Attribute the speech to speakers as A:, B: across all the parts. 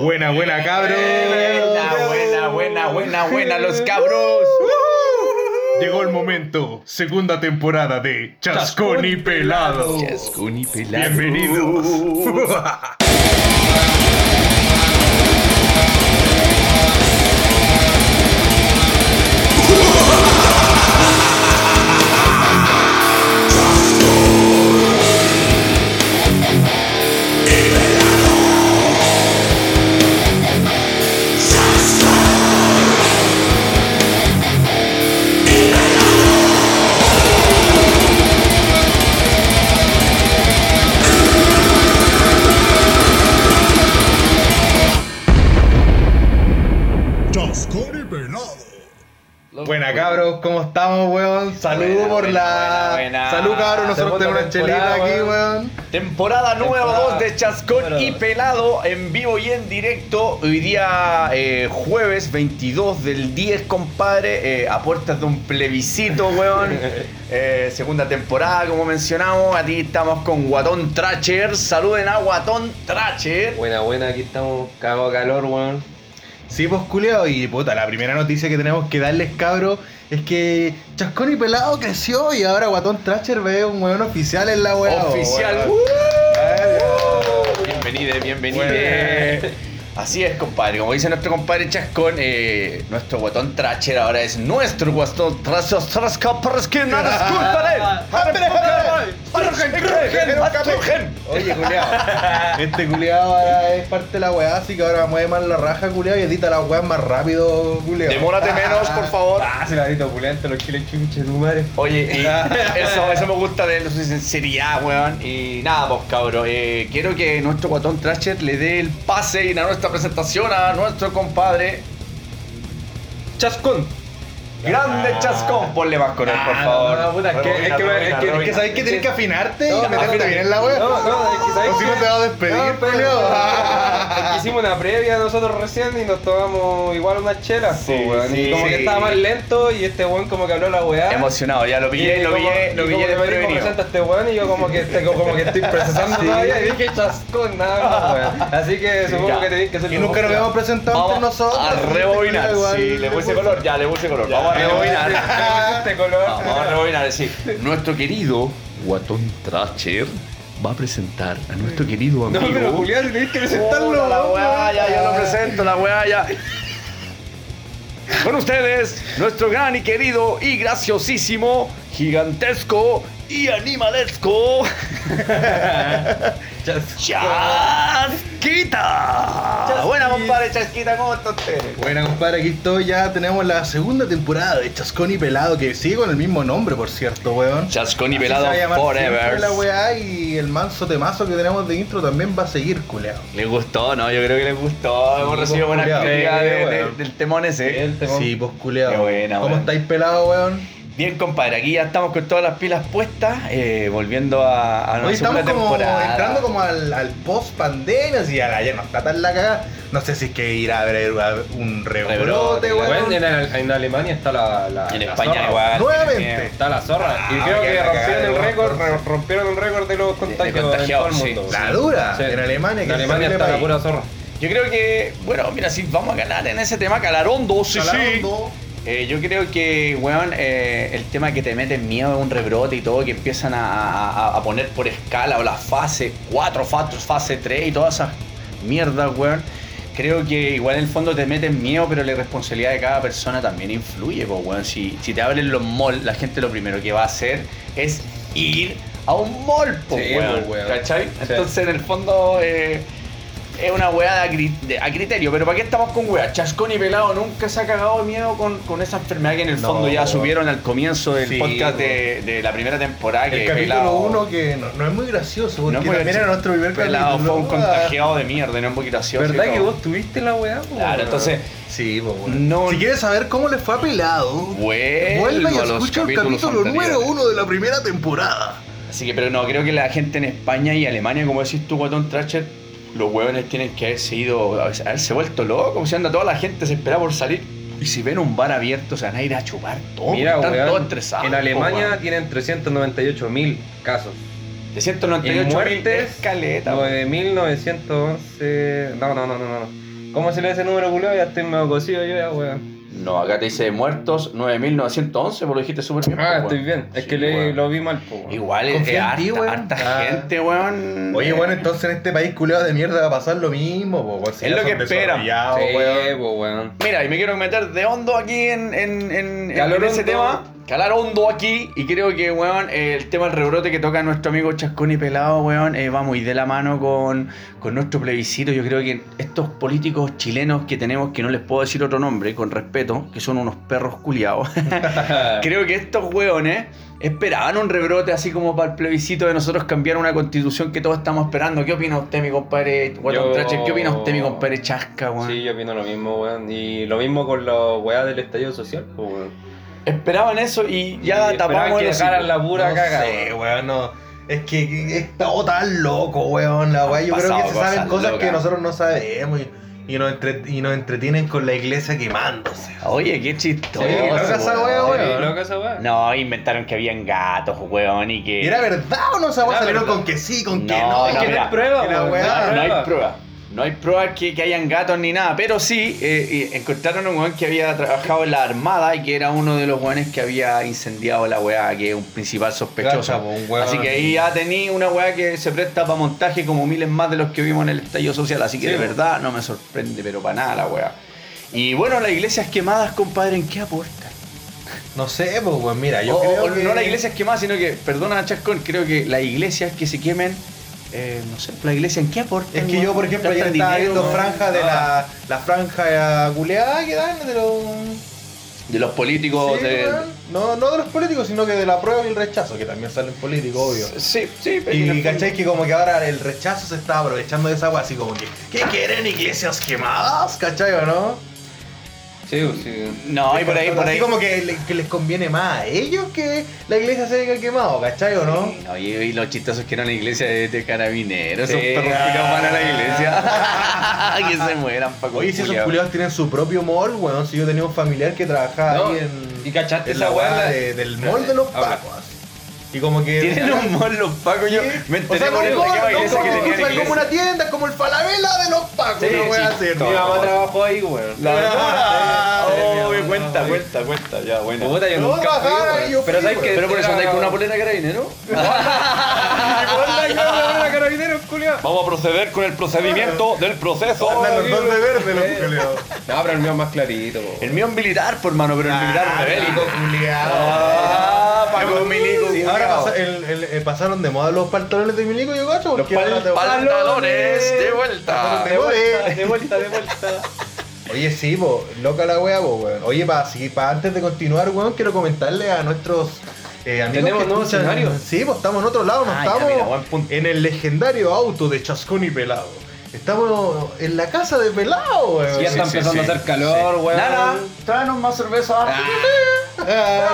A: Buena, buena, cabros.
B: Buena, buena, buena, buena, buena, los cabros.
A: Uh-huh. Llegó el momento. Segunda temporada de Chascón y Pelado.
B: Chascón y pelado.
A: Bienvenidos.
C: Chascón y Pelado.
A: Buena, cabros. ¿Cómo estamos, weón? Salud
B: Buena,
A: por
B: buena,
A: la.
B: buena, buena.
A: Salud, cabros. Nosotros
D: Segunda
A: tenemos una chelita
D: temporada,
A: aquí,
D: weón.
A: weón.
B: Temporada número
D: Temporada
B: 2 de Chascón
D: número
B: y
D: dos.
B: Pelado en vivo y en directo. Hoy día eh, jueves 22 del 10, compadre, eh, a puertas de un plebiscito, weón. Eh, segunda temporada, como mencionamos. Aquí estamos con Guatón Tracher. Saluden a Guatón Tracher.
D: Buena, buena, aquí estamos. Cago de calor, weón.
A: Sí, pues culiao, y puta, la primera noticia que tenemos que darles, cabros, es que Chascón y Pelado creció y ahora Guatón Tracher ve un weón oficial en la weá.
B: Oficial. Uh.
A: weón.
D: Bienvenide, bienvenide.
B: Bueno. Así es, compadre. Como dice nuestro compadre Chascón, eh, nuestro guatón Tracher ahora es nuestro guatón Tracher.
A: Oye, culiao. Este culiao ahora es parte de la weá, así que ahora mueve más la raja, culiao, y edita la weá más rápido, culiao.
B: Demórate menos, por favor.
D: Ah, se la dito culeante los chiles chunches, tu madre.
B: Oye, y eso, eso me gusta de él, su sinceridad, weón. Y nada, pues cabrón, eh, quiero que nuestro guatón Tracher le dé el pase y a nuestra presentación a nuestro compadre Chascón. Grande Chascón, ponle más con él, por
D: Ah,
B: favor.
D: no, no, puta, es que- es que- es que-
A: Es que sabes que tienes que afinarte y
D: No,
A: meterte
D: afínate.
A: bien en la weá.
D: No, no, es que sabes
A: O si no
D: que-
A: te va a despedir,
D: No, pero-
A: culiao.
D: es que hicimos una previa nosotros recién y nos tomamos igual unas chelas,
B: Sí,
D: po, weón.
B: sí,
D: y como
B: sí.
D: que estaba más lento y este weón como que habló la weá.
B: Emocionado, ya lo pillé, lo pillé, lo pillé
D: de presenta
B: desprevenido.
D: este weón y yo como que, te- como que estoy procesando todavía y dije chascón, nada más, weón. Así que
B: ya.
D: supongo que tenéis que hacer
A: Y nunca nos habíamos presentado
B: Vamos
A: entre nosotros.
B: a rebobinar,
A: Igual,
B: sí, le puse
A: puse-
B: color, ya, le puse color. Vamos a rebobinar.
D: este color.
B: Vamos a rebobinar, sí. Nuestro querido Guatón Tracher va a presentar a nuestro querido
D: No,
B: amigo.
D: pero Julián, tenés que presentarlo.
B: Hola, la weá, ya, ya lo
D: Ah.
B: presento, la weá, ya. Con ustedes, nuestro gran y querido y graciosísimo, gigantesco y animalesco. Chasquita. Buena, compadre, Chasquita, ¿cómo está usted?
A: Bueno, compadre, aquí estoy. Ya tenemos la segunda temporada de Chascón y Pelado, que sigue con el mismo nombre, por cierto, weón.
B: Chascón
A: Así se va a llamar siempre La weá y el manso temazo que tenemos de intro también va a seguir, culeado.
B: Les gustó, ¿no? Yo creo que les gustó. Hemos
A: Sí, pues,
B: recibido buenas
A: culiao.
B: críticas
A: Sí,
B: de- de-
A: weón.
B: del temón ese.
D: Bien, te con-
A: Sí, pues culeado.
B: Qué buena,
A: ¿Cómo
B: weón.
A: estáis pelado, weón?
B: Bien, compadre, aquí ya estamos con todas las pilas puestas, eh, volviendo a, a
A: Hoy
B: nuestra
A: estamos
B: segunda
A: como
B: temporada.
A: entrando como al, post pandemia, si ya, la- ya no está tan la cagada. No sé si es que ir a ver un rebrote,
B: Rebrote,
A: weón.
D: Weón, en, en Alemania está la, la
B: En
D: la
B: España
D: zorra,
B: igual.
A: Nuevamente.
D: Está la zorra. y
A: Ah,
D: creo
A: que
D: que
A: la cagada
D: rompieron
A: de
D: el
A: weón,
D: récord, re-
A: entonces.
D: rompieron el récord de los contagios,
B: contagiados,
D: en todo
B: sí.
D: el mundo.
A: La dura.
D: Sí.
A: En Alemania,
D: En
A: que es
D: Alemania
A: terrible
D: está la
A: país.
D: pura zorra.
B: Yo creo que, bueno, mira, si vamos a ganar en ese tema, Calarondo, sí, sí.
A: Calarondo.
B: Eh, yo creo que, weón, eh, el tema que te meten miedo es un rebrote y todo, que empiezan a, a- a poner por escala o las fases 4, fase, fase 3 y todas esas mierdas, weón. Creo que igual en el fondo te meten miedo, pero la irresponsabilidad de cada persona también influye, pues, weón. Si, si te abren los malls, la gente lo primero que va a hacer es ir a un mall, pues,
D: Sí,
B: weón,
D: po, weón.
B: ¿Cachai?
D: Sí.
B: Entonces, en el fondo... eh, es una weá de a, cri- de- a criterio, pero ¿para qué estamos con weá? Chascón y Pelado nunca se ha cagado de miedo con, con esa enfermedad que en el
A: No,
B: fondo ya
A: weón.
B: subieron al comienzo del
A: Sí,
B: podcast de, de la primera temporada. que
A: El capítulo
B: Pelado-
A: 1 que no, no es muy gracioso, porque
B: no es muy
A: también era
B: gracioso.
A: nuestro primer
B: Pelado
A: capítulo.
B: fue un
A: Ah.
B: contagiado de mierda, no es muy gracioso.
D: ¿Verdad
B: y
D: que
B: todo.
D: vos tuviste la weá? po,
B: Claro,
D: weón?
B: entonces,
A: Sí, pues weón.
B: no.
A: Si quieres saber cómo le fue a Pelado,
B: Vuelva
A: vuelva y
B: a los
A: escucha el
B: capítulos
A: capítulo número
B: anteriores.
A: 1 de la primera temporada.
B: Así que, pero no, creo que la gente en España y Alemania, como decís tú, Guatón Tracher, los huevones tienen que haberse ido, haberse vuelto locos. como si anda toda la gente se espera por salir. Y si ven un bar abierto, se van a ir a chupar todo.
D: Mira,
B: están todos
D: weón,
B: estresados.
D: en
B: po,
D: Alemania
B: weón.
D: tienen 398.000 casos.
B: de
D: En
B: 198
D: muertes,
B: muertes, caleta. weón.
D: 9.911... No, no, no, no, no. ¿Cómo se lee ese número, culiao? Ya estoy medio cocido yo ya, weón.
B: No, acá te dice muertos 9911, por lo dijiste súper bien.
D: Ah,
B: pues,
D: estoy
B: weón.
D: bien. Es
B: Sí,
D: que leí-
B: weón.
D: lo vi mal, po, weón.
B: Igual es
A: Confía en
B: harta,
A: ti, weón.
B: harta
A: Ah.
B: gente, weón.
A: Oye, bueno, entonces en este país culeado de mierda va a pasar lo mismo, po, weón. Si ya
B: Es lo
A: son
B: que esperan.
A: desarrollados,
D: Sí,
A: weón.
D: po, weón.
B: Mira, y me quiero meter de hondo aquí en, en, en, en
D: Calar
B: ese
D: hondo.
B: tema. Calar hondo aquí. Y creo que, weón, eh, el tema del rebrote que toca nuestro amigo Chascón y Pelado, weón, eh, va muy de la mano con, con nuestro plebiscito. Yo creo que estos políticos chilenos que tenemos, que no les puedo decir otro nombre, con respeto, que son unos perros culiados. Creo que estos hueones esperaban un rebrote así como para el plebiscito de nosotros cambiar una constitución que todos estamos esperando. ¿Qué opina usted, mi compadre Guatón
D: Yo-
B: Tracher? ¿Qué opina usted, mi compadre Chasca, weón?
D: Sí, yo opino lo mismo, weón. Y lo mismo con los weas del estallido social, po, weón.
B: Esperaban eso y ya
D: Y esperaban
B: tapamos
D: que
B: el hocico.
D: dejaran la pura
A: no
D: caga.
A: sé,
D: weón.
A: weón, no. Es que que es todo tan loco, weón. La weá, yo creo
B: pasado
A: que se saben
B: cosas
A: cosas que
B: locas.
A: nosotros no sabemos y, y nos entre- y nos entretienen con la iglesia quemándose.
B: Oye, qué chistoso.
D: Sí, loca
A: esa
B: weón.
A: wea,
D: Sí,
A: weón.
D: loca esa wea.
B: No, inventaron que habían gatos, weón, y que.
A: ¿Y era verdad o no? Esa weá
D: Era
A: salieron
D: verdad.
A: con que sí, con que
B: No,
A: no.
B: no,
A: que
B: mira.
A: no que la
D: weón,
A: weá-
B: No hay
D: prueba.
B: prueba. No hay pruebas que, que hayan gatos ni nada, pero sí eh, eh, encontraron a un weón que había trabajado en la armada y que era uno de los weones que había incendiado la weá, que es un principal sospechoso.
A: Cacha, po, un weón.
B: Así que ahí ya tenía una weá que se presta para montaje como miles más de los que vimos en el estallido social, así que
D: Sí,
B: de
D: po.
B: verdad no me sorprende, pero para nada la weá. Y bueno, las iglesias quemadas, compadre, ¿en qué aportan?
A: No sé, pues, weón, mira, yo
B: O-
A: creo
B: o
A: que...
B: No las iglesias quemadas, sino que, perdona Chascón, creo que las iglesias que se quemen, eh, no sé, la iglesia en qué aporta.
A: Es que yo, por ejemplo, ayer estaba viendo franjas de la, la franja culeada que dan de los...
B: De los políticos,
A: Sí,
B: de...
A: weón. No, no de los políticos, sino que de la prueba y el rechazo, que también salen políticos, obvio.
B: Sí, sí, pero en
A: Y
B: el fondo-
A: cachai que como que ahora el rechazo se está aprovechando de esa agua así como que ¿Qué quieren iglesias quemadas? ¿Cachai o no?
D: Sí,
B: pues,
D: sí.
B: No, y por ahí, por
A: Así
B: ahí.
A: como que, le- que les conviene más a ellos que la iglesia se haya quemado, ¿cachai o no?
B: Sí, no, y, y los chistosos que eran la iglesia de, de carabineros, esos
D: Sí.
B: perros culiados van a la iglesia. que se mueran, Paco.
A: Oye, si esos culiados tienen su propio mall, weón, si yo tenía un familiar que trabajaba
D: No,
A: ahí en...
D: y cachaste
A: en la
D: esa weá,
A: weá
D: la-
A: de- del mall de los
D: Ahora.
A: pacos. así. Y como que...
B: Tienen un mol los Paco, yo me
A: O
B: enteré
A: sea,
B: por
A: con el
B: el que
A: mall,
B: la
A: no
B: iglesia que
A: como,
B: tenía la
A: es como una
B: iglesia.
A: tienda, es como el falabela de los pacos,
D: Sí,
A: una weá así,
B: sí,
A: ¿no?
D: Mi mamá trabajó ahí, weón.
B: La
A: Ah,
D: Sí,
B: verdad.
D: mi
B: Oh,
D: mamá
B: cuenta,
D: trabajó ahí.
B: cuenta, cuenta, ya, bueno.
D: Puta, yo
A: No,
D: nunca fui,
A: bajara,
D: weón.
A: yo
D: Pero
A: fui,
D: sabes que
A: weón.
B: Pero por eso andáis con una polera de carabinero. Vamos a proceder con el procedimiento del proceso.
A: Andan los dos de verde, los
D: Sí.
A: culiados.
B: Ah,
D: No, pero el mío es más clarito, Ah, po.
B: El mío es militar, por mano, pero el militar rebélico.
A: Ah,
B: Paco Milico,
A: Sí,
B: culiao.
A: ahora pasa- el- el- eh, pasaron de moda los pantalones de Milico, yo cacho.
B: Los
A: porque ahora
B: pal-
A: te-
B: pantalones de vuelta.
A: De vuelta,
D: de vuelta, de vuelta.
A: Oye, sí, po, loca la wea, po, weón. Oye, para antes de continuar, weón, quiero comentarle a nuestros eh, amigos.
D: ¿Tenemos
A: que
D: nuevo
A: escuchan-
D: escenario?
A: Sí, pues estamos en otro lado, no
B: Ah, ya,
A: estamos
B: mira, buen punto.
A: en el legendario auto de Chascón y Pelado. Estamos en la casa de Pelado, weón.
D: Ya está
B: sí,
D: empezando
B: sí.
D: a hacer calor, weón.
B: Nana, tráenos más cerveza.
A: Ah,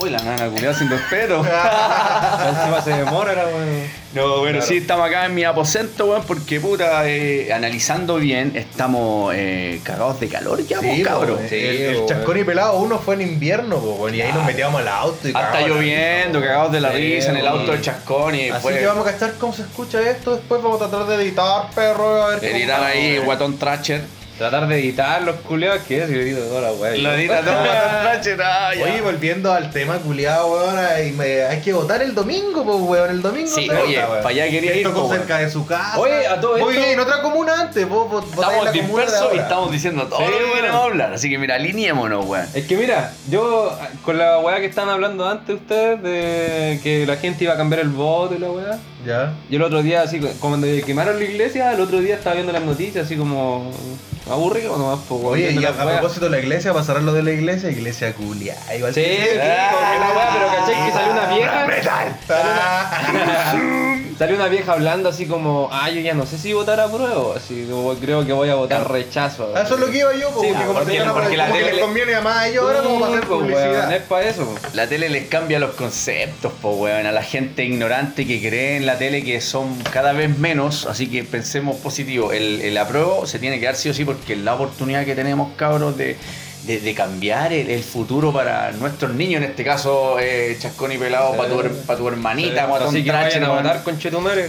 B: Uy, la nana, culiada, sin respeto.
D: Ah,
B: Ah,
D: Encima se demora, era, weón.
B: No, bueno,
D: Claro.
B: sí, estamos acá en mi aposento, weón, porque puta, eh, analizando bien, estamos eh, cagados de calor ya,
A: Sí,
B: vos, cabrón.
A: po,
D: Sí,
A: el, el
D: po,
A: chascón y pelado uno fue en invierno, po, weón, y ahí nos metíamos al auto y
B: Ah, está
A: cagaba la
B: lloviendo,
A: risa,
B: cagados de la
D: Sí,
B: risa en el
D: weón.
B: auto de Chascón y
A: po. Así
B: después.
A: que vamos a cachar cómo se escucha esto, después vamos a tratar de editar, perro, a ver cómo
B: Editar
A: sale,
B: ahí,
A: weón.
B: guatón Tracher.
D: Tratar de editar los culeos, que es, yo edito toda la weón.
B: Lo edita todo guatón Tracher, ah, ya.
A: Oye, volviendo al tema culiado, weón, ay, me- hay que votar el domingo, pues, weón, el domingo.
B: Sí,
A: se
B: oye,
A: vota, weón.
B: pa' allá quería
A: Esto
B: ir,
A: con
B: po, weón.
A: cerca de su casa.
D: Oye, a todo
A: Muy
D: esto-
A: bien, en otra comuna antes, vos vos votás en la
B: Estamos
A: comuna de
B: dispersos y
A: ahora.
B: estamos diciendo todo
D: Sí,
B: lo que
D: weón.
B: queremos hablar. Así que mira, alineémonos, weón.
D: Es que mira, yo ah, con la weá que estaban hablando antes ustedes de que la gente iba a cambiar el voto y la weá.
A: Ya.
D: Yo el otro día, así co- cuando quemaron la iglesia, el otro día estaba viendo las noticias, así como aburrido nomás, pues,
A: Oye,
D: viendo
A: y a,
D: las
A: a
D: weas.
A: propósito de la iglesia, pasará lo de la iglesia, iglesia culiada. Igual
D: Sí,
A: que-
D: sí, porque la weá, pero caché que salió una vieja. Salió una vieja hablando así como, ah, yo ya no sé si votar a prueba, así como creo que voy a votar rechazo.
A: Ah, Eso es lo que iba yo, po,
D: Sí,
A: porque como
B: porque-
A: te digo, no,
B: porque
A: porque
B: la
A: como que
B: tele-
A: les conviene a más a ellos ahora como para hacer
D: Sí, pues, weón, es
A: publicidad.
D: para eso. pues.
B: La tele les cambia los conceptos, po, weón. A la gente ignorante que cree en la tele que son cada vez menos. Así que pensemos positivo. El, el apruebo se tiene que dar sí o sí porque es la oportunidad que tenemos, cabros, de, de, de cambiar el, el futuro para nuestros niños, en este caso eh, Chascón y Pelado,
D: Sí.
B: para, tu, her- pa' tu hermanita, guatón
D: Así que
B: Thatcher,
D: vayan a
B: weón.
D: votar con Chetumare.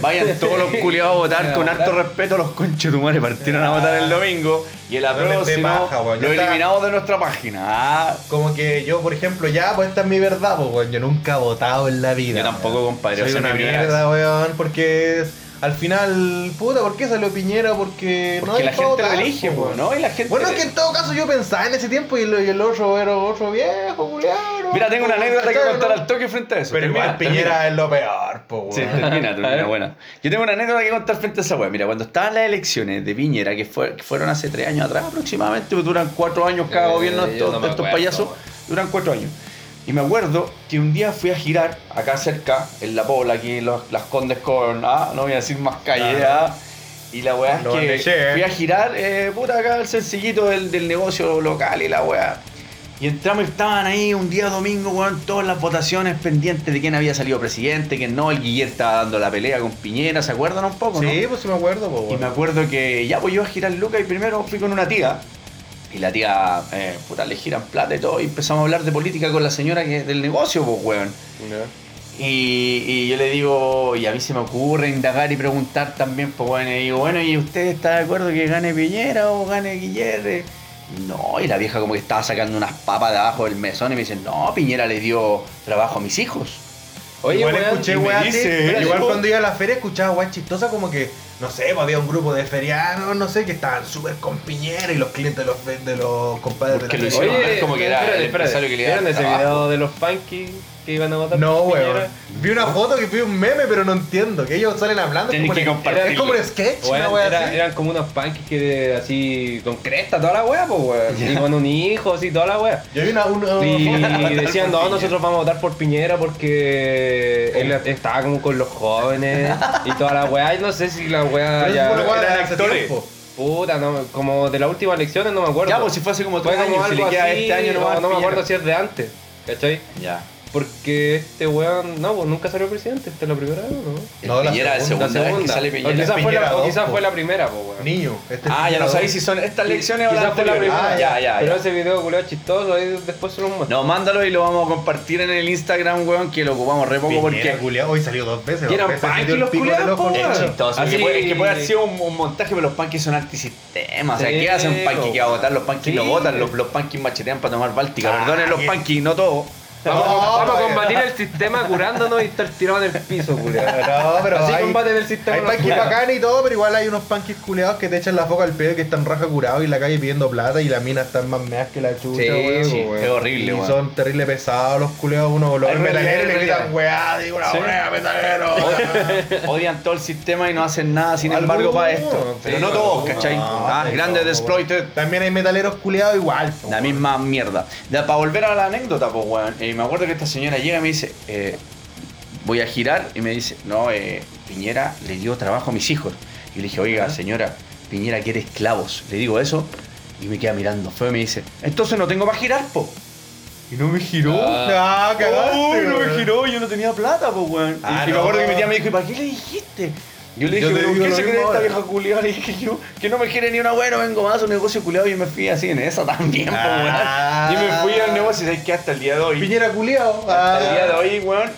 B: Vayan todos los culiados a votar con harto respeto los conchetumares. Partieron a votar el domingo y el
A: les dé
B: próximo
A: paja, weón. Ya
B: lo
A: está.
B: eliminamos de nuestra página. Ah,
A: Como que yo, por ejemplo, ya, pues esta es mi verdad, pues, weón. Yo nunca he votado en la vida.
B: Yo tampoco,
A: weón.
B: compadre, o
A: Soy
B: sea,
A: una
B: mi primera
A: mierda, weón, porque al final, puta, ¿por qué salió Piñera? Porque, no
B: porque
A: hay
B: la
A: pa'
B: gente lo
A: votar,
B: elige,
A: po,
B: po, ¿no? Y la gente.
A: Bueno, es que en todo caso yo pensaba en ese tiempo y, lo- y el otro era otro viejo, culiado.
B: Mira, tengo una anécdota que
A: Claro,
B: contar
A: ¿no?
B: al toque frente a eso.
A: Pero
B: Termina,
A: igual Piñera es lo peor, po,
B: Sí,
A: weón.
B: termina,
D: A
B: termina,
D: ver.
B: bueno. Yo tengo una anécdota que contar frente a esa weá. Mira, cuando estaban las elecciones de Piñera, que, fue- que fueron hace tres años atrás aproximadamente, pues duran cuatro años cada
D: Eh,
B: gobierno,
D: yo
B: estos,
D: no me
B: estos
D: acuerdo,
B: payasos,
D: weón.
B: duran cuatro años. Y me acuerdo que un día fui a girar acá cerca, en La Pobla, aquí en los- Las Condes con, ah, no voy a decir más calle, ah. Y la weá es
A: Lo
B: que
A: bandejé, eh.
B: fui a girar, eh, puta, acá el sencillito del, del negocio local y la weá. Y entramos y estaban ahí un día domingo, weón, todas las votaciones pendientes de quién había salido presidente, quién no. El Guillermo estaba dando la pelea con Piñera, ¿se acuerdan un poco, no?
A: Sí, pues sí me acuerdo, po,
B: Y me
A: weón.
B: acuerdo que ya pues yo a girar Lucas y primero fui con una tía. Y la tía, eh, puta, le giran plata y todo. Y empezamos a hablar de política con la señora que del negocio, pues, weón. Y, y yo le digo, y a mí se me ocurre indagar y preguntar también, pues bueno, y digo, bueno, ¿y usted está de acuerdo que gane Piñera o gane Guillermo? No, y la vieja como que estaba sacando unas papas de abajo del mesón y me dice, no, Piñera le dio trabajo a mis hijos.
D: Oye,
A: igual
D: weón,
A: escuché
D: y me
A: weá así,
D: dice,
A: pero
D: eh,
A: igual
D: tipo,
A: cuando iba a la feria escuchaba weá chistosa como que, no sé, pues, había un grupo de ferianos, no sé, que estaban súper con Piñera y los clientes de los, fe- de los compadres
B: Porque
A: de la
B: lo
A: feria.
B: hicieron ver como que era
D: espérate,
B: el
D: espérate.
B: empresario que le daba
D: ¿Vieron ese
B: trabajo?
D: video de los punkies que iban a votar?
A: No,
D: por Piñera?
A: weón. Vi una foto que vi un meme, pero no entiendo. Que ellos salen hablando. es
B: Tenés
A: como
B: que
A: un-
B: compartirlo.
A: Es como un sketch,
D: Weón,
A: una wea
D: era-
A: así.
D: eran como unos punkies que así con cresta, toda la wea, pues, weón. Y con un hijo, así, toda la wea.
A: Yo vi una. una
D: Y decían, no,
A: Piñera.
D: nosotros vamos a votar por Piñera porque él estaba como con los jóvenes y toda la weá. Y no sé si la weá
A: Pero
D: ya.
A: eso fue lo cual
B: eran
A: hace
B: actores.
A: tiempo.
D: Puta, no, como de las últimas elecciones, no me acuerdo.
B: Ya, pues si fue hace como
D: Fue
B: tres años, si le
D: algo
B: queda
D: así,
B: este año nomás.
D: o no me acuerdo
B: Piñera.
D: si es de antes, ¿cachai?
B: Ya.
D: Porque este weón, no, pues nunca salió presidente, esta es la primera, ¿no?
B: El
A: No, la
B: Piñera, el
A: segunda,
B: segundo vez
D: La
B: que
D: segunda.
B: sale
D: o
B: Piñera.
D: quizás fue,
A: Piñera
D: la, o
A: dos,
D: quizás
A: po.
D: fue la primera, pues weón.
A: Niño. este es
B: Ah, ya
A: Piñera
B: no
A: dos.
B: sabéis si son estas lecciones o las
D: Quizás fue la
B: anteriores.
D: primera.
B: Ah, ya, ya.
D: Pero
B: ya.
D: ese video culeo chistoso, ahí después se lo muestro.
B: No, mándalo y lo vamos a compartir en el Instagram, weón, que lo ocupamos re poco
A: Piñera,
B: porque
A: culiao, Hoy salió dos veces.
D: Y eran
A: dos veces,
D: punkies
A: metió el
D: los
A: pico en el
D: culiados,
A: ojo.
D: po, weón.
B: es chistoso.
D: Así-
B: Es que puede- es que puede haber sido un, un montaje, pero los punkies son antisistema. O sea,
D: Sí,
B: ¿qué hacen un punky que va a votar? Los punkies
D: sí.
B: no votan, los, los punkies machetean para tomar báltica.
A: Ah,
B: Perdonen los
A: bien.
B: punkies, no todos.
D: Vamos,
A: No,
D: vamos a
A: weón.
D: combatir el sistema curándonos y estar tirado en el piso, culeo.
A: No, pero
D: Así
A: hay,
D: combaten el sistema
A: hay
D: de los
A: punkies
D: culiados.
A: bacanes y todo, pero igual hay unos punkies culeados que te echan la foca al pedo que están raja curados y la calle pidiendo plata y las minas están más meas que la chucha,
D: Sí,
A: weón,
D: sí,
A: weón.
B: es horrible,
A: Y
B: weón.
A: son terrible pesados los culeados, uno lo
D: Hay
A: ve metalero y
D: realidades,
A: le gritan
D: realidades.
A: weá, digo una
D: Sí.
A: weá, metalero.
B: Odian todo el sistema y no hacen nada, sin
A: Algunos,
B: embargo, para esto.
A: sí,
B: Pero no todos,
A: algunos.
B: ¿cachai?
A: No,
B: Ah,
A: sí,
B: grandes
A: no,
B: de exploited.
A: weón. También hay metaleros culeados igual. po,
B: La
A: weón.
B: misma mierda. para volver a la anécdota, pues, weón. eh, me acuerdo que esta señora llega y me dice, eh, voy a girar, y me dice, no, eh, Piñera le dio trabajo a mis hijos. Y le dije, oiga, señora, Piñera quiere esclavos. Le digo eso, y me queda mirando feo y me dice, entonces no tengo para girar, po. Y no me giró.
A: Ah, cagaste,
B: Uy, no me
A: weón.
B: giró, yo no tenía plata, pues, weón.
A: Ah,
B: y me
A: no.
B: acuerdo que mi tía me dijo, ¿y para qué le dijiste? Yo le
A: Yo te
B: dije,
A: digo
B: ¿pero qué
A: lo
B: se cree
A: mismo
B: esta
A: ahora.
B: vieja culiada? Le dije yo, que no me quiere ni una buena, vengo más a un negocio culiado y me fui así en esa también, pues,
A: Ah.
B: weón. Y me fui al negocio, ¿sabes qué? Hasta el día de hoy.
A: Piñera culeado.
B: Hasta el día de
A: Ah.
B: hoy, weón,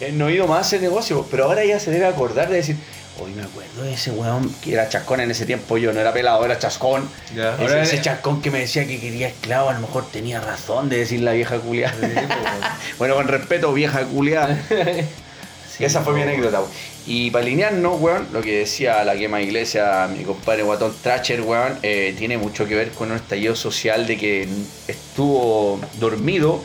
B: eh, no he ido más a ese negocio, pero ahora ya se debe acordar de decir, hoy me acuerdo de ese weón que era chascón en ese tiempo, yo no era pelado, era chascón.
D: Ya.
B: Ese-
D: Ahora-
B: ese, chascón que me decía que quería esclavo, a lo mejor tenía razón de decir la vieja culiada.
D: pues,
B: bueno, con respeto, vieja culiada. Esa fue mi anécdota. weón. Y para alinearnos, weón, lo que decía la quema iglesia, mi compadre Guatón Tracher, weón, eh, tiene mucho que ver con un estallido social de que estuvo dormido,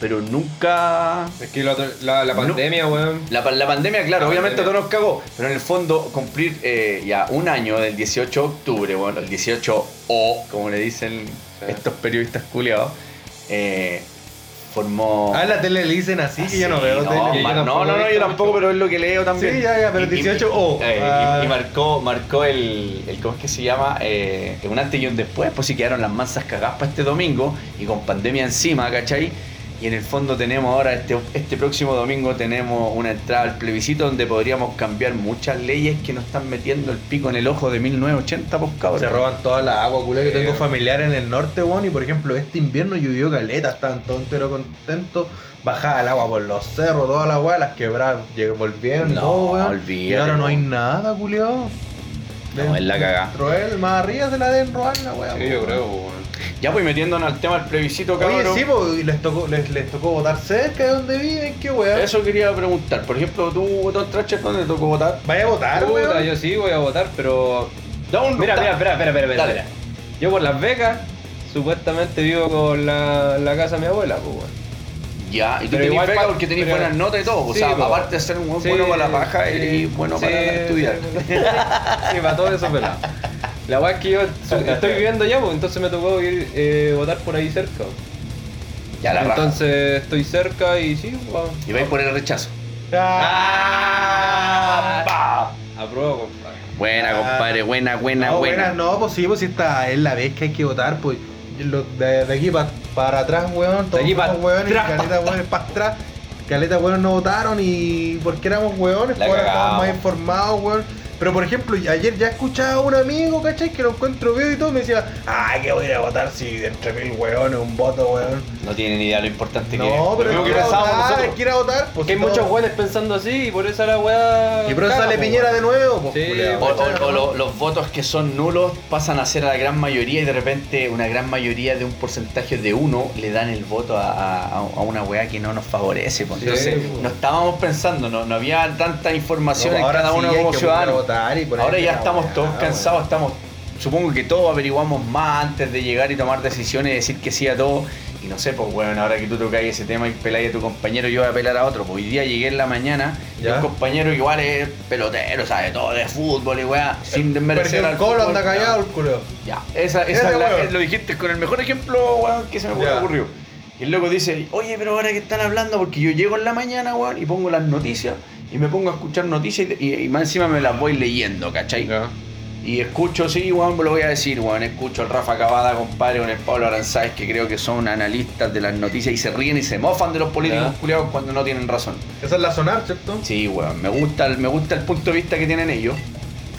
B: pero nunca
D: Es que la, la, la
B: No.
D: pandemia, weón.
B: la, pa- la pandemia, claro,
D: La
B: obviamente
D: pandemia.
B: todo nos cagó, pero en el fondo cumplir eh, ya un año del 18 de octubre, bueno, el 18 o, como le dicen
D: Sí.
B: estos periodistas culiados, eh, formó...
A: Ah, en la tele le dicen así, que yo no
B: Sí,
A: veo
B: no,
A: tele.
B: ma-
D: yo
B: no,
D: tampoco
B: no,
D: he
B: no,
D: visto
B: yo tampoco,
D: mucho.
B: pero es lo que leo también.
A: Sí, ya, ya, pero
B: Y- y-
A: 18 o.
B: eh, y-
A: Ah.
B: y, marcó, marcó el, el, ¿cómo es que se llama? Eh, un antes y un después, pues sí quedaron las mansas cagadas para este domingo y con pandemia encima, ¿cachai? Y en el fondo tenemos ahora, este, este próximo domingo tenemos una entrada al plebiscito donde podríamos cambiar muchas leyes que nos están metiendo el pico en el ojo de 1980, pues cabrón.
A: Se roban toda la agua, culia. Yo
D: Sí.
A: tengo familiares en el norte, weón, y por ejemplo, este invierno llovió caleta, estaban todos enteros contentos. Bajaba el agua por los cerros, toda la agua, las quebraron, lleg- volvieron,
B: No,
A: todo, weón.
B: olvídate,
A: Y ahora no hay
B: weón.
A: nada, culiao.
B: No, es la cagá.
A: Roel, más arriba se la deben robar la weá.
D: Sí,
A: weón.
D: yo creo, weón.
B: Ya pues metiéndonos al tema del plebiscito, cabrón.
A: Oye, sí, po, y les tocó, les, les tocó votar cerca de donde viven, qué weón.
B: Eso quería preguntar. Por ejemplo, tú, Botón Tracher, ¿dónde te tocó votar?
A: Vaya a votar,
D: Puta,
A: weón.
D: yo sí voy a votar, pero.
B: Da un
D: Mira,
B: da-
D: mira, espera, espera, espera, espera,
B: Dale.
D: espera. Yo por las becas, supuestamente vivo con la, la casa de mi abuela, pues, weón.
B: Ya, y tú
D: Pero
B: tenías
D: igual
B: beca
D: pa-
B: porque tenías
D: pero-
B: buenas notas y todo. pues, O
D: Sí,
B: sea,
D: po.
B: aparte de ser un buen
D: Sí,
B: bueno para la paja,
D: sí,
B: eres bueno para
D: sí,
B: estudiar.
D: Sí, sí, para todo eso, pelado. La weá es que yo su- estoy viviendo allá, pues, entonces me tocó ir, eh, votar por ahí cerca.
B: Ya la raja.
D: entonces estoy cerca y sí, pues,
B: Y vais por el rechazo.
A: Ah,
B: Pa.
D: apruebo, compadre.
B: Buena,
A: Ah.
B: compadre, buena, buena,
A: no,
B: buena.
A: buenas, no, pues sí, pues sí, esta es la vez que hay que votar, pues lo- de, de aquí pa- para atrás, weón, todos
D: aquí pa'
A: somos weones,
D: atrás,
A: y caleta weones para atrás, caleta weón no votaron y porque éramos weones,
B: La
A: pues ahora
B: cagamos.
A: estamos más informados, weón. Pero por ejemplo, ayer ya escuchaba a un amigo, ¿cachai? Que lo encuentro vivo y todo, me decía, ay, que voy a ir a votar si de entre mil weones, un voto, weón.
B: No tienen idea lo importante que
A: No, pero
D: lo
A: es
D: mismo
A: que ir
D: que
A: a
D: pensábamos
A: votar,
D: nosotros.
A: es que ir a votar, pues
D: Porque hay
A: si
D: muchos
A: todo-
D: weones pensando así y por eso la weá.
A: Y por eso
D: caga,
A: sale
D: po,
A: Piñera
D: weón.
A: de nuevo, pues.
D: Sí,
A: culiao,
B: O,
A: ¿cachai?
B: o- o lo- los votos que son nulos pasan a ser a la gran mayoría y de repente una gran mayoría de un porcentaje de uno le dan el voto a, a- a una weá que no nos favorece. pues.
D: Sí,
B: Entonces
D: pues.
B: no estábamos pensando, no, no había tanta información
A: No,
B: en
A: ahora
B: cada
A: sí
B: uno
A: hay
B: como
A: que
B: ciudadano.
A: votar y ponerse
B: Ahora ya
A: la
B: estamos
A: weá,
B: todos
A: weón.
B: cansados, estamos, supongo que todos averiguamos más antes de llegar y tomar decisiones, decir que sí a todo. Y no sé, pues bueno, ahora que tú tocáis ese tema y peláis a tu compañero, yo voy a pelar a otro. Pues hoy día llegué en la mañana y
A: Ya.
B: un compañero que igual es pelotero, sabe todo de fútbol y weá, sin desmerecer
A: Perdió
B: al
A: el colo,
B: fútbol,
A: anda callado el
B: ya.
A: culo.
B: Ya, esa,
A: Ese
B: esa es la-
A: weón.
B: es- lo dijiste con el mejor ejemplo, weón, que se me
A: Ya.
B: ocurrió. Y el loco dice, oye, pero ahora que están hablando, porque yo llego en la mañana, weón, y pongo las noticias, y me pongo a escuchar noticias, y, y más encima me las voy leyendo, ¿cachai?
D: Ya.
B: Y escucho, sí, weón, lo voy a decir, weón, escucho al Rafa Cavada, compadre, con el Pablo Aranzáez, que creo que son analistas de las noticias, y se ríen y se mofan de los políticos
D: Ya.
B: culiados cuando no tienen razón.
A: Esa es la sonar, ¿cierto?
B: Sí, weón, me gusta, el- me gusta el punto de vista que tienen ellos.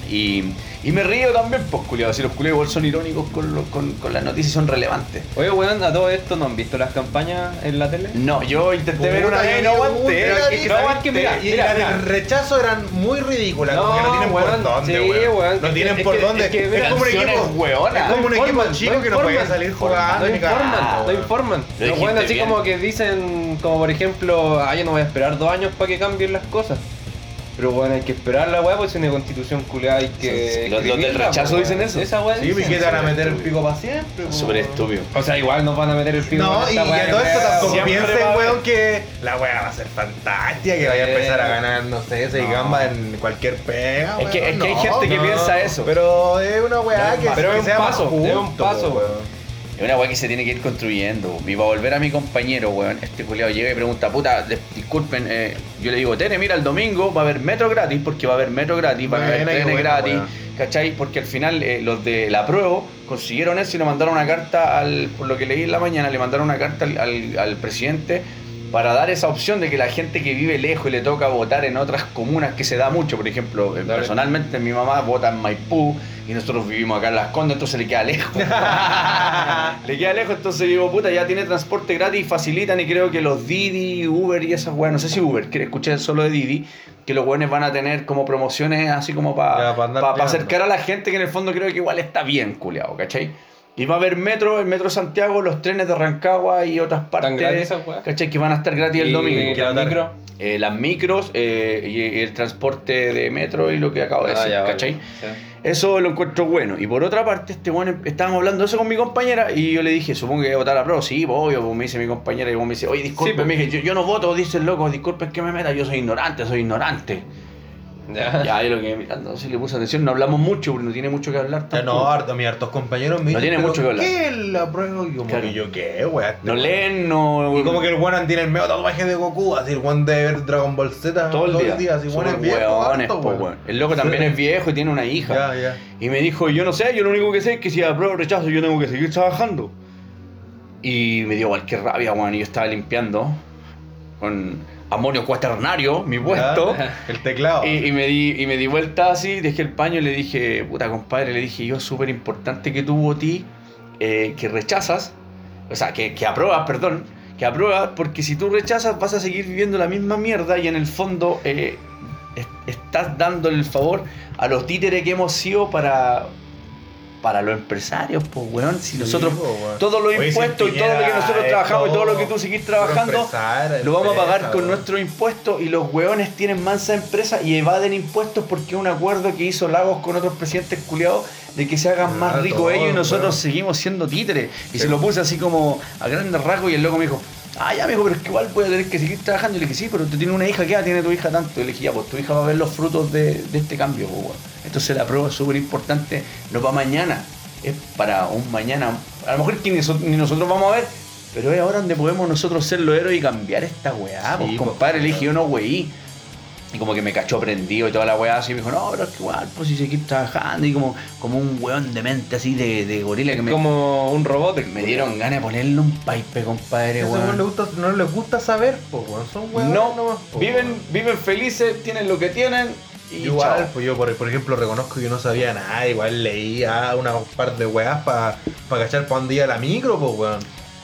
B: Y, y me río también, pues, culiados. Si los culiados igual son irónicos con, lo- con, con las noticias, son relevantes.
D: Oye, weón, a todo esto no han visto las campañas en la tele.
B: No, yo intenté
A: Puta,
B: ver una
A: yo
B: vez y
A: vi
B: no aguanté.
A: una,
B: pero
A: vi
B: es que
A: una,
B: no aguanté.
D: vi una,
A: Y
D: Mira,
A: las
D: mira.
A: del rechazo eran muy ridículas,
D: No,
A: porque no tienen por
D: weón,
A: dónde,
D: sí,
A: weón.
D: weón.
A: No
D: Es
A: tienen
D: que-
A: por
D: es
A: dónde.
D: que- es
A: es como un
B: canciones
A: equipo,
B: hueonas.
A: es como un
D: Ah, No
A: equipo
D: informan,
A: chico
D: no
A: que no puede
D: informan,
A: salir
D: no
A: jugando
D: No
A: ni cagando,
D: informan, no
A: weón.
D: informan.
B: Lo
D: Los weones
B: dijiste
D: así
B: bien.
D: como que dicen, como por ejemplo, ah, yo no voy a esperar dos años para que cambien las cosas. Pero bueno, hay que esperar la weá, pues es una constitución culeada hay que.
B: Sí, sí, los- los del
D: escribirla,
B: rechazo
D: pues,
B: dicen
D: weón.
B: eso.
D: Esa weá
A: Sí, me
D: dicen.
A: quitan a meter el pico para siempre, weón.
B: Súper estúpido.
D: O sea, igual nos van a meter el pico.
A: No,
D: con
A: y
D: esta weá
A: que
D: de
A: todo esto
D: weá,
A: tampoco
D: weón.
B: Siempre
A: piensen,
B: va a-
A: weón, que la weá va a ser fantástica, que vaya a empezar a ganar, no sé, seis
B: No.
A: gambas en cualquier pega,
B: Es que-
A: weón.
B: es que hay
A: No,
B: gente que
A: no.
B: piensa eso.
A: Pero es una weá
D: No,
A: que
D: pero
A: que
D: es un
A: sea más
D: paso, es un
A: justo,
D: paso,
A: weón.
B: Es una weá que se tiene que ir construyendo. Y para volver a mi compañero, weón, este culiado llega y pregunta, puta, dis- disculpen, eh, yo le digo, Tere, mira, el domingo va a haber metro gratis, porque va a haber metro gratis, va a haber
A: Buena, qué
B: trenes
A: buena,
B: gratis,
A: weón.
B: ¿cachai? Porque al final eh, los de la prueba consiguieron eso y le mandaron una carta al, por lo que leí en la mañana, le mandaron una carta al, al- al presidente para dar esa opción de que la gente que vive lejos y le toca votar en otras comunas, que se da mucho, por ejemplo, eh,
D: Dale.
B: personalmente mi mamá vota en Maipú y nosotros vivimos acá en Las Condes, entonces le queda lejos. Le queda lejos, entonces digo, puta, ya tiene transporte gratis y facilitan y creo que los Didi, Uber y esas weas, no sé si Uber, que escuché solo de Didi, que los weones van a tener como promociones así como para
A: Ya, pa andar peleando.
B: acercar a la gente que en el fondo creo que igual está bien, culiao, ¿cachai? Y va a haber metro, el metro Santiago, los trenes de Rancagua y otras partes,
D: gratis esas weas?
B: ¿cachai? Que van a estar gratis el
D: Y
B: domingo.
D: la
A: andar.
D: micro.
B: Eh, las micros eh, y, y el transporte de metro y lo que acabo de
D: Ah,
B: decir,
D: ya, vale.
B: ¿cachai?
D: Sí.
B: Eso lo encuentro bueno. Y por otra parte, este bueno, estábamos hablando de eso con mi compañera y yo le dije, supongo que voy a votar a pro. Sí, pues, obvio, pues, me dice mi compañera y vos me dice, oye, disculpe,
D: pues.
B: me dije, yo, yo no voto, dice el loco, disculpe, es que me meta, yo soy ignorante, soy ignorante.
D: Ya.
B: Ya, yo lo que mirando, sí le puse atención, no hablamos mucho, porque no tiene mucho que hablar
A: Ya no,
B: tampoco.
A: harto, mis hartos compañeros me
B: No tiene
A: "Pero
B: mucho que hablar".
A: ¿Qué la prueba? Y como
B: Claro.
A: que yo, ¿qué, weá?
B: No leen, no...
A: Y como que el Juan tiene el medio tatuaje de Goku, así el Juan de ver Dragon Ball Z
B: todo el día.
A: así
B: Súper
A: Juan es viejo,
B: hueones,
A: harto,
B: po,
A: weón.
B: weón. El loco también
A: Sí.
B: es viejo y tiene una hija.
A: Ya, ya.
B: Y me dijo, yo no sé, yo lo único que sé es que si apruebo o rechazo yo tengo que seguir trabajando. Y me dio cualquier rabia, weón. Y yo estaba limpiando con amonio cuaternario mi puesto.
A: El teclado.
B: Y, y me di, y me di vuelta así, dejé el paño y le dije, puta compadre, le dije, yo súper importante que tu votí, eh, que rechazas, o sea, que, que apruebas, perdón, que apruebas, porque si tú rechazas vas a seguir viviendo la misma mierda y en el fondo eh, es- estás dándole el favor a los títeres que hemos sido para... Para los empresarios, pues, weón, si nosotros,
A: po, pues, weón.
B: todos los
A: Oye, si
B: impuestos y todo lo que
A: Piñera
B: nosotros
A: es
B: trabajamos y todo lo que tú
A: todo
B: seguís
A: puro
B: trabajando,
A: empresario,
B: lo vamos a pagar
A: empresa,
B: con
A: weón.
B: nuestros impuestos y los hueones tienen mansa empresa y evaden impuestos porque es un acuerdo que hizo Lagos con otros presidentes culiados de que se hagan más
A: Ah,
B: ricos
A: todo,
B: ellos y nosotros
A: weón.
B: seguimos siendo títeres. Y se lo puse así como a grandes rasgos y el loco me dijo, ah, ya, amigo, pero es que igual voy a tener que seguir trabajando. Y le dije, sí, pero tú tienes una hija, ¿qué edad tiene tu hija tanto? Y le dije, ya, pues tu hija va a ver los frutos de, de este cambio, pues, weón". Entonces la prueba es súper importante, no para mañana, es para un mañana. A lo mejor que ni, so- ni nosotros vamos a ver, pero es ahora donde podemos nosotros ser los héroes y cambiar esta weá, pues,
A: Sí, pues,
B: compadre. Le dije, yo
A: claro.
B: no weí. Y como que me cachó prendido y toda la weá así. Y me dijo, no, pero es que igual, pues si seguís trabajando. Y como, como un weón de mente así de, de gorila que me,
D: Como un robot. el
B: me dieron ganas de ponerle un pipe, compadre,
A: Eso no,
B: weón.
A: les gusta, no les gusta saber, po, weón. Son pues, weón.
B: No, viven, viven felices, tienen lo que tienen. Y
A: Igual,
B: chao.
A: pues yo por, por ejemplo reconozco que yo no sabía nada, igual leía una par de weas para pa cachar pa' un día la micro, pues weón.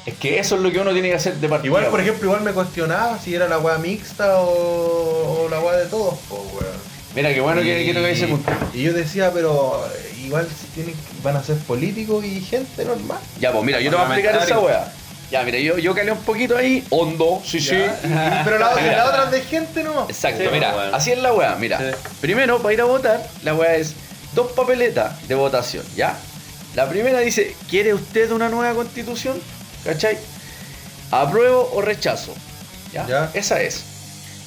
B: Es que eso es lo que uno tiene que hacer de partida.
A: Igual, por
B: weón.
A: ejemplo, igual me cuestionaba si era la wea mixta o, o la wea de todos, pues weón.
B: Mira, qué bueno que, que toca ese punto.
A: Y yo decía, pero igual si tienen, van a ser políticos y gente normal.
B: Ya, pues mira, yo te voy a explicar esa
A: Parlamentario.
B: weá. Ya, mira, yo, yo calé un poquito ahí, hondo, sí, sí.
A: Ya. Y- pero la, la otra es de gente no.
B: Exacto,
D: Sí,
B: mira,
D: pues, weón.
B: así es la weá, mira.
D: Sí.
B: Primero, para ir a votar, la weá es dos papeletas de votación, ¿ya? La primera dice, ¿quiere usted una nueva constitución? ¿Cachai? ¿Apruebo o rechazo? ¿Ya?
A: Ya.
B: Esa es.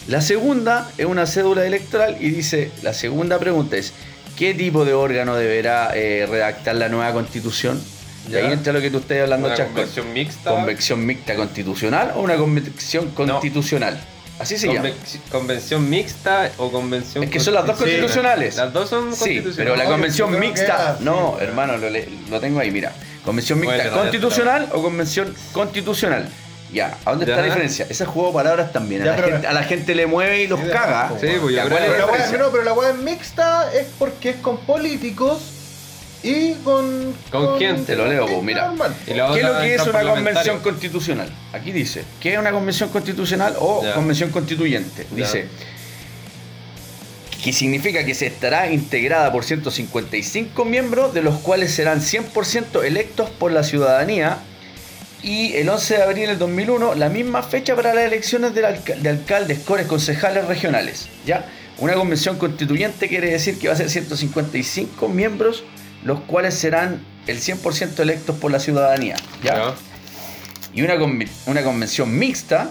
B: La segunda es una cédula electoral y dice, la segunda pregunta es, ¿qué tipo de órgano deberá eh, redactar la nueva constitución? Y
A: Ya.
B: ahí entra lo que tú estás hablando,
D: Una
B: Chascón.
D: convención mixta.
B: ¿Convección mixta constitucional o una convención constitucional? Así se llama.
D: Convenci- convención mixta o convención.
B: Es que son las dos
D: constitu-
A: Sí.
B: constitucionales.
D: Las dos son
B: Sí,
D: constitucionales.
B: pero
A: No,
B: la
A: yo
B: convención
A: creo que era
B: mixta.
A: así,
B: No,
A: weón.
B: hermano, lo, le- lo tengo ahí, mira. Convención mixta
D: Bueno,
B: constitucional o convención constitucional. Ya, ¿a dónde está
D: Ya.
B: la diferencia? Ese juego de palabras también. A,
A: Ya,
B: la,
A: pero-
B: gente, a la gente le mueve y los
A: Sí, de
B: caga.
A: abajo,
D: Sí,
A: weón.
D: pues yo
B: Ya,
D: creo
B: ¿cuál es la
D: que-
A: Pero la, wea,
B: diferencia?
A: no, pero la wea mixta es porque es con políticos y con.
D: ¿Con quién?
B: Te lo leo,
A: gente
B: pues, mira.
A: normal.
D: Y
B: ¿Qué
D: la
B: es
D: otra
B: lo que es una
D: parlamentaria.
B: convención constitucional? Aquí dice, ¿qué es una convención constitucional o
D: Ya.
B: convención constituyente?
D: Ya.
B: Dice, que significa que se estará integrada por 155 miembros, de los cuales serán 100% electos por la ciudadanía. Y el 11 de abril del 2001, la misma fecha para las elecciones del alca- de alcaldes, cores, concejales regionales. ¿ya? Una convención constituyente quiere decir que va a ser 155 miembros, los cuales serán el 100% electos por la ciudadanía. ¿ya?
D: Ya.
B: y una, convi- una convención mixta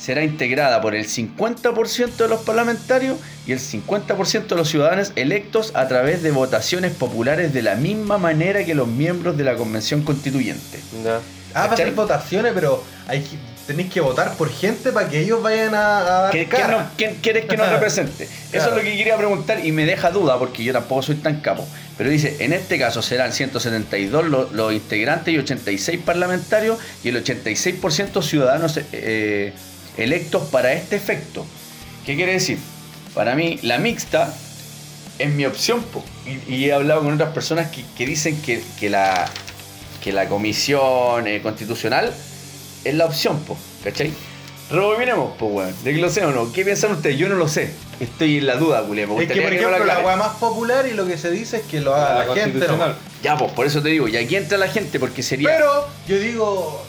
B: será integrada por el 50% de los parlamentarios y el 50% de los ciudadanos electos a través de votaciones populares de la misma manera que los miembros de la convención constituyente.
D: Ya.
A: Ah, va a
B: ¿Cachai?
A: ser votaciones, pero hay, que- tenéis que votar por gente para que ellos vayan a, a dar
B: ¿Qué- qué
A: cara.
B: no- ¿Quién quieres que nos represente? Eso es
A: Claro.
B: lo que quería preguntar y me deja duda porque yo tampoco soy tan capo. Pero dice, en este caso serán 172 lo- los, integrantes y 86 parlamentarios y el 86% ciudadanos eh, electos para este efecto. ¿Qué quiere decir? Para mí, la mixta es mi opción. po. Y, y he hablado con otras personas que, que dicen que, que la, que la comisión eh, constitucional es la opción, po, ¿cachai? Rebobinemos, po, weón. Desglosémonos. ¿Qué piensan ustedes? Yo no lo sé. Estoy en la duda, culé. me
A: Es que,
B: gustaría
A: por
B: no la
A: ejemplo, la
B: aclaren.
A: wea más popular y lo que se dice es que lo haga la, gente. ¿no?
D: constitucional.
B: Ya, pues, por eso te digo. Y aquí entra la gente, porque sería...
A: Pero yo digo,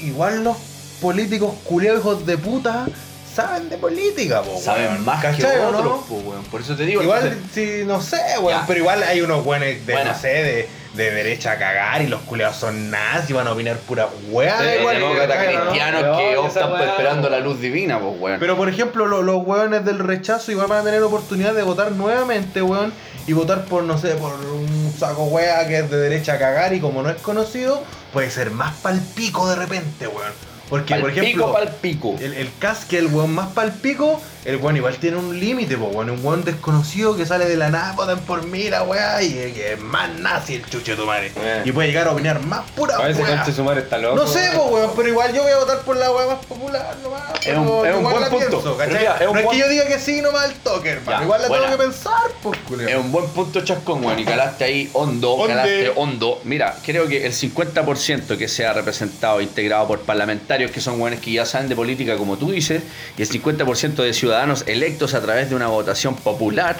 A: igual los políticos culeos hijos de puta saben de política, po,
B: saben
A: weón.
B: más que
A: ¿Cachai o
B: otros,
A: no? pues,
B: po, weón. Por eso te digo.
A: Igual,
B: entonces-
A: si no sé, weón,
B: Ya.
A: pero igual hay unos buenos de,
B: Bueno.
A: no sé, de, de derecha a cagar y los culeados son nazis y van a opinar pura weá.
D: Sí,
A: igual,
B: eh, demócratas
A: ¿cachai o no?
B: cristianos
D: No,
B: que
D: esa
B: optan por
D: weá,
B: esperando
D: po.
B: la luz divina, pues, weón.
A: Pero por ejemplo, lo- los hueones del rechazo igual van a tener oportunidad de votar nuevamente, weón, y votar por, no sé, por un saco wea que es de derecha a cagar y como no es conocido, puede ser más palpico de repente, weón. Porque,
B: Pal
A: por ejemplo,
B: pico, pal pico.
A: el, el Cask, el weón más palpico, el weón igual tiene un límite, po, weón. Un weón desconocido que sale de la nada, votan por mira, weá, y que es más nazi el chuche de tu madre.
D: Eh.
A: Y puede llegar a opinar más pura
D: A veces
A: weá.
D: conche su madre está loco.
A: No sé, po, weón, pero igual yo voy a votar por la weá más popular, nomás.
B: Es un-
A: pero
B: es un
A: igual
B: buen
A: la
B: punto.
A: pienso, ¿cachai?
B: Pero mira, es un
A: no es que
B: buen-
A: yo diga que sí nomás el toque, hermano.
B: Ya,
A: igual la
B: buena.
A: tengo que pensar, pues, culero.
B: Es un buen punto chascón, weón. Y calaste ahí hondo,
A: Onde.
B: calaste hondo. Mira, creo que el 50% que sea representado, integrado por parlamentarios que son weones que ya saben de política, como tú dices, y el 50% de ciudadanos electos a través de una votación popular,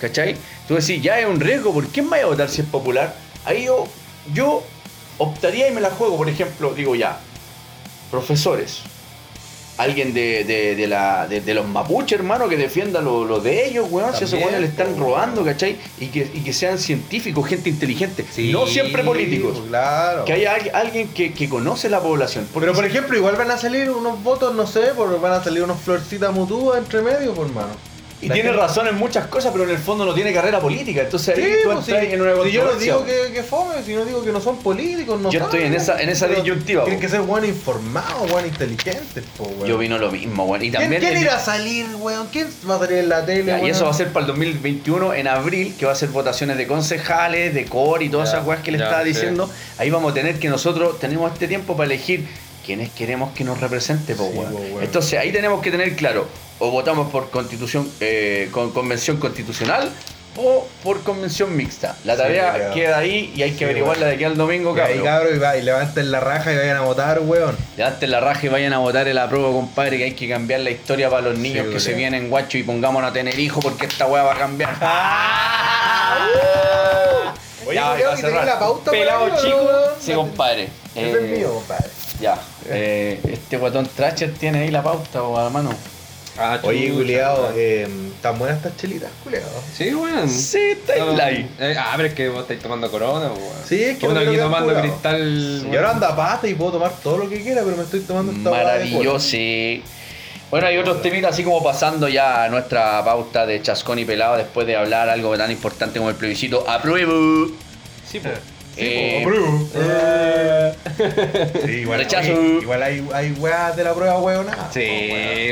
B: ¿cachai? Tú decís, ya es un riesgo, ¿por quién vaya a votar si es popular? Ahí yo, yo optaría y me la juego, por ejemplo, digo ya, profesores. Alguien de, de- de la, de, de los mapuches, hermano, que defienda lo, lo de ellos, weón. Si a esos
D: También,
B: weones le están
D: po,
B: robando, ¿cachai? Y que, y que sean científicos, gente inteligente. no siempre políticos.
A: pues, Claro.
B: Que haya al- alguien que, que conoce la población. Porque
A: Pero por
B: si-
A: ejemplo, igual van a salir unos votos, no sé, por, van a salir unos florcitas mutúas entre medio, por mano.
B: y tiene razón en muchas cosas, pero en el fondo no tiene carrera política. Entonces ahí
A: Sí,
B: tú
A: pues,
B: entras
A: sí.
B: en una
A: Si yo no
B: controversia,
A: digo
B: weón.
A: que, que fome, si no digo que no son políticos, no
B: Yo estoy en esa- en esa
A: Pero
B: disyuntiva,
A: Tienen
B: po.
A: que ser buen informados, buen inteligentes, po, weón.
B: Yo vino lo mismo, weón. Y
A: ¿Quién,
B: también.
A: quién
B: el-
A: irá a salir, weón? ¿Quién va a salir en la tele,
B: Ya,
A: weón?
B: y eso va a ser para el 2021, en abril, que va a ser votaciones de concejales, de core y todas
D: Ya,
B: esas weas que le
D: ya,
B: estaba
D: sí.
B: diciendo. Ahí vamos a tener que nosotros, tenemos este tiempo para elegir quiénes queremos que nos represente, po,
A: Sí,
B: weón.
A: po, weón.
B: Entonces ahí tenemos que tener claro, o votamos por constitución, eh, con convención constitucional o por convención mixta. La
A: Sí,
B: tarea
A: weón.
B: queda ahí y hay que
A: Sí,
B: averiguarla
A: weón.
B: de aquí al domingo,
A: Y ahí,
B: cabrón.
A: cabro, y, va, y levanten la raja y vayan a votar,
B: Eh,
A: weón.
B: Levanten la raja y vayan a votar el apruebo, compadre, que hay que cambiar la historia para los niños que
A: weón.
B: se vienen, guacho, y pongámonos a tener hijos porque esta weá va a cambiar. Ah.
A: Oye, culiao,
B: Ya, va a
A: ¿y tenés
B: cerrar.
A: la pauta para
D: Pelado
A: mí, o no,
D: chico,
A: weón?
B: Sí, compadre.
A: Ese
B: Eh,
A: es mío, compadre.
B: Ya. Eh, este guatón Tracher tiene ahí la pauta, po, hermano.
D: Ah,
A: Oye,
D: chucha.
A: culiao, eh, tan buenas estas chelitas, culiao.
D: Sí, weón.
B: Mm. Sí, está ahí
D: No,
B: live.
D: eh, ah, pero es que vos estáis tomando corona, weón.
A: Sí, es que
D: Uno
A: no
D: aquí
A: creo que
D: tomando
A: han curado.
D: cristal.
A: Y ahora anda pata y puedo tomar todo lo que quiera, pero me estoy tomando esta hueá de cola.
B: Maravilloso. Bueno, hay otros temitas así como pasando ya a nuestra pauta de chascón y pelado después de hablar algo tan importante como el plebiscito. ¡Apruebo!
D: Sí, pues.
B: Eh,
A: Sí, igual,
B: Rechazo.
A: hay- igual hay, hay weas de la prueba weonada.
D: Sí,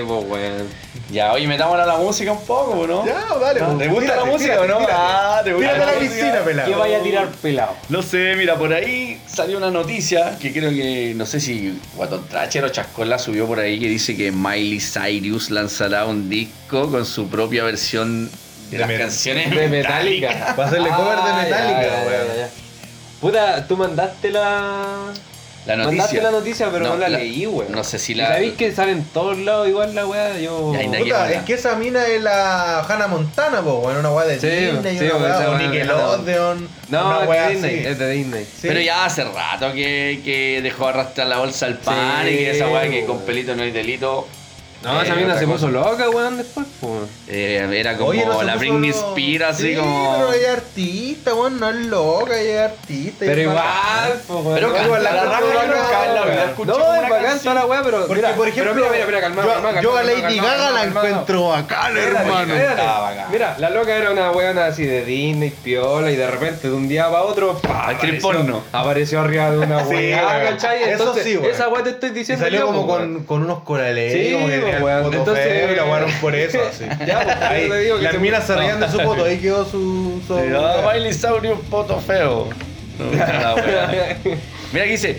D: pues, weón.
B: ya, oye, metámonos a la música un poco, ¿no?
A: Ya, dale.
B: ¿Te
A: pues,
B: gusta la música o no?
A: tírate.
B: Ah, ¿te gusta
A: Tírate
B: la
A: a la
B: música?
A: piscina, pelado.
D: ¿Qué vaya a tirar pelado?
B: No sé, mira, por ahí salió una noticia que creo que, no sé si Guatón Tracher o Chascón la subió por ahí, que dice que Miley Cyrus lanzará un disco con su propia versión de,
A: De
B: las
A: Met-
B: canciones
D: De Metallica.
A: Va a hacerle cover de
D: Ah, ya,
A: Metallica,
D: ya, ya,
A: weón.
D: ya. Puta, tú mandaste la.
B: La
D: Mandaste
B: noticia.
D: la noticia, pero
B: No,
D: no, la,
B: la-
D: leí, weón.
B: no sé si
D: Y
B: la-
D: Sabéis que sale en todos lados igual la weá. Yo.
B: Ya, y nadie-
A: Puta,
B: buena.
A: es que esa mina es la Hannah Montana, po, weón. Una wea de
D: Sí,
A: Disney,
D: sí,
A: una
D: weón,
A: wea
D: esa
A: de
D: weá de
A: Nickelodeon.
D: No,
A: una
D: es
A: wea
D: de Disney.
A: así.
D: Es de Disney.
A: Sí.
B: Pero ya hace rato que, que dejó arrastrar la bolsa al pan
D: Sí.
B: y que esa weá que con pelito no hay delito.
D: No,
B: Eh,
D: esa mina
B: otra
D: se puso
B: cosa.
D: loca, weón, después, pues.
B: Eh, era como
A: Oye, no se
B: la
A: puso
B: Britney
A: lo-
B: Spears, así
A: sí,
B: como...
A: Pero ella es artista, weón, no es loca, ella es artista.
D: Pero
A: ella es
D: igual, pues, weón.
B: Pero
D: No,
B: canta
D: igual
B: la raja
D: cultura
B: y no
D: no,
B: cae en la
D: weón.
B: vida. Escuché
D: No,
B: como
D: es
B: una
D: bacán
B: canción.
D: toda la weá, pero.
A: Porque,
D: mira,
A: por ejemplo,
D: pero mira, mira, mira, calmado,
A: yo,
D: calmado, calmado,
A: yo a
D: calmado,
A: Lady
D: calmado,
A: Gaga la
D: calmado.
A: encuentro bacana,
D: Espérate,
A: hermano.
D: espérate.
A: Ah, bacán.
D: Mira, la loca era una weona así de Disney, piola, y de repente de un día para otro, ¡pah!
B: Actriz
D: apareció-
B: porno.
D: Apareció arriba de una
A: Sí,
D: weá,
A: weón.
D: ¿cachai?
A: Eso
D: Entonces,
A: sí, weón.
D: Esa weá te estoy
A: Y
D: diciendo.
A: salió
D: yo,
A: como
D: pues,
A: con, con unos corales,
D: Sí, pues,
A: como que tenía el
D: weón,
A: poto
D: entonces-
A: feo y la guardaron por eso. así.
D: Ya, pues,
A: Ahí,
D: yo te digo que
A: las
D: se-
A: minas se reían de su poto, ahí quedó su... su-
B: Ah, Miley Cyrus, poto feo. No, la wea.
D: weón.
B: Mira que dice,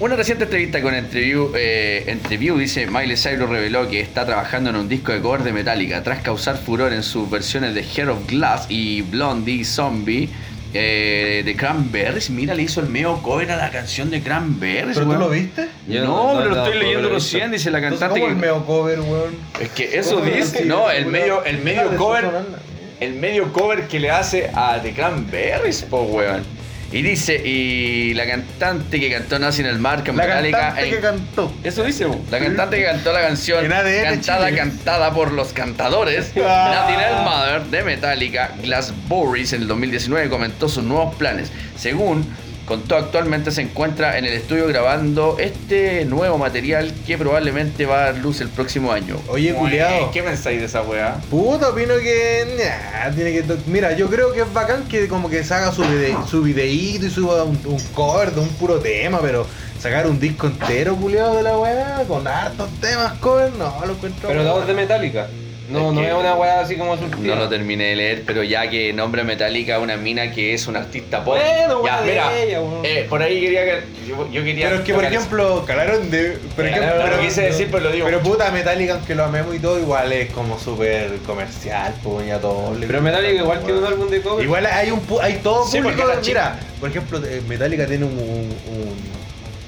B: una reciente entrevista con Entreview, eh, Entreview dice, Miley Cyrus reveló que está trabajando en un disco de cover de Metallica tras causar furor en sus versiones de Head of Glass y Blondie Zombie. eh, de Cranberries, mira, le hizo el medio cover a la canción de Cranberries.
A: ¿Pero tú
B: weón.
A: lo viste?
D: Yo
B: no,
D: no-
B: pero lo
D: no, no,
B: estoy
D: no lo
B: leyendo
D: he visto.
B: recién, dice la
A: Entonces,
B: cantante.
A: ¿cómo el
B: que-
A: meo cover, weón?
B: Es que eso
A: ¿Cómo lo
B: dice,
A: hacía?
B: no, el
A: Una-
B: medio, el medio
A: una
B: cover,
A: desordenada.
B: el medio cover que le hace a The Cranberries, po weón. Y dice, y la cantante que cantó Nazi en el mar con
A: La
B: Metallica,
A: cantante
B: en-
A: que cantó.
B: eso dice, po. la cantante que cantó la canción
A: En ADN
B: cantada,
A: Chile.
B: cantada por los cantadores,
A: Ah.
B: Nathaniel Mother de Metallica, Glass Boris en el 2019 comentó sus nuevos planes. Según Con todo actualmente se encuentra en el estudio grabando este nuevo material que probablemente va a dar luz el próximo año.
A: Oye,
B: Ué,
A: culiao.
B: ¿Qué pensáis de esa weá?
A: Puta, opino que. nah, tiene que. to- Mira, yo creo que es bacán que como que se haga su, vide, su videíto y suba un, un cover de un puro tema, pero sacar un disco entero culiado de la weá con hartos temas cover, no lo encuentro.
D: Pero
A: weá.
D: todos de Metallica. No,
B: Es
D: no
B: que-
D: es una weá así como surtida.
B: No lo terminé de leer, pero ya que nombra Metallica a una mina que es una artista pop.
D: Bueno,
B: ya,
D: weá, de
B: mira,
D: ella, weón.
B: eh, por ahí quería que. Yo, yo quería.
A: Pero es que, por
B: tocar eso.
A: ejemplo, calaron de. Por
B: Claro,
A: ejemplo,
B: lo quise decir, pero lo digo.
A: Pero puta, Metallica, aunque lo amemos y todo, igual es como súper comercial, pues ya todo. le
D: Pero
A: gusta,
D: Metallica igual
A: weá.
D: tiene un álbum de cover.
A: Igual hay un pu- hay todo
B: Sí,
A: público.
B: porque la chica-
A: mira, por ejemplo, eh, Metallica tiene un, un- un-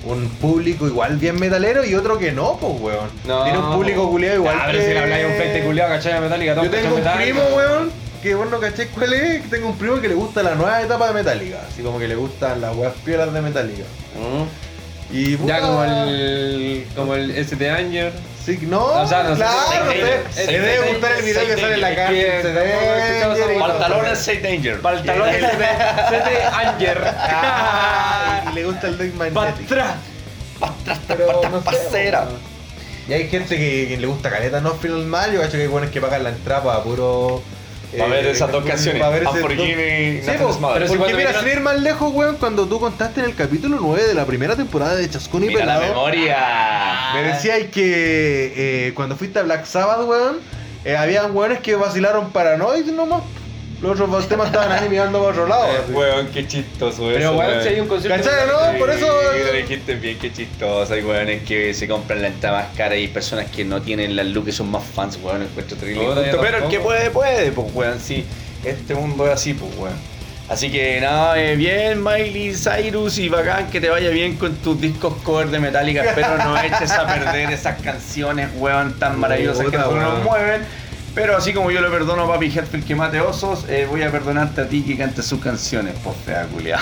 A: un público igual bien metalero y otro que no, pues weón.
D: No,
A: tiene un público
D: pues.
A: culiado igual.
D: Ah, pero
A: que-
D: si le habláis a un fake culiado, ¿cachai? A Metallica, todos
A: Yo tengo
D: cachan
A: un
D: Metallica.
A: primo, weón, que vos no caché cuál es, que tengo un primo que le gusta la nueva etapa de Metallica. Así como que le gustan las weas piolas de Metallica. Y puta,
D: Ya como el. como el ST Angel.
A: Sí, no,
D: O sea, no sé,
A: claro, te-
B: sí, sí,
A: te
B: sí,
A: debe
B: sí,
A: gustar el
B: sí,
A: video
B: sí,
A: que
B: sí,
A: sale en
B: sí,
A: la
D: sí,
A: cárcel.
D: sí,
A: se ve,
D: sí, sí,
A: tiene-
D: sí,
A: eh,
B: Pantalones Say Danger.
D: Pantalones de ST Angel.
A: Ah, y le gusta el Dog Magnetic.
D: Patra.
A: Pero no sé,
B: Pasera.
A: weón. Y hay gente que, que le gusta caleta, no final mal, yo cacho que hay buenos que pagan la entrada para puro.
B: Pa'
A: eh,
B: ver esas dos canciones,
A: pa' ver ese
B: Lamborghini,
A: dos- Sí,
B: Nathan
A: po, Pero
B: Smother.
D: Pero si
A: porque
D: cuando
A: mira,
D: vinieron-
A: sin ir más lejos, weón, cuando tú contaste en el capítulo 9 de la primera temporada de Chascón y
B: Mira la
A: Pelado,
B: memoria.
A: me decías que eh, cuando fuiste a Black Sabbath, weón, eh, había weones que vacilaron Paranoid nomás. Los otros temas estaban ahí mirando para otro lado. así.
E: Weón, qué chistoso eso.
D: Pero weón, si hay un concierto.
A: ¿Cachai, no?
E: Sí,
A: por
B: eh,
A: eso-
E: lo dijiste bien, qué chistoso.
B: Hay weones que se compran la entrada más cara y personas que no tienen la luz que son más fans, weón. Encuentro terrible.
D: Puta,
B: injusto,
D: yo
B: pero el que
D: tampoco.
B: puede, puede, pues weón. Sí, este mundo es así, pues weón. Así que nada, eh, bien Miley Cyrus y bacán que te vaya bien con tus discos cover de Metallica. Espero no eches a perder esas canciones, weón, tan maravillosas que
A: Puta,
B: tú nos
A: weón.
B: mueven. Pero así como yo le perdono a Papi Hetfield que mate osos, eh, voy a perdonarte a ti que cantes sus canciones, por fea culia.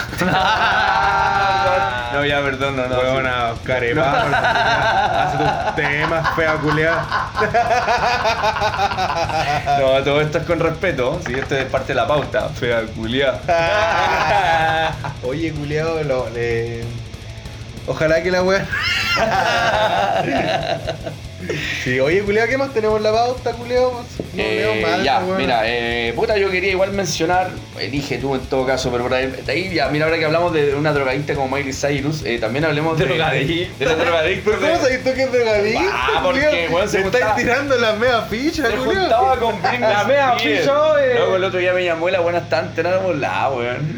B: no, ya perdono, no. sí.
A: Huevona, Oscar Evaro, hace tus temas, fea culiada.
B: No, todo esto es con respeto. Si esto es parte de la pauta, fea culia.
A: Oye, culiado, lo- le- ojalá que la wea. sí, oye, culiado, ¿qué más tenemos en la pauta, culiado? No leo
B: Eh,
A: mal,
B: ya,
A: weón.
B: mira, eh, puta, yo quería igual mencionar, eh, dije tú en todo caso, pero por ahí, de ahí ya, mira, ahora que hablamos de una drogadicta como Miley Cyrus, eh, también hablemos de,
D: Drogadicta.
B: de los drogadictos.
A: ¿Pero cómo
B: de-
A: sabes tú que es drogadicto?
B: Ah, porque,
A: culiao?
B: weón, se
A: Me estáis
B: juntaba-
A: tirando las meas fichas,
B: Se
A: culiado.
B: juntaba con Britney
D: La mea
B: Spears.
D: ficha, eh.
B: Luego el otro día me llamó y la buena está entera por la, weón.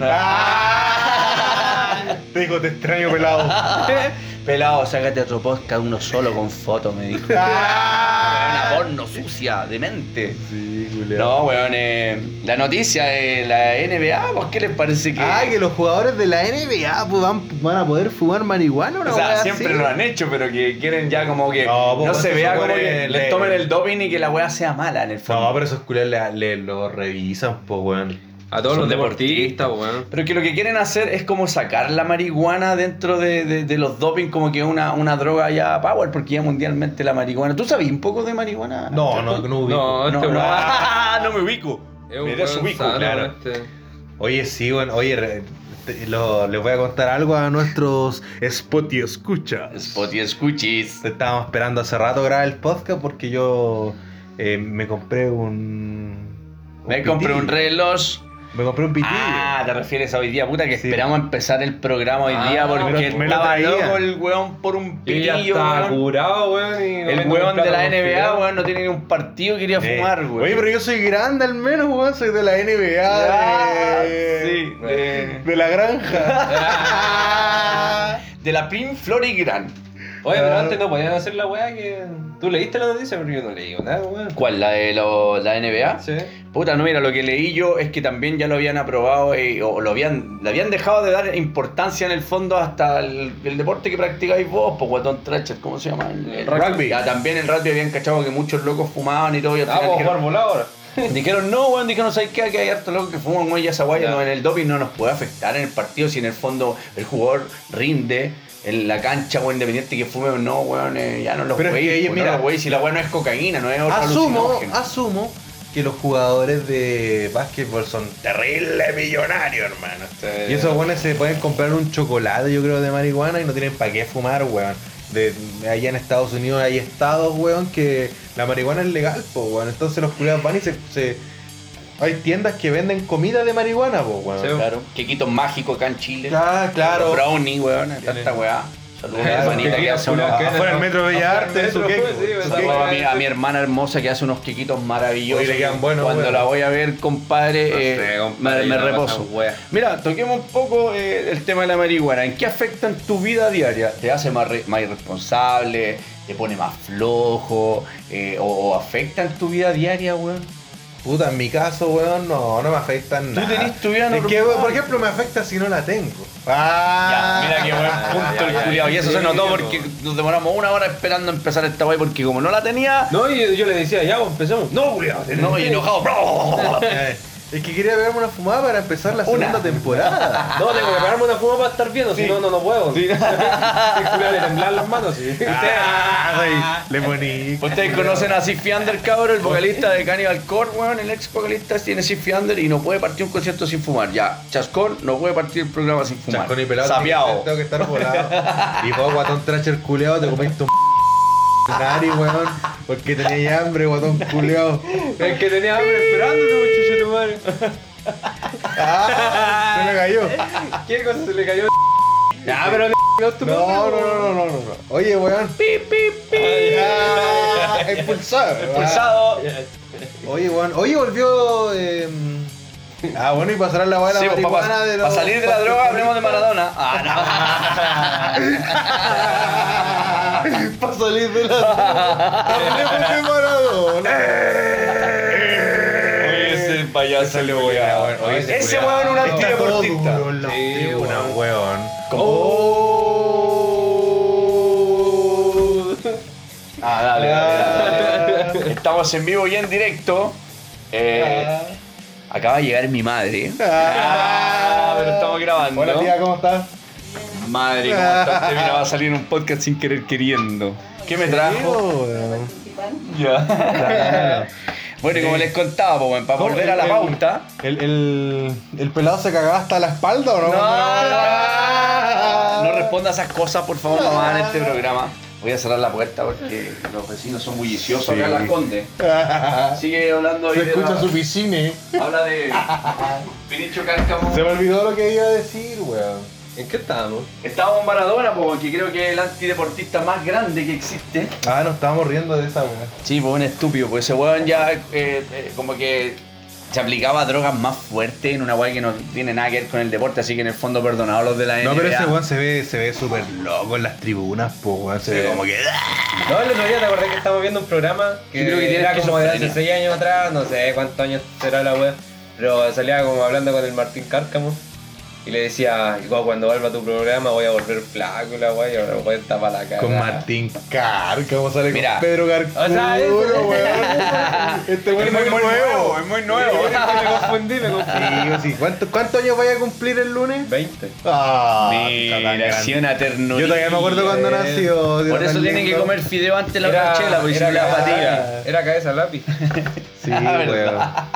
A: Te digo, te extraño, pelado.
B: Pelado, sácate otro podcast, uno solo con fotos, me dijo.
A: Ah.
B: Una porno sucia, demente.
A: sí, culiao.
B: No, weón, eh, la noticia de la NBA, pues, ¿qué les parece que.?
A: Ah, que los jugadores de la NBA pues, van, van a poder fumar marihuana una
B: O sea,
A: wea
B: siempre
A: así.
B: lo han hecho, pero que quieren ya como que
A: No,
B: no,
A: pues,
B: se
A: eso
B: vea como
A: supone
B: que
A: le-
B: les tomen el doping y que la weá sea mala en el fondo.
A: No, pero esos culiados le, le- lo revisan, pues, weón.
D: A todos
B: Son
D: los deportistas, weón.
B: Pero que lo que quieren hacer es como sacar la marihuana dentro de, de- de los doping, como que una, una droga ya power, porque ya mundialmente la marihuana. ¿Tú sabías un poco de marihuana?
A: No, no, no ubico.
D: No, este
B: no.
D: weón.
B: no me ubico.
D: Es un
B: Me
D: weón
B: desubico,
D: sano,
B: claro.
D: este.
A: Oye, sí, weón. Oye, re- te- lo- les voy a contar algo a nuestros spot y escuchas.
B: Spot y escuchis.
A: Te Estábamos esperando hace rato grabar el podcast porque yo eh, me compré un. un
B: Me compré
A: pitillo.
B: un reloj.
A: Me compré un pitillo.
B: Ah, te refieres a hoy día, puta, que
A: Sí.
B: esperamos empezar el programa hoy día
D: Ah,
B: porque
A: me lo
B: estaba
A: traía.
B: loco el weón por un
D: Y ya
B: pitillo,
D: está
B: weón.
D: curado, weón. y
B: El
D: comiendo
B: weón de la
D: plátano
B: NBA,
D: congelado.
B: weón, no tiene ni un partido, quería
A: Eh,
B: fumar, weón.
A: Oye, pero yo soy grande al menos, weón. Soy de la NBA.
B: Ah,
A: de-
B: sí, de-
A: de la granja.
B: De la Prim Florigrán.
D: Oye, pero antes no podían hacer la weá que. Tú leíste la noticia, pero yo no leí nada, weón. Ah,
B: ¿Cuál? ¿La de lo- la NBA?
D: Sí.
B: Puta, no, mira, lo que leí yo es que también ya lo habían aprobado eh, o lo habían, le habían dejado de dar importancia en el fondo hasta el, el deporte que practicáis vos, pues guatón Tratcher, ¿cómo se llama? El, el
A: Rugby.
B: Ya, también el rugby habían cachado que muchos locos fumaban y todo. Y al
D: Ah,
B: final
D: vamos a
B: dijeron-
D: jugar volado ahora.
B: Dijeron, no, weón, dijeron, ¿sabes qué? Que hay harto loco que fuman, weón, y esa guaya no, en el doping no nos puede afectar en el partido si en el fondo el jugador rinde en la cancha, weón, independiente que fume o no, weón, eh, ya no los
A: Pero es que
B: güeyes,
A: ellos,
B: pues, no
A: mira,
B: los güeyes, si la weón no es cocaína, no es otro
A: Asumo,
B: alucinógeno.
A: asumo que los jugadores de básquetbol son terribles millonarios, hermano.
E: Este-
A: Y esos buenos se pueden comprar un chocolate, yo creo, de marihuana y no tienen para qué fumar, weón. De, allá en Estados Unidos hay estados, weón, que la marihuana es legal, po, weón. Entonces los culiados van y se, se- Hay tiendas que venden comida de marihuana, po, weón.
D: Sí,
B: Claro. Quequito mágico acá en Chile.
A: Ah, claro.
B: Brownie, weón. Tanta
E: Tienen-
B: weá. Saludos a mi
D: Esos
B: hermanita que
D: quequitos
B: hace unos-
D: culiados
A: Afuera el Metro Bellas
D: Afuera el
A: Artes, su
D: metro,
A: queco.
D: pues, sí,
A: su
D: esa
A: queco.
B: Saludos a mi, a mi hermana hermosa que hace unos quequitos maravillosos.
A: Oye, le quedan buenos,
B: Cuando
A: weón.
B: la voy a ver, compadre,
E: No
B: eh,
E: sé,
B: me,
E: compadre,
B: me
E: yo no
B: reposo.
E: paso wea.
B: Mira, toquemos un poco eh, el tema de la marihuana. ¿En qué afecta en tu vida diaria? ¿Te hace más, re- más irresponsable? ¿Te pone más flojo? Eh, o, o afecta en tu vida diaria, weón?
A: Puta, en mi caso, weón, no, no me afecta en
B: Tú
A: nada.
B: tenés tu vida
A: Es que,
B: normal.
A: weón, por ejemplo, me afecta si no la tengo. Ah,
B: Ya, mira qué buen punto el culiao. Y eso se notó porque nos demoramos una hora esperando empezar esta wey porque como no la tenía,
D: No, y yo, yo le decía, ya, pues, empecemos. No, culiao.
B: no, y enojado.
A: Eh, Es que quería pegarme una fumada para empezar la
B: Una.
A: segunda temporada.
D: No, tengo que pegarme una fuma para estar viendo, si no, no, no puedo. Sí. le temblan las manos. Sí.
A: Ah, soy- le poní.
B: Ustedes conocen a Sif Fiander, cabrón, el vocalista de Cannibal Corn, weón, el ex vocalista tiene Sif Fiander y no puede partir un concierto sin fumar. Ya, Chascón no puede partir el programa sin fumar.
A: Chascón y pelado.
B: Sapeado.
A: Tengo que estar volado. Y vos, guatón tracher culeado, te comiste un nari, weón. Porque tenías hambre, guatón culeado.
D: El que tenía hambre esperándote, muchacho, tu madre.
A: Ah, se me cayó.
D: ¿Qué cosa se le cayó? Ya, Ah, pero no es tu
A: No,
D: nombre,
A: no,
D: po.
A: no, no, no, no. no. Oye, weón.
B: Pip, pip, pip.
A: Ah, Expulsado. weón.
B: Pulsado.
A: Oye, weón. Oye, volvió. eh, Ah, bueno, y pasará la weá de la
B: Sí, pues,
A: marihuana
B: para,
A: de
B: para
A: los-
B: salir de la droga, hablemos de Maradona. Ah, no.
A: Para salir de la droga. Hablemos de Maradona.
E: Oye, ese payaso le voy a. Oye, ese
B: Ese
E: culiao.
B: weón, un antideportista.
D: Sí, weón.
A: weón. Oh.
B: Ah, dale, dale, dale, dale. Estamos en vivo y en directo. Eh,
A: Ah.
B: acaba de llegar mi madre. Ah, pero estamos grabando.
A: Hola tía, ¿cómo estás?
B: Madre, cómo estás? Te mira, va a salir un podcast sin querer queriendo. ¿Qué me trajo? Ya. Bueno, y como les contaba, pues, bueno, para volver
A: eh,
B: a la pauta.
A: ¿El, el, el pelado se cagaba hasta la espalda o no?
B: No, no, no responda a esas cosas, por favor, mamá, en este programa. Voy a cerrar la puerta porque los vecinos son bulliciosos acá en las Condes. Sigue hablando ahí
A: Se
B: de
A: escucha
B: la-
A: su piscine.
B: Habla de Pinicho Cárcamo.
A: Se me olvidó lo que iba a decir, weón.
D: ¿En qué estábamos?
B: Estábamos en Maradona, po, pues, que creo que es el antideportista más grande que existe.
A: Ah, nos estábamos riendo de esa weón.
B: Sí, pues un estúpido, pues ese weón ya eh, eh, como que se aplicaba a drogas más fuertes en una weá que no tiene nada que ver con el deporte, así que en el fondo perdonado a los de la NBA.
A: No, pero ese weón se ve, se ve súper loco en las tribunas, po, weón. Se ve como que.
D: No, el otro día te acordé que estábamos viendo un programa
B: Yo
D: que,
B: creo que tiene
D: era como de hace
B: esquizofrenia.
D: 6 años atrás, no sé cuántos años será la web, pero salía como hablando con el Martín Cárcamo y le decía, "Go, cuando vuelva tu programa voy a volver flaco la wea y ahora voy a tapar la cara.
A: Con Martín Car, ¿cómo sale
B: Mira.
A: con Pedro Garcuro,
D: O sea, es-
A: weón? Este weón
E: Es muy nuevo, es muy nuevo.
A: este
D: me confundí, me confundí.
A: Sí, sí. ¿Cuánto- ¿Cuántos años vaya a cumplir el lunes?
D: 20.
A: Ah, está tan
B: Mira,
A: grande.
B: sí, una ternura.
A: Yo todavía me acuerdo cuando nació. sí,
B: Por
A: era
B: eso
A: tan
B: tienen que
A: lindo.
B: comer fideo antes de la brochela, porque si no le da
D: cabeza-
B: fatiga.
D: era cabeza lápiz.
A: Sí,
B: Ah,
A: weón.
B: ¿verdad?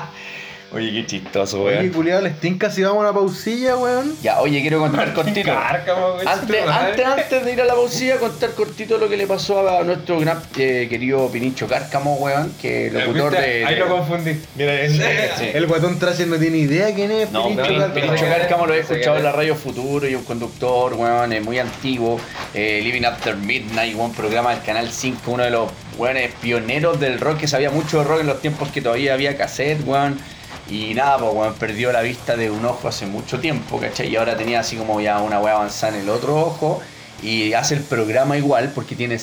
E: Oye, qué chistoso,
A: Oye,
E: weón.
A: culiado, les tinca si vamos a una pausilla, weón.
B: Ya, oye, quiero contar cortito.
D: Cárcamo, güey,
B: Antes,
D: tu madre.
B: antes, antes de ir a la pausilla, contar cortito lo que le pasó a nuestro gran eh, querido Pinicho Cárcamo, weón,
A: Eh,
B: que locutor
D: ¿Viste?
B: de.
D: Ahí
B: de-
D: lo confundí.
A: Mira, el,
B: Sí.
A: el guatón Trasher no tiene idea quién es.
B: No,
A: Pinicho
B: Pinicho,
A: García.
B: Pinicho Cárcamo lo he
D: No sé
B: escuchado
D: qué
B: en la radio Futuro y un conductor, weón, es muy antiguo. eh, Living After Midnight, un programa del Canal 5, uno de los weones pioneros del rock, que sabía mucho de rock en los tiempos que todavía había cassette, weón. Y nada, pues weón, perdió la vista de un ojo hace mucho tiempo, ¿cachai? Y ahora tenía así como ya una weá avanzada en el otro ojo. Y hace el programa igual porque tiene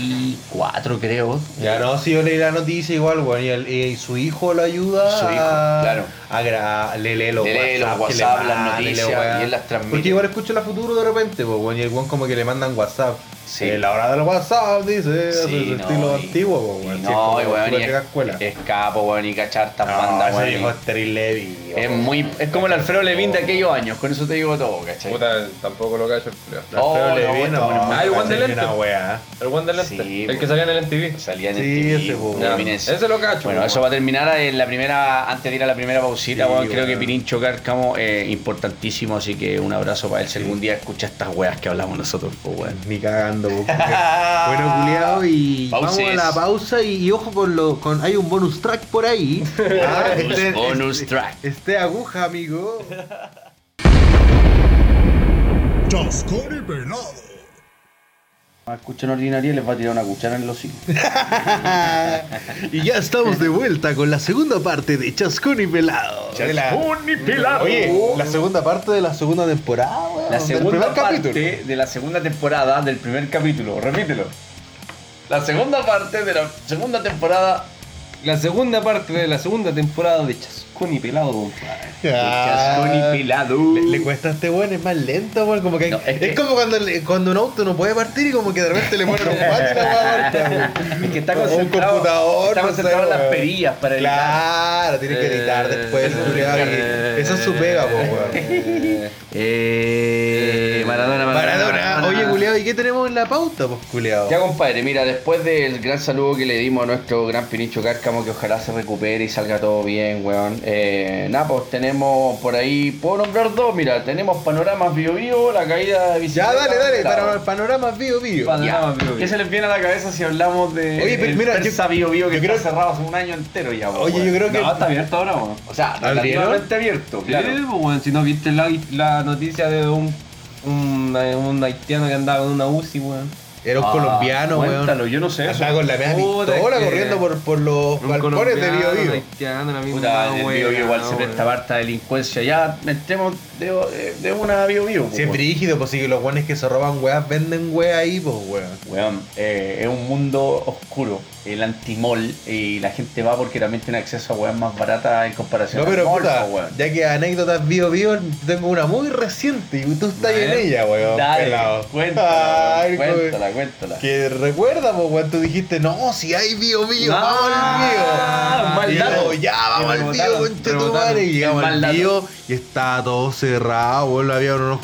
B: 74, creo.
A: Ya no, si yo leí la noticia igual, weón. Y, el- y su hijo lo ayuda.
B: Su hijo,
A: a-
B: claro.
A: A, gra- le lee los
B: Le lee los
A: WhatsApp, que le
B: WhatsApp, las
A: mandan, le
B: noticias,
A: weá.
B: y él las transmite.
A: Porque igual escucho la futuro de repente, pues, weón. Y el weón como que le mandan WhatsApp.
B: Sí.
A: Eh, la hora del WhatsApp, dice,
B: Sí,
A: hace su
B: no,
A: estilo
B: y-
A: antiguo, po,
B: y
A: weón. Así es
B: No,
A: como
B: y weón,
A: pura
B: y
A: vieja escuela.
B: es, es capo, weón, y cachar estas
A: No,
B: bandas,
A: ese
B: weón.
A: viejo
B: y-
A: es Terry Levy,
B: Es
A: weón.
B: muy. Es como el Alfredo Levin de aquellos años, con eso te digo todo, ¿cachai?
D: Puta, tampoco lo cacho el culiao.
A: Alfredo
B: Oh, no,
A: Levy,
B: este
A: no,
B: bueno, muy
A: no,
D: Ah, el Juan
A: cacho,
D: de
A: ni una
D: Lente.
A: weá.
D: El One de Lente,
B: Sí,
D: el
B: po.
D: que salía en el MTV.
B: Salían en
A: Sí,
B: TV,
A: ese,
B: po,
A: weón.
D: Ya,
B: Luminense.
D: Ese lo cacho.
B: Bueno,
D: po,
B: eso va a terminar en la primera, antes de ir a la primera pausita,
A: Sí,
B: weón, creo que
A: weón.
B: Pirincho Cárcamo es importantísimo, así que un abrazo para él si algún día escucha estas weas que hablamos nosotros, pues weón.
A: Ni cagando, po, porque- Bueno, culiado, y
B: Pauses.
A: vamos a la pausa y, y ojo con lo con hay un bonus track por ahí. Ah,
B: Bonus- bonus track.
A: Este aguja, amigo.
C: Chascón y Venado.
B: Escuchan ordinaria y les va a tirar una cuchara en los hijos.
A: y ya estamos de vuelta con la segunda parte de Chascón y Pelado. Oye, la segunda parte de la segunda temporada, weón,
B: La
A: del
B: segunda
A: primer
B: parte
A: capítulo.
B: de la segunda temporada del primer capítulo, repítelo. La segunda parte de la segunda temporada
D: La segunda parte de la segunda temporada de Chascón y Pelado, compadre.
A: Ah.
B: Chascón y Pelado.
A: Le, le cuesta a este weón, es más lento, weón. Como que
B: No,
A: es,
B: es que-
A: como cuando, le- cuando un auto no puede partir y como que de repente le ponen un pato y la weá parte, weón.
B: Es que está
A: O un
B: concentrado,
A: computador,
B: está
A: no
B: concentrado
A: sé,
B: en las
A: weón.
B: perillas para el
A: Claro, tiene que editar
B: Eh,
A: después.
B: eh,
A: culiao, y-
B: eh,
A: Esa es su pega, po, weón.
D: Eh,
B: Eh, Maradona,
A: Maradona, oye, culiao, ¿y qué tenemos en la pauta, pues, culiao?
B: Ya compadre, mira, después del gran saludo que le dimos a nuestro gran Pinicho Cárcamo, que ojalá se recupere y salga todo bien, weón. Eh, nada, pues tenemos por ahí, puedo nombrar dos, mira, tenemos Panoramas Bio Bio, la caída de
A: Ya,
B: bicicleta.
A: dale, dale,
B: Claro.
A: para panoramas vivo, vivo.
D: Pan-
B: Ya.
D: Panoramas Bio Bio.
B: ¿Qué se les viene a la cabeza si hablamos de
A: Oye, pero
B: el
A: mira, yo-
B: Persa Bio Bio que
A: yo creo-
B: está cerrado hace un año entero ya,
A: Oye,
B: weón?
A: yo creo que-
B: No, está abierto ahora, weón. O sea,
A: ¿Abrieron?
B: relativamente abierto, claro.
D: Sí, pues, bueno, si no viste la, la noticia de un, un, un haitiano que andaba con una UCI, weón.
A: Era un
B: Ah,
A: colombiano,
B: cuéntalo,
A: weón.
B: yo no sé eso.
A: Andaba con la media
D: Puta,
A: pistola
D: que-
A: corriendo por, por los
D: Un
A: balcones de
D: colombiano,
A: Bio
D: un
A: Vivo.
D: haitiano, la misma
B: Puta, el
D: weá,
B: bio bio igual se
D: weón.
B: presta para harta delincuencia. Ya entremos de, de- de una bio bio. po,
A: Siempre rígido, pues sí, que los weones que se roban weas venden weas ahí, pues, weón.
B: Weón, Weón, eh, es un mundo oscuro, el antimol, y la gente va porque también tiene acceso a weas más baratas en comparación
A: No,
B: al
A: pero
B: mall,
A: puta,
B: po, weón.
A: ya que anécdotas Bio Vivo, tengo una muy reciente y tú estás en
B: Dale,
A: ella, weón.
B: Dale,
A: pelado.
B: cuéntala,
A: Ay,
B: weón,
A: weón.
B: cuéntala, cuéntala.
A: Que recuerda, pues, cuando tú dijiste, no, si hay bio bio,
B: Ah,
A: vamos
B: un
A: al
B: mal
A: bio. Y
B: dato.
A: luego, ya, vamos al bio,
D: rebotaron,
A: conche tu
D: rebotaron.
A: madre. Y llegamos
B: Un mal
A: al
B: dato.
A: bio y estaba todo cerrado, weón. Había unos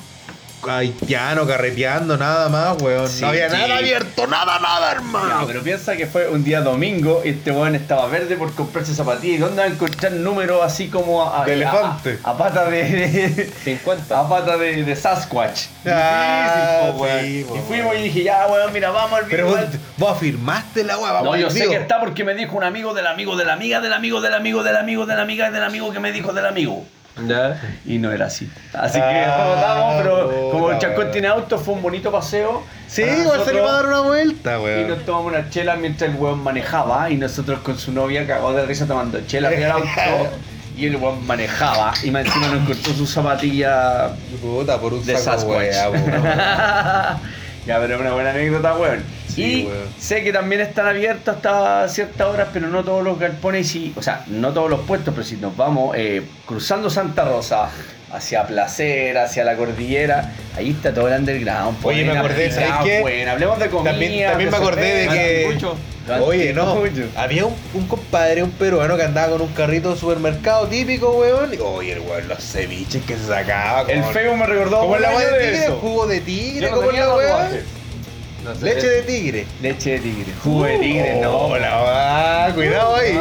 A: haitianos carreteando, nada más, weón.
B: Sí,
A: no había
B: sí.
A: nada abierto, nada, nada,
B: Ya,
A: hermano.
B: pero piensa que fue un día domingo y este weón estaba verde por comprarse zapatillas. ¿Y dónde va a encontrar números así como a, a-
A: De
B: a-
A: elefante.
B: A, a pata de, de-
D: 50.
B: a pata de, de Sasquatch.
A: Ah,
B: Difícil, po, weón.
A: sí, po,
B: y fuimos
A: weón.
B: y dije, ya, weón, mira, vamos al
A: Pero vos,
B: virtual.
A: vos firmaste la weá, vamos
B: No,
A: al
B: yo sé
A: bio.
B: que está porque me dijo un amigo del amigo de la amiga del amigo del amigo del amigo del amiga del amigo que me dijo del amigo.
D: Ya.
B: Y no era así. Así que
A: Ah,
B: votamos, pero
A: puta,
B: como el
A: weón.
B: Chascón tiene auto, fue un bonito paseo.
A: Sí,
B: Para
A: igual salimos
B: nosotros.
A: a dar una vuelta,
B: Y
A: weón.
B: nos tomamos una chela mientras el weón manejaba y nosotros con su novia cagó de risa tomando chela en el auto y el weón manejaba y más encima nos encontró su zapatilla
A: Puta, por un
B: de
A: saco
B: Sasquatch.
A: weá, weón.
B: ya, pero es una buena anécdota, weón.
A: Sí,
B: y
A: weón.
B: sé que también están abiertos hasta ciertas horas, pero no todos los galpones y, o sea, no todos los puestos, pero si nos vamos eh, cruzando Santa Rosa hacia Placer, hacia la cordillera, ahí está todo el underground. pues, po,
A: Oye, me
B: buena
A: acordé,
B: picada,
A: ¿sabes qué?
B: buena. Hablemos de comida.
A: También, también me acordé de que.
D: Anticucho.
A: Oye, no.
B: Anticucho.
A: Había un, un compadre, un peruano que andaba con un carrito de supermercado típico, weón. Y, oye, el weón, los ceviches que se sacaba.
B: El
A: con-
B: feo me recordó
A: Como
B: un
A: la
B: año
A: weá de
B: de
A: tigre,
B: eso.
A: jugo de
B: Yo
A: tigre,
B: no
A: como
B: tenía
A: la weá.
B: tatuaje.
D: No sé.
A: Leche de tigre.
B: Leche de tigre, jugo de tigre, no.
A: Oh, la weá, cuidado ahí.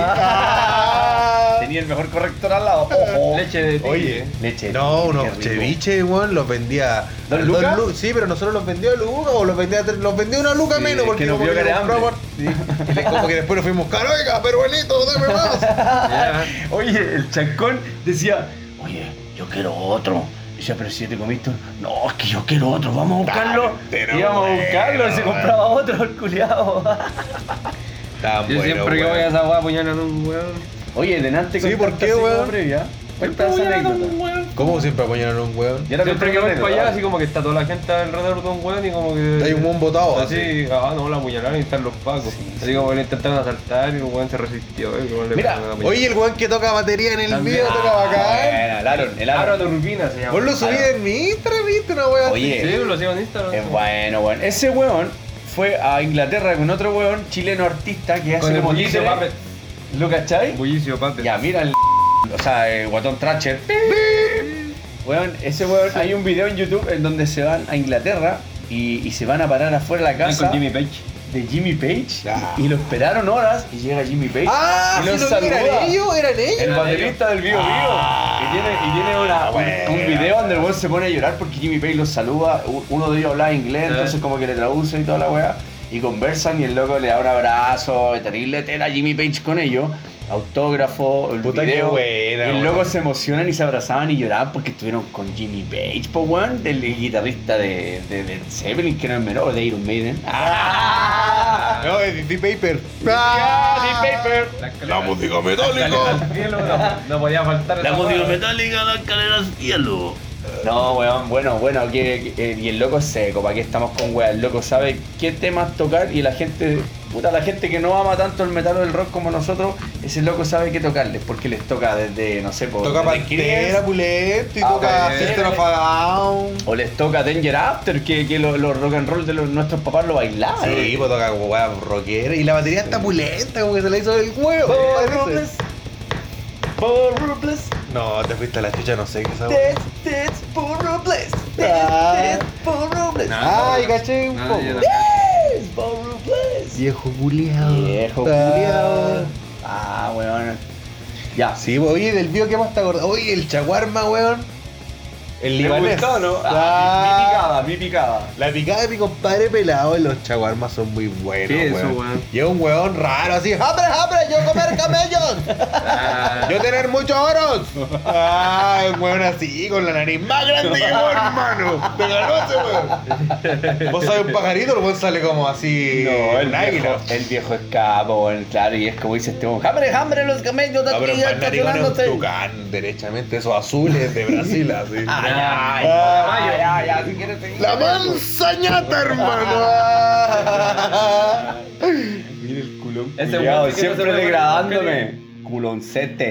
A: Ah.
B: Tenía el mejor corrector al lado. Oh. Ojo.
D: Leche de tigre.
A: Oye,
B: Leche de
A: no,
B: tigre, qué
A: unos
B: rico.
A: ceviches, weón, los vendía.
B: ¿Dos
A: Don
B: lucas?
A: Lu- sí, pero nosotros los vendía a Luca o los vendía, a tres- los vendía una Luca
B: Sí,
A: menos
B: es
A: porque
B: que nos
A: como
B: vio
A: que
B: cara de
A: compró por- y le- como que después nos fuimos caro, oiga, peruanito, dame más.
D: Ya.
B: Oye, el chancón decía, oye, yo quiero otro. Y Decía, pero si te comiste, uno". no, es que yo quiero otro, vamos a buscarlo.
A: pero
B: Íbamos a buscarlo y se
A: bueno.
B: compraba otro, el culiao.
A: Tan
D: Yo siempre que voy a esa weá apuñalan a un weón.
B: Oye, delante
A: Sí, ¿por qué, weón?
B: previa. Cuenta esa anécdota.
A: ¿Cómo siempre apoyaron a un weón?
B: Ya la
D: Siempre
B: conté
D: que
B: con
D: voy
B: él,
D: para allá,
B: ¿verdad?
D: así como que está toda la gente alrededor de un weón y como que.
A: Hay un buen botado así.
D: Así, ah, no, la apuñalaron y están los pacos. así como que lo intentaron asaltar y el weón se resistió. y el weón le
B: Mira,
D: pegaron una apuñalada.
A: Oye, el weón que toca batería en el
D: También.
A: video toca bacán.
B: Ah, Bueno, el Aaron, el
D: Aaron
B: Aaron.
D: Urbina se llama.
A: Vos lo subí en mi Instagram, viste una weá. así?
B: Oye,
D: Sí, lo sigo en Instagram.
B: es bueno, weón. Ese weón fue a Inglaterra con otro weón, chileno artista, que
D: Con
B: hace
D: el
B: como
D: bullicio
B: títeres.
D: Puppet.
B: ¿Lo cachai?
D: Bullicio Puppet.
B: Ya, mira el. O sea, el guatón Thatcher. Weón, ese weón. Hay un video en YouTube en donde se van a Inglaterra y, y se van a parar afuera de la
D: Ahí
B: casa
D: con Jimmy Page.
B: de Jimmy Page.
A: Ah.
B: Y, y lo esperaron horas y llega Jimmy Page.
A: Ah,
B: y
A: si
B: los
A: no,
B: saluda.
A: eran ellos, eran ellos.
B: El baterista del Bio Bio.
A: Ah.
B: y tiene, y tiene una- un, un video donde el weón se pone a llorar porque Jimmy Page los saluda. u- Uno de ellos hablaba inglés,
A: Eh.
D: Ah.
B: entonces como que le traduce y toda la weá. Y conversan y el loco le da un abrazo, terrible tela a Jimmy Page con ellos. Autógrafo, el
A: Puta, qué
B: video.
A: buena,
B: y
A: weón.
B: luego se emocionan y se abrazaban y lloraban porque estuvieron con Jimmy Page, po weón, del guitarrista de, de, de Zeppelin, que no es menor, de Iron Maiden. ¡Ah!
A: No, es Eh, Deep Paper.
B: Ah, Deep Paper.
D: La,
C: música
D: No, no podía faltar esa hueá.
B: metálica, las escaleras cielo. No, weón, bueno, bueno, que, que- eh, y el loco es seco, ¿para qué estamos con weón? El loco sabe qué temas tocar y la gente, puta, la gente que no ama tanto el metal o el rock como nosotros, ese loco sabe qué tocarles, porque les toca desde, no sé, por,
A: Toca
B: desde Creedence,
A: Pantera, Puleto y
B: Ah,
A: toca
B: Pantera.
A: System of a Down.
B: o les toca Danger After, que, que los, los rock and roll de los- nuestros papás lo bailaban.
A: Sí, pues toca como weá rockera. Y la batería está pulenta, como que se la hizo el huevo.
B: Por
A: parece.
B: Ruthless, por Ruthless,
A: No, te fuiste a la chucha, no sé qué sabor.
B: death, death, por Ruthless,
A: Ah.
B: death, death, por Ruthless.
A: Ay, caché un
D: No,
A: poco.
D: yo no.
B: Yes, por Ruthless.
A: Viejo culiao.
B: Viejo
A: Ah.
B: culiao. Ah, weón. Ya.
A: Sí, pues, oye, del bio que más te acordás. Oye, el chaguarma, weón. El libanés. Ah,
B: mi, picada,
A: La picada de mi compadre pelado y los chaguarmas son muy buenos,
D: ¿Qué es eso,
A: weón.
D: weón?
A: Y es un weón raro así, ¡Hambre, hambre! Ah, ¡Yo comer camellos!
D: Ah,
A: ¡Yo tener muchos oros! ¡Ah! Un weón así, con la nariz más grande que vos, hermano. ¡Te ganó ese weón! Vos sabés un pajarito, el weón sale como así.
B: No, el
A: un
B: viejo, el viejo es capo, weón, claro, y es como dice este weón, hambre, hambre, los camellos de
A: No, pero
B: aquí,
A: el narigón es un
B: estacionándose".
A: tucán, derechamente, esos azules de Brasil, así.
B: Ay, ay,
A: Ah.
B: ay, ay, ay, si quieres seguir.
A: ¡La manzañata, hermano!
B: Mira el culón
D: Ese
B: culiao,
D: weón sí que no se
B: siempre
D: puede poner
B: degradándome. Culoncete.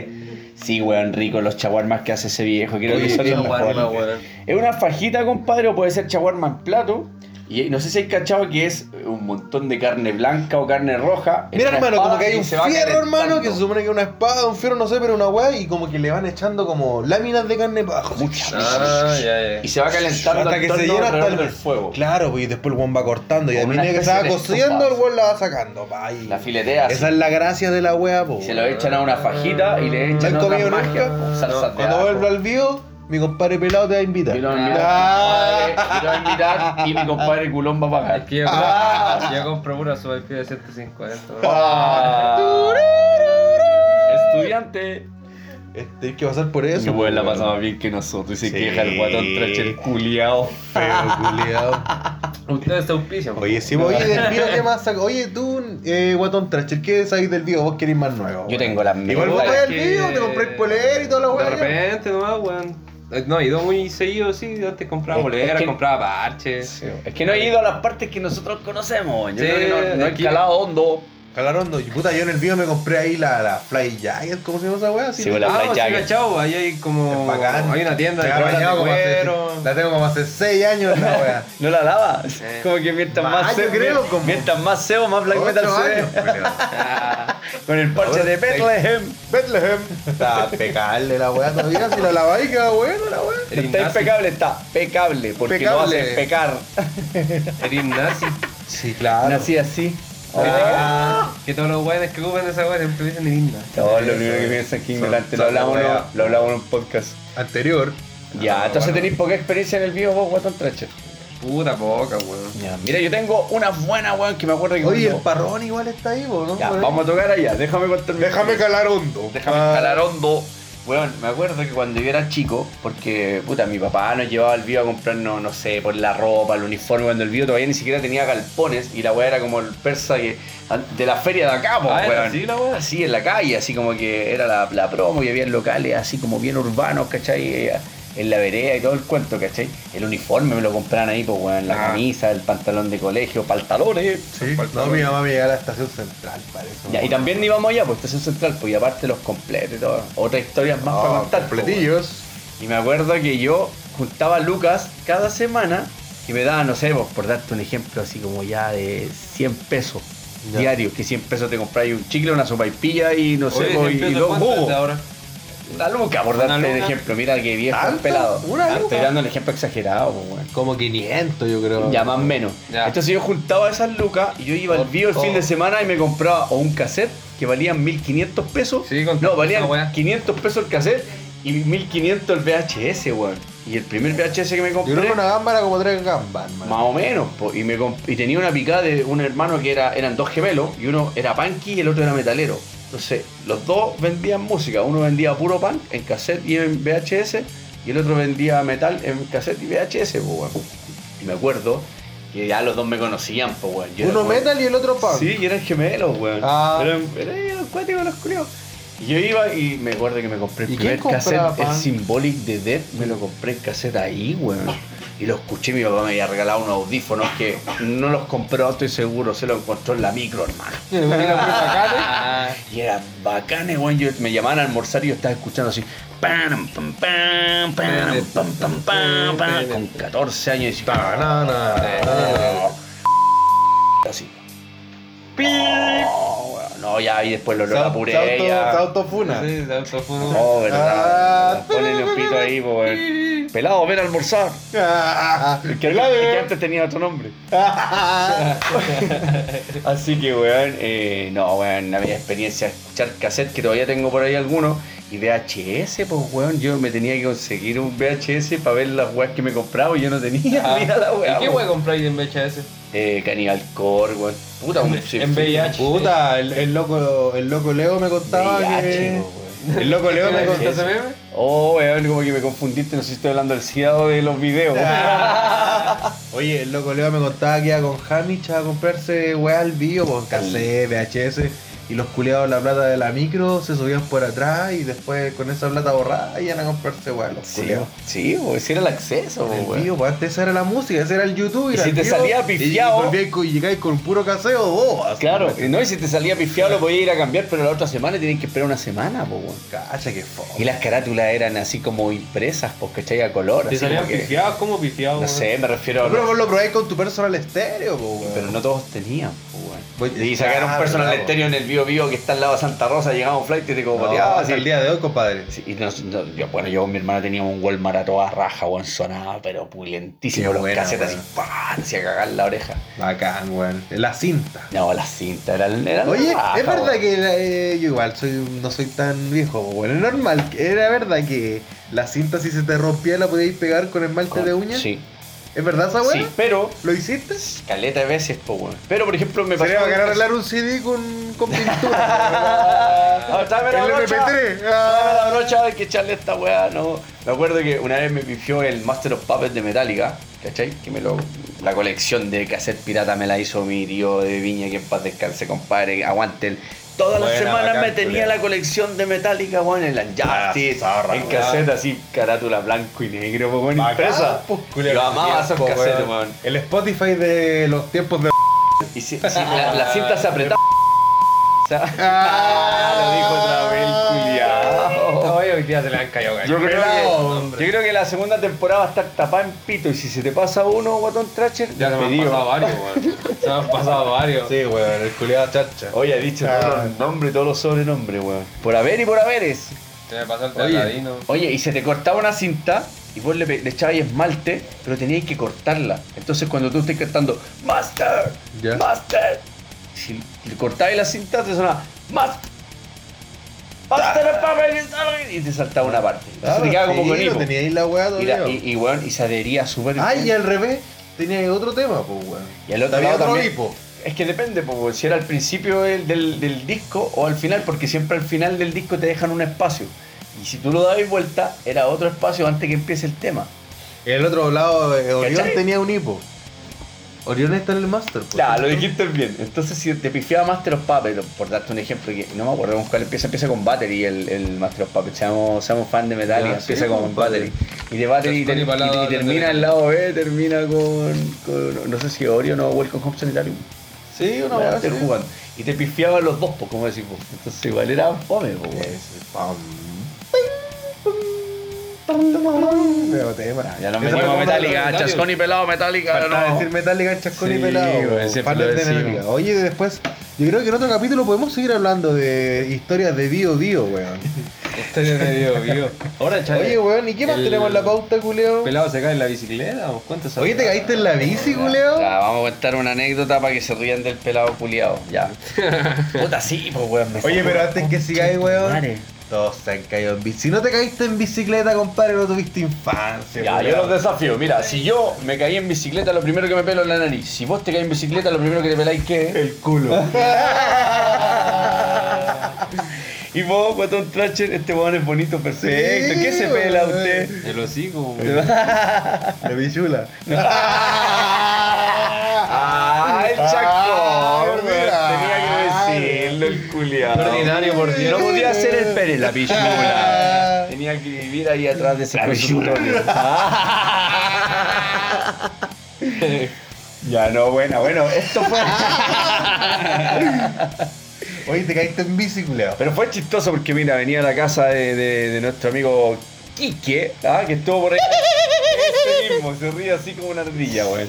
B: Sí, weón, rico los chaguarmas que hace ese viejo, creo que
A: Oye,
B: son
A: qué
B: los
D: guarma,
B: mejores.
D: weón.
B: Es una fajita, compadre, o puede ser chaguarma en plato. Y no sé si hay cachado que es un montón de carne blanca o carne roja. en
A: Mira,
B: una
A: hermano, como
B: espada
A: que hay
B: y
A: un
B: se va
A: fierro, hermano, que se
B: calentando.
A: supone que es una espada, un fierro, no sé, pero una weá, y como que le van echando como láminas de carne para abajo.
B: Mucha.
D: Ah, ya,
B: Y
D: ya.
B: se va calentando
A: hasta
B: al
A: que se
B: torno
A: llena hasta el
B: alrededor del fuego.
A: Claro, pues, y después el weón va cortando. Y
B: Con
A: al
B: una
A: menos que
B: especie
A: estaba
B: de
A: cociendo, el
B: estofazo.
A: weón la va sacando. pa, y-
B: La filetea así.
A: Esa es la gracia de la weá, po.
B: Y se lo echan a una fajita y le echan
A: ¿No has
B: otra
A: comido nunca?
B: magia. po, salsas de
A: Cuando
B: ajo.
A: vuelva al vivo, mi compadre pelado te va a invitar.
B: Y lo van a invitar,
A: Ah.
B: compadre, y lo van a invitar, y mi compadre culón va a
D: Es
B: pagar.
D: que yo,
A: Ah.
D: yo compro pura sopa al pie de 150. weón.
B: Ah. Estudiante.
A: Eh, Tenés que pasar por eso.
B: Mi abuela
A: po,
B: pasaba bien que nosotros y se
A: Sí.
B: queja el guatón tracher culiao.
A: Feo, culiao.
D: Ustedes se auspician.
A: Oye, sí, oye, del Bio, ¿qué más saca? Oye, tú, eh, Guatón Tracher, ¿qué sabéis del Bio? ¿Vos querés más nuevo?
B: Yo tengo las
A: Igual vos vais
B: mejores.
A: al Bio, te compráis poler y toda la
D: De
A: weá. ya.
D: repente nomás, weón. No, he ido muy seguido, sí. Antes compraba
B: Es-
D: boleras,
B: es que-
D: compraba parches.
B: Es que no he ido a las partes que nosotros conocemos. Yo
D: Sí,
B: creo que no, no he
D: aquí-
B: escalado hondo.
A: Calarondo, y puta, yo en el Bio me compré ahí la, la Fly Jacket, ¿cómo se llama esa weá?
B: Sí, pues, la- Black
D: Ah, sí,
B: Jacket.
D: cachao, ahí hay como.
A: Es bacán.
D: Hay una tienda de
A: Se ha
D: ropa de
A: bañado como hace-
D: cuero.
A: La tengo como hace 6 años la weá.
B: ¿No la lavas?
D: Eh.
B: Como que mientras más
A: Ah, yo
B: seo,
A: creo,
B: mien-
A: como-
B: mientras más seo, más black metal
A: Ocho
B: se ve.
A: años, culiao.
B: Con el parche
A: Ahora
B: de
A: te-
B: Bethlehem.
A: Bethlehem. Está impecable la weá todavía, si la laváis queda bueno la weá.
D: El
B: Está
D: gimnasio.
B: impecable, está pecable, porque no
A: Pecable.
B: hace pecar.
D: Eres nazi.
A: Sí, claro.
B: Nací así.
A: Ah.
D: Que todos los weones que ocupan esa weá siempre dicen eres nazi.
B: No, lo único que piensa es que ignorante. Lo
A: son
B: hablamos, en-
A: weas.
B: lo hablamos en un podcast.
A: Anterior.
B: Ya,
D: Ah,
B: entonces
D: bueno.
B: tenéis poca experiencia en el vivo vos, Guatón Tracher.
D: Puta poca, weón.
B: Ya, mira, yo tengo unas buenas, weón, que me acuerdo que.
A: Oye,
B: cuando-
A: el parrón igual está ahí, po, ¿no?
B: Ya, vamos a tocar allá, déjame contarme.
A: Déjame calar hondo. Ah,
B: Déjame
D: Ah.
B: escalar hondo. Weón, me acuerdo que cuando yo era chico, porque puta, mi papá nos llevaba al vivo a comprarnos, no sé, por la ropa, el uniforme, cuando el vivo todavía ni siquiera tenía galpones y la weá era como el persa que de la feria de acá, po,
D: Ah, ¿era
B: weón.
D: así la weá?
B: Así en la calle, así como que era la, la promo y había locales así como bien urbanos, ¿cachai? Eh, En la vereda y todo el cuento, ¿cachai? El uniforme me lo compraban ahí, pues weón, la
D: Ah.
B: camisa, el pantalón de colegio, pantalones.
A: Sí, no, mi mamá me llega a la estación central para eso.
B: Ya, y también íbamos allá, pues estación central, pues y aparte los completos y todo. Otras historias más para
A: Ah,
B: contar. pues,
A: completillos.
B: weón. y me acuerdo que yo juntaba lucas cada semana Y me daban, no sé, po, por darte un ejemplo así como ya de 100 pesos
F: Ya.
B: diarios, que 100 pesos te compráis un chicle, una sopaipilla y no sé,
D: Oye,
B: po, y,
D: siempre
B: y
D: te
B: dos
D: cuentas
B: jugos.
D: de ahora.
B: Una luca, por darte
D: Una
B: un
D: luca.
B: ejemplo. Mira que viejo
A: ¿Tanto?
B: pelado.
A: Una
B: Ah, Estoy
A: luca.
B: dando un ejemplo exagerado, po, weón.
F: Como 500, yo creo.
B: Ya más o menos.
D: Ya.
B: Entonces yo juntaba esas lucas y yo iba al vivo el
D: Oh.
B: fin de semana y me compraba o un cassette que valían 1500 pesos.
D: Sí, con
B: no,
D: tanta
B: valían
D: weá.
B: 500 pesos el cassette y 1500 el VHS, weón. Y el primer VHS que me
F: Yo
B: compré,
F: creo que una gamba era como tres gambas, hermano.
B: más o menos, po, y, me comp- y tenía una picada de un hermano que era, eran dos gemelos y uno era punky y el otro era metalero. Entonces, los dos vendían música. Uno vendía puro punk en cassette y en VHS y el otro vendía metal en cassette y VHS, po, weón. Y me acuerdo que ya los dos me conocían, pues, weón. Yo era,
F: Uno
B: weón,
F: metal y el otro punk.
B: Sí, y eran gemelos, weón.
F: Ah.
B: Eran, eran acuáticos los culiados. Y yo iba y me acuerdo que me compré el
F: ¿Y
B: primer
F: quién compraba
B: cassette, el
F: pan?
B: Symbolic de Death, me lo compré en cassette ahí, weón. Y lo escuché, mi papá me había regalado unos audífonos que no los compró, estoy seguro, se los encontró en la micro, hermano.
F: Y le ponía la eh? pura cara.
B: Y eran bacanes, weón. Yo, me llamaban a almorzar y yo estaba escuchando así. Pam, pam, pam, pam, pam, pam, pam, pam, con 14 años y decía, "Ah,
A: No, no, no.
B: así. Oh, weón. no, ya, y después lo, lo
A: Se
B: apuré.
A: auto-
B: ya.
A: se autofuna.
D: Sí, de auto fue un-
B: Oh, verdad.
A: Ah.
B: Ponle un pito ahí, po, weón. Pelado, ven a almorzar.
A: Ah,
B: El que, el que antes tenía otro nombre. Así que, weón, eh, no, weón, la media experiencia es escuchar cassette, que todavía tengo por ahí algunos, y VHS, pues, weón, yo me tenía que conseguir un VHS para ver las weas que me compraba y yo no tenía.
D: Ah.
B: Mira la wea,
D: ¿Y qué
B: po.
D: wea compráis en VHS?
B: Eh, Canibal Core, weón. Puta, un
D: En VIH.
A: Puta, el, el loco, el loco Leo me contaba
B: VIH,
A: que.
B: po, weón.
A: El loco Leo me
D: ¿Te
A: contaba.
D: gusta ese meme?
B: Oh, weón, como que me confundiste, no sé si estoy hablando del CIA o de los videos.
A: Ah. Oye, el loco Leo me contaba que iba con Hamish a comprarse weá al vivo, con cassette, VHS, y los culeados la plata de la micro se subían por atrás y después con esa plata borrada iban a comprarse weá los
B: Sí,
A: culeados.
B: sí, weón, ese era el acceso,
A: El
B: weón.
A: vivo, pues, antes esa era la música, ese era el YouTube.
B: Y
A: era
B: si
A: el
B: te
A: vivo,
B: salía
A: y- y
B: pifiao-
A: volvíais con- Y llegáis con puro caseo, vos.
B: Claro, y no, y si te salía pifiado lo podías ir a cambiar, pero la otra semana tienen que esperar una semana, po, weón.
A: Cacha, que foda.
B: Y las carátulas eran así como impresas, pues, ¿cachai? A color. así
D: ¿Te salían
B: como que-
D: pifiados? ¿Cómo pifiados?
B: No
D: weón?
B: sé, me refiero a.
A: Pero
B: los-
A: vos lo probáis con tu personal estéreo, po, weón.
B: Pero no todos tenían, po, weón.
A: Voy-
B: Y sacaron
A: Ah,
B: un personal
A: bravo.
B: estéreo en el Bio Bio que está al lado de Santa Rosa, llegaba un flight y te como
A: No,
B: pateaba,
A: hasta
B: así.
A: el día de hoy, compadre.
B: Sí, Y nos- no- yo, bueno, yo con mi hermana teníamos un Walmart a toda raja, weón, sonaba, pero pulentísimo.
A: Qué
B: Los
A: buena,
B: casetas
A: weón.
B: así, ¡pam! Hacía cagar la oreja.
A: Bacán, weón. La cinta. Ah,
B: No, las cintas eran. eran
A: Oye,
B: raja,
A: es verdad
B: weón.
A: que la- eh, yo igual soy, no soy tan viejo, po, bueno, es normal. Era verdad que la cinta si se te rompía la podíais pegar con esmalte de uña.
B: Sí,
A: ¿Es verdad esa weá?
B: sí, pero.
A: ¿Lo hiciste?
B: Caleta de veces, po, weón. Pero, por ejemplo, me pasó.
A: Sería bacán arreglar un CD con, con pintura.
B: Ah, dame la
A: El
B: brocha.
A: MP3.
B: Dame
A: ah.
B: la brocha, hay que echarle esta weá, no. Me acuerdo que una vez me pifió el Master of Puppets de Metallica, ¿cachai? Que me lo. La colección de cassette pirata me la hizo mi tío de Viña, que en paz descanse, compadre, aguante él. Todas las
D: Buena,
B: semanas
D: bacán,
B: me tenía
D: culiao.
B: la colección de Metallica, weón, en la Justice, en
D: weón.
B: cassette así, carátula blanco y negro, po, weón, impresa.
A: pues,
B: Yo amaba esos
A: Tiempo,
B: cassettes,
A: Oh, weón.
B: weón.
A: El Spotify de los tiempos de.
B: Y si, si la, la cinta se apretaba. O sea,
A: Ah,
B: culiao.
D: Oye, hoy día se le han caído gallo.
B: Yo creo,
A: Pelado,
B: que, yo creo que la segunda temporada va a estar tapada en pito y si se te pasa uno, Guatón Tracher,
D: Ya se me han
B: despedido.
D: pasado varios, weón. Se me han pasado varios.
A: Sí, weón, el culiado chacha.
B: Oye, ha dicho todos los nombres y todos los sobrenombres, weón. Por haber y por haberes.
D: Se me pasó el
A: Oye.
D: teladino.
B: Oye, y se te cortaba una cinta y vos le, pe- le echabas esmalte, pero tenías que cortarla. Entonces cuando tú estés cantando Master,
A: Ya.
B: Master, si le cortabas la cinta te sonaba Master. Master of Puppets", y te saltaba una parte. Entonces te quedaba
A: Ah,
B: como con hipo.
A: teníais la weá
B: y, la-
A: todavía.
B: y- y, weón, y se adhería súper
A: Ah,
B: bien.
A: y al revés, tenía otro tema, pues, weón.
B: Y al otro
A: Había
B: lado
A: otro
B: también.
A: hipo.
B: Es que depende, po, weón, si era al principio del, del- del disco o al final, porque siempre al final del disco te dejan un espacio. Y si tú lo dabas vuelta, era otro espacio antes que empiece el tema.
A: El otro lado, eh, Orión
B: ¿Cachai?
A: tenía un hipo. Orión está en el Master. pues.
B: Ya, lo dijiste bien. Entonces, si te pifiaba Master of Puppets, por darte un ejemplo, que no me acuerdo con cuál empieza, empieza con Battery el, el Master of Puppets. Seamos, seamos fan de Metallica,
A: Ya, sí,
B: empieza con
A: con
B: Battery.
A: Battery.
B: Y de Battery
D: Los Tony
B: ter- y-
D: Palado
B: y,
D: hablan de
B: termina el lado B, termina con, con- no sé si Orion o Welcome Home Sanitarium.
A: Sí, una
B: Bueno,
A: weá.
B: estar
A: sí.
B: jugando. Y te pifiaba los dos, po, como decimos. Entonces, igual era fome, po, weón.
A: Ese, pam.
F: Nuevo tema.
B: Ya nos
A: Esa
B: metimos
A: fue
B: Metallica,
A: Metallica.
B: chascón y pelado, Metallica. de
A: Faltaba
B: nuevo.
A: decir Metallica en chascón y
B: Sí,
A: pelado.
B: güey, siempre
A: Falta
B: lo
A: de
B: decimos.
A: Metallica. Oye, después, yo creo que en otro capítulo podemos seguir hablando de historias de Dio Dio, weón.
D: Historia Este de Dios, vivo. Ahora, chale.
A: Oye, weón, ¿y qué más
D: el-
A: tenemos en la pauta, culeo?
D: ¿Pelado se cae en la bicicleta? ¿O ¿Cuánto se
A: Oye, ¿te caíste en la bici, culeo?
B: Ya, vamos a contar una anécdota para que se rían del pelado culiado. Ya. Puta, sí, pues, weón. me
A: Oye,
B: saco
A: pero
B: la
A: antes que
B: concha
A: sigáis,
B: de tu
A: weón.
B: madre.
A: Todos se han caído en bici. Si no te caíste en bicicleta, compadre, no tuviste infancia.
B: Ya, yo
A: culiao.
B: los desafío. Mira, si yo me caí en bicicleta, lo primero que me pelo es la nariz. Si vos te caís en bicicleta, lo primero que te peláis qué es?
A: El culo.
B: Y vos, Guatón Tracher, este weón es bonito, perfecto.
A: Sí,
B: ¿Qué se pela
A: weón.
B: usted?
D: El hocico,
A: La bichula.
B: ¡Ah, el
A: Ah,
B: chacón!
A: mira.
B: weón. Tenía que decirlo, el culiado.
D: Ordinario, por
B: Yo
D: Dios.
B: no podía hacer el Pérez, la pichula. Tenía que vivir ahí atrás de ese consultorio. Ya no, bueno, bueno, esto fue.
A: Oye, te caíste en bici, culiao.
B: Pero fue chistoso porque, mira, venía a la casa de, de- de nuestro amigo Quique, ¿ah? que estuvo por ahí. Ese mismo, se ríe así como una ardilla, weón.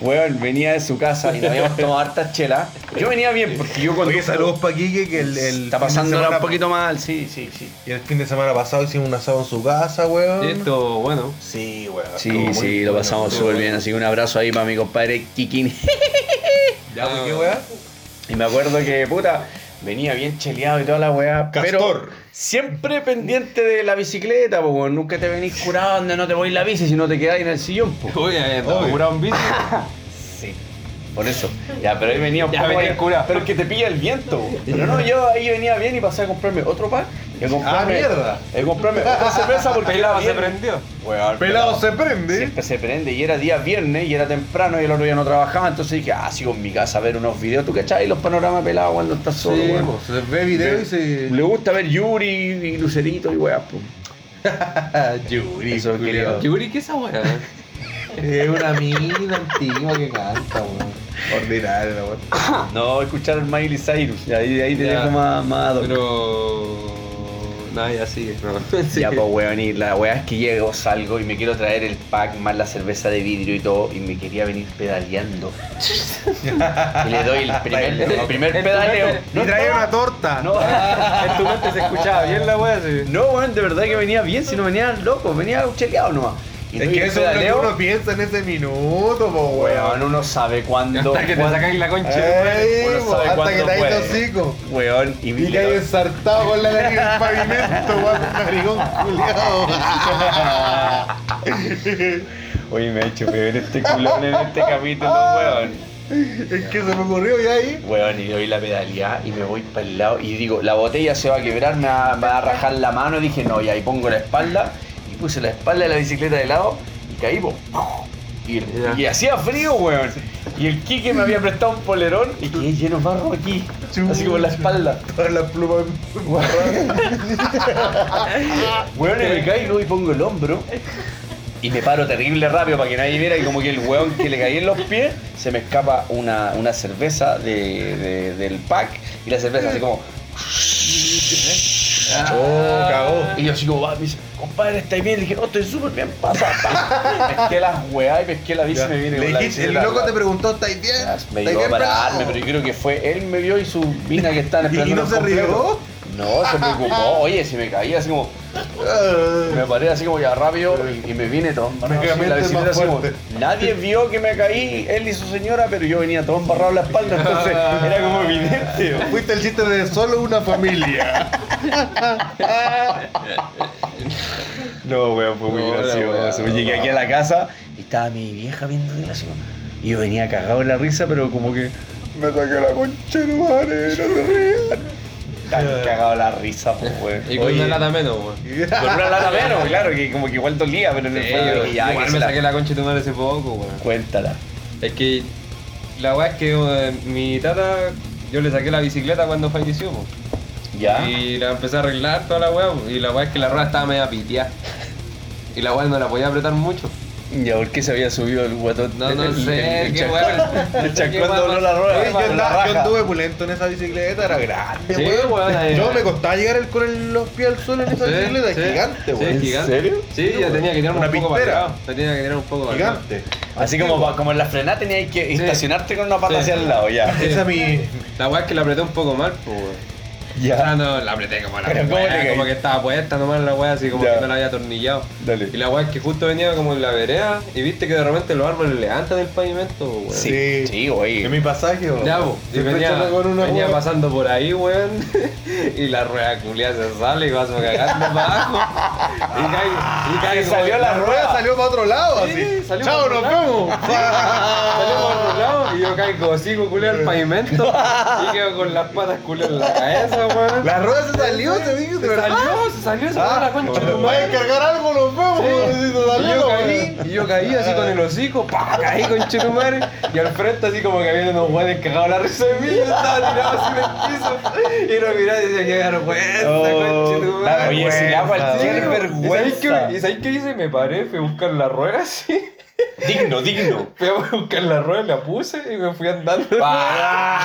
B: Weón, venía de su casa y nos habíamos tomado hartas chelas. Yo venía bien porque yo cuando.
A: Oye, saludos pa' Quique, que el, el
B: Está
A: fin de
B: pasándola
A: semana-
B: un poquito mal, sí, sí, sí.
A: Y el fin de semana pasado hicimos un asado en su casa, weón.
D: Esto, bueno.
A: Sí, weón.
B: Sí,
A: estuvo muy
B: sí, lo
A: bueno.
B: pasamos
D: estuvo
B: súper
D: bueno.
B: bien. Así que un abrazo ahí para mi compadre Kikín.
A: Ya, pues, ¿qué weón?
B: Y me acuerdo que, puta, venía bien cheleado y toda la weá.
A: Castor.
B: Pero siempre pendiente de la bicicleta, po, weón. Nunca te venís curado donde no te voy la bici, sino te quedáis en el sillón, po.
D: Oye,
A: Obvio.
D: curado un bici.
B: Sí, por eso. Ya, pero ahí venía un
D: Ya
B: poco
D: venía
B: ahí,
D: curado.
B: Pero es que te pilla el viento. po. Pero no, yo ahí venía bien y pasé a comprarme otro pack. Y a comprarme,
A: Ah, mierda.
B: Y a comprarme otra cerveza porque
D: Pelado
B: era
D: se
B: viernes.
D: prendió.
B: Weón,
A: Pelado se prende.
B: Siempre se prende y era día viernes y era temprano y el otro día no trabajaba, entonces dije, ah, sigo en mi casa a ver unos videos, ¿tú cachai? Los panoramas pelados cuando estás solo,
A: Sí,
B: weón.
A: pues, se ve video y se.
B: Le gusta ver Yuri y Lucerito y weá, pues.
A: Yuri,
B: Eso
A: culiao.
B: quería.
D: Yuri, ¿qué es esa weá? ¿eh?
F: Es una mina antigua que canta, weón.
A: Ordinario, la weón.
B: No, escuchar al Miley Cyrus, y ahí, de ahí te
D: Ya.
B: dejo más, más ad hoc.
D: Pero. Nada, ya sigue. No.
B: Ya, pues, weón, y la weá es que llego, salgo y me quiero traer el pack más la cerveza de vidrio y todo, y me quería venir pedaleando. y le doy el primer, el primer pedaleo.
A: Y trae una torta.
B: No,
D: En tu mente se escuchaba bien la weá, sí.
B: No, weón, de verdad que venía bien, si no venía loco, venía cheleado nomás. Y
A: es
B: doy
A: que eso
B: el
A: es lo que
B: pedaleo,
A: uno piensa en ese minuto, po,
B: Weón,
A: weón.
B: uno sabe cuándo.
D: Hasta que te
B: cuándo-
D: sacáis la concha.
B: Eh.
A: Ey,
B: Uno
A: po,
B: sabe
A: hasta que
B: cuándo
A: te hay
B: puede.
A: los hocico.
B: Weón, y,
A: Y
B: le
A: que hay
B: doy-
A: ensartado con la nariz en el pavimento, weón. Narigón culiao.
B: Oye, me ha hecho peor este culón en este capítulo, weón.
A: Es que se me ocurrió y ahí.
B: Weón, y le doy la pedaleada y me voy para el lado. Y digo, la botella se va a quebrar, me va, me va a rajar la mano. Y dije, no, y ahí pongo la espalda. Y puse la espalda de la bicicleta de lado y caí, po. Y, y hacía frío, weón. Y el Kike me había prestado un polerón y quedé lleno de barro aquí. Así como en la espalda.
A: Todas las plumas.
B: Weón, y me caigo y pongo el hombro. Y me paro terrible rápido para que nadie viera. Y como que el weón que le caí en los pies, se me escapa una, una cerveza de- de- del pack. Y la cerveza así como.
A: Oh, cagó.
B: Y yo así como, va, me dice, compadre, ¿estáis bien? Le dije, no, estoy súper bien, pasa, pa. Pesqué las weá y pesqué la bici y me vine
A: Le
B: con la
A: dijiste, el
B: bicicleta.
A: loco te preguntó, ¿estáis bien?
B: Me
A: ¿Estáis
B: llegó a
A: bien,
B: pararme,
A: pelado?"
B: pero yo creo que fue él me vio y su mina que están
A: ¿Y
B: esperando.
A: no
B: los
A: se
B: completos. No, se preocupó. Oye, si me caía así como, me paré así como ya rápido y, y me vine todo embarrado. así,
A: Mecánicamente
B: la bicicleta
A: más
B: así como-
A: fuerte.
B: Nadie vio que me caí, él y su señora, pero yo venía todo embarrado en la espalda, entonces era como evidente. weón.
A: Ah, Fuiste el chiste de solo una familia.
B: No, weón, fue muy
D: No, la
B: gracioso.
D: weá, no.
B: Llegué aquí a la casa y estaba mi vieja viendo relación. Y yo venía cagado en la risa, pero como que. Me saqué la concha, no madre, no te rías. Tan cagado en la risa, pues, weón.
D: Y con
B: Oye,
D: una lata menos, weón.
B: con una lata menos, claro, que como que igual dolía, pero en el fondo dije, ya, que
D: Igual
B: se
D: me
B: la-
D: saqué la concha de tu madre hace poco, weón.
B: Cuéntala.
D: Es que la weá es que eh, mi tata, yo le saqué la bicicleta cuando falleció, po.
B: ¿Ya?
D: Y la empecé a arreglar toda la weá, po. y la weá es que la rueda estaba media piteada. Y la weá no la podía apretar mucho.
B: Ya, ¿por qué se había subido el guatón?
D: No, no
B: El- el-
D: sé,
B: el
D: qué
B: chacón.
D: weón.
B: El chacón dobló la rueda.
A: Oye, yo, andaba- yo
B: raja.
A: anduve pulento en esa bicicleta, era grande,
D: Sí,
A: weón.
D: weón, ahí,
A: Yo
D: weón.
A: me costaba llegar el- con el- los pies al suelo en esa
D: Sí,
A: bicicleta,
D: sí.
A: gigante,
D: Sí,
A: weón.
D: gigante.
E: serio?
D: Sí, ya tenía que tirar un
A: Una
D: poco para
A: pintera.
D: acá. Ya tenía que tirar un poco para acá.
A: Gigante.
B: Así como, pa- como en la frenada tenías que estacionarte con una pata
D: Sí.
B: hacia el lado, ya.
A: Esa mi.
D: La weá es que la apreté un poco mal, pues weón. O sea, no, la apreté como a la
B: Pero ¿cómo le
D: weá,
B: caí?
D: como que estaba puesta nomás la weá, así como
E: Ya.
D: que no la había atornillado.
E: Dale.
D: Y la weá es que justo venía como en la vereda y viste que de repente los árboles levantan el pavimento, pues, weón.
A: Sí.
B: Sí, güey.
A: En mi pasaje, weón.
D: Ya, po. y
A: Siempre
D: venía,
A: choca con una
D: venía
A: weá.
D: pasando por ahí, weón, y la rueda culia se sale y vas cagando para abajo. Y cae, y cae
B: Y
D: como-
B: salió la
A: La rueda salió para otro lado, así.
D: salió para
A: Chao,
D: otro
A: nos
D: lado.
A: vemos.
D: Salió por otro lado y yo caigo así, culiado al pavimento y quedo con las patas culiadas en la cabeza, weón.
A: La rueda se salió, se vio, de
D: se
A: verdad.
D: salió, se salió, se
A: Ah,
D: fue a la concha de tu
A: voy a
D: madre.
A: encargar algo, nos vemos,
D: Sí.
A: weón. Se
D: Y
A: salió,
D: yo
A: weón.
D: caí, y yo caí así con el hocico, pa, caí con Chetumare, y al frente así como que habían unos güeyes cagados la risa de mí, yo estaba tirado así en el piso, y lo miraba y decía, qué vergüenza,
B: Oh,
D: conchetumare.
B: oye, si la cualquier
D: ¿Y sabéis
B: vergüenza.
D: qué- ¿Y sabéis qué hice? Me paré, fui a buscar la rueda así,
E: Digno, digno.
D: fui a buscar la rueda, la puse y me fui andando.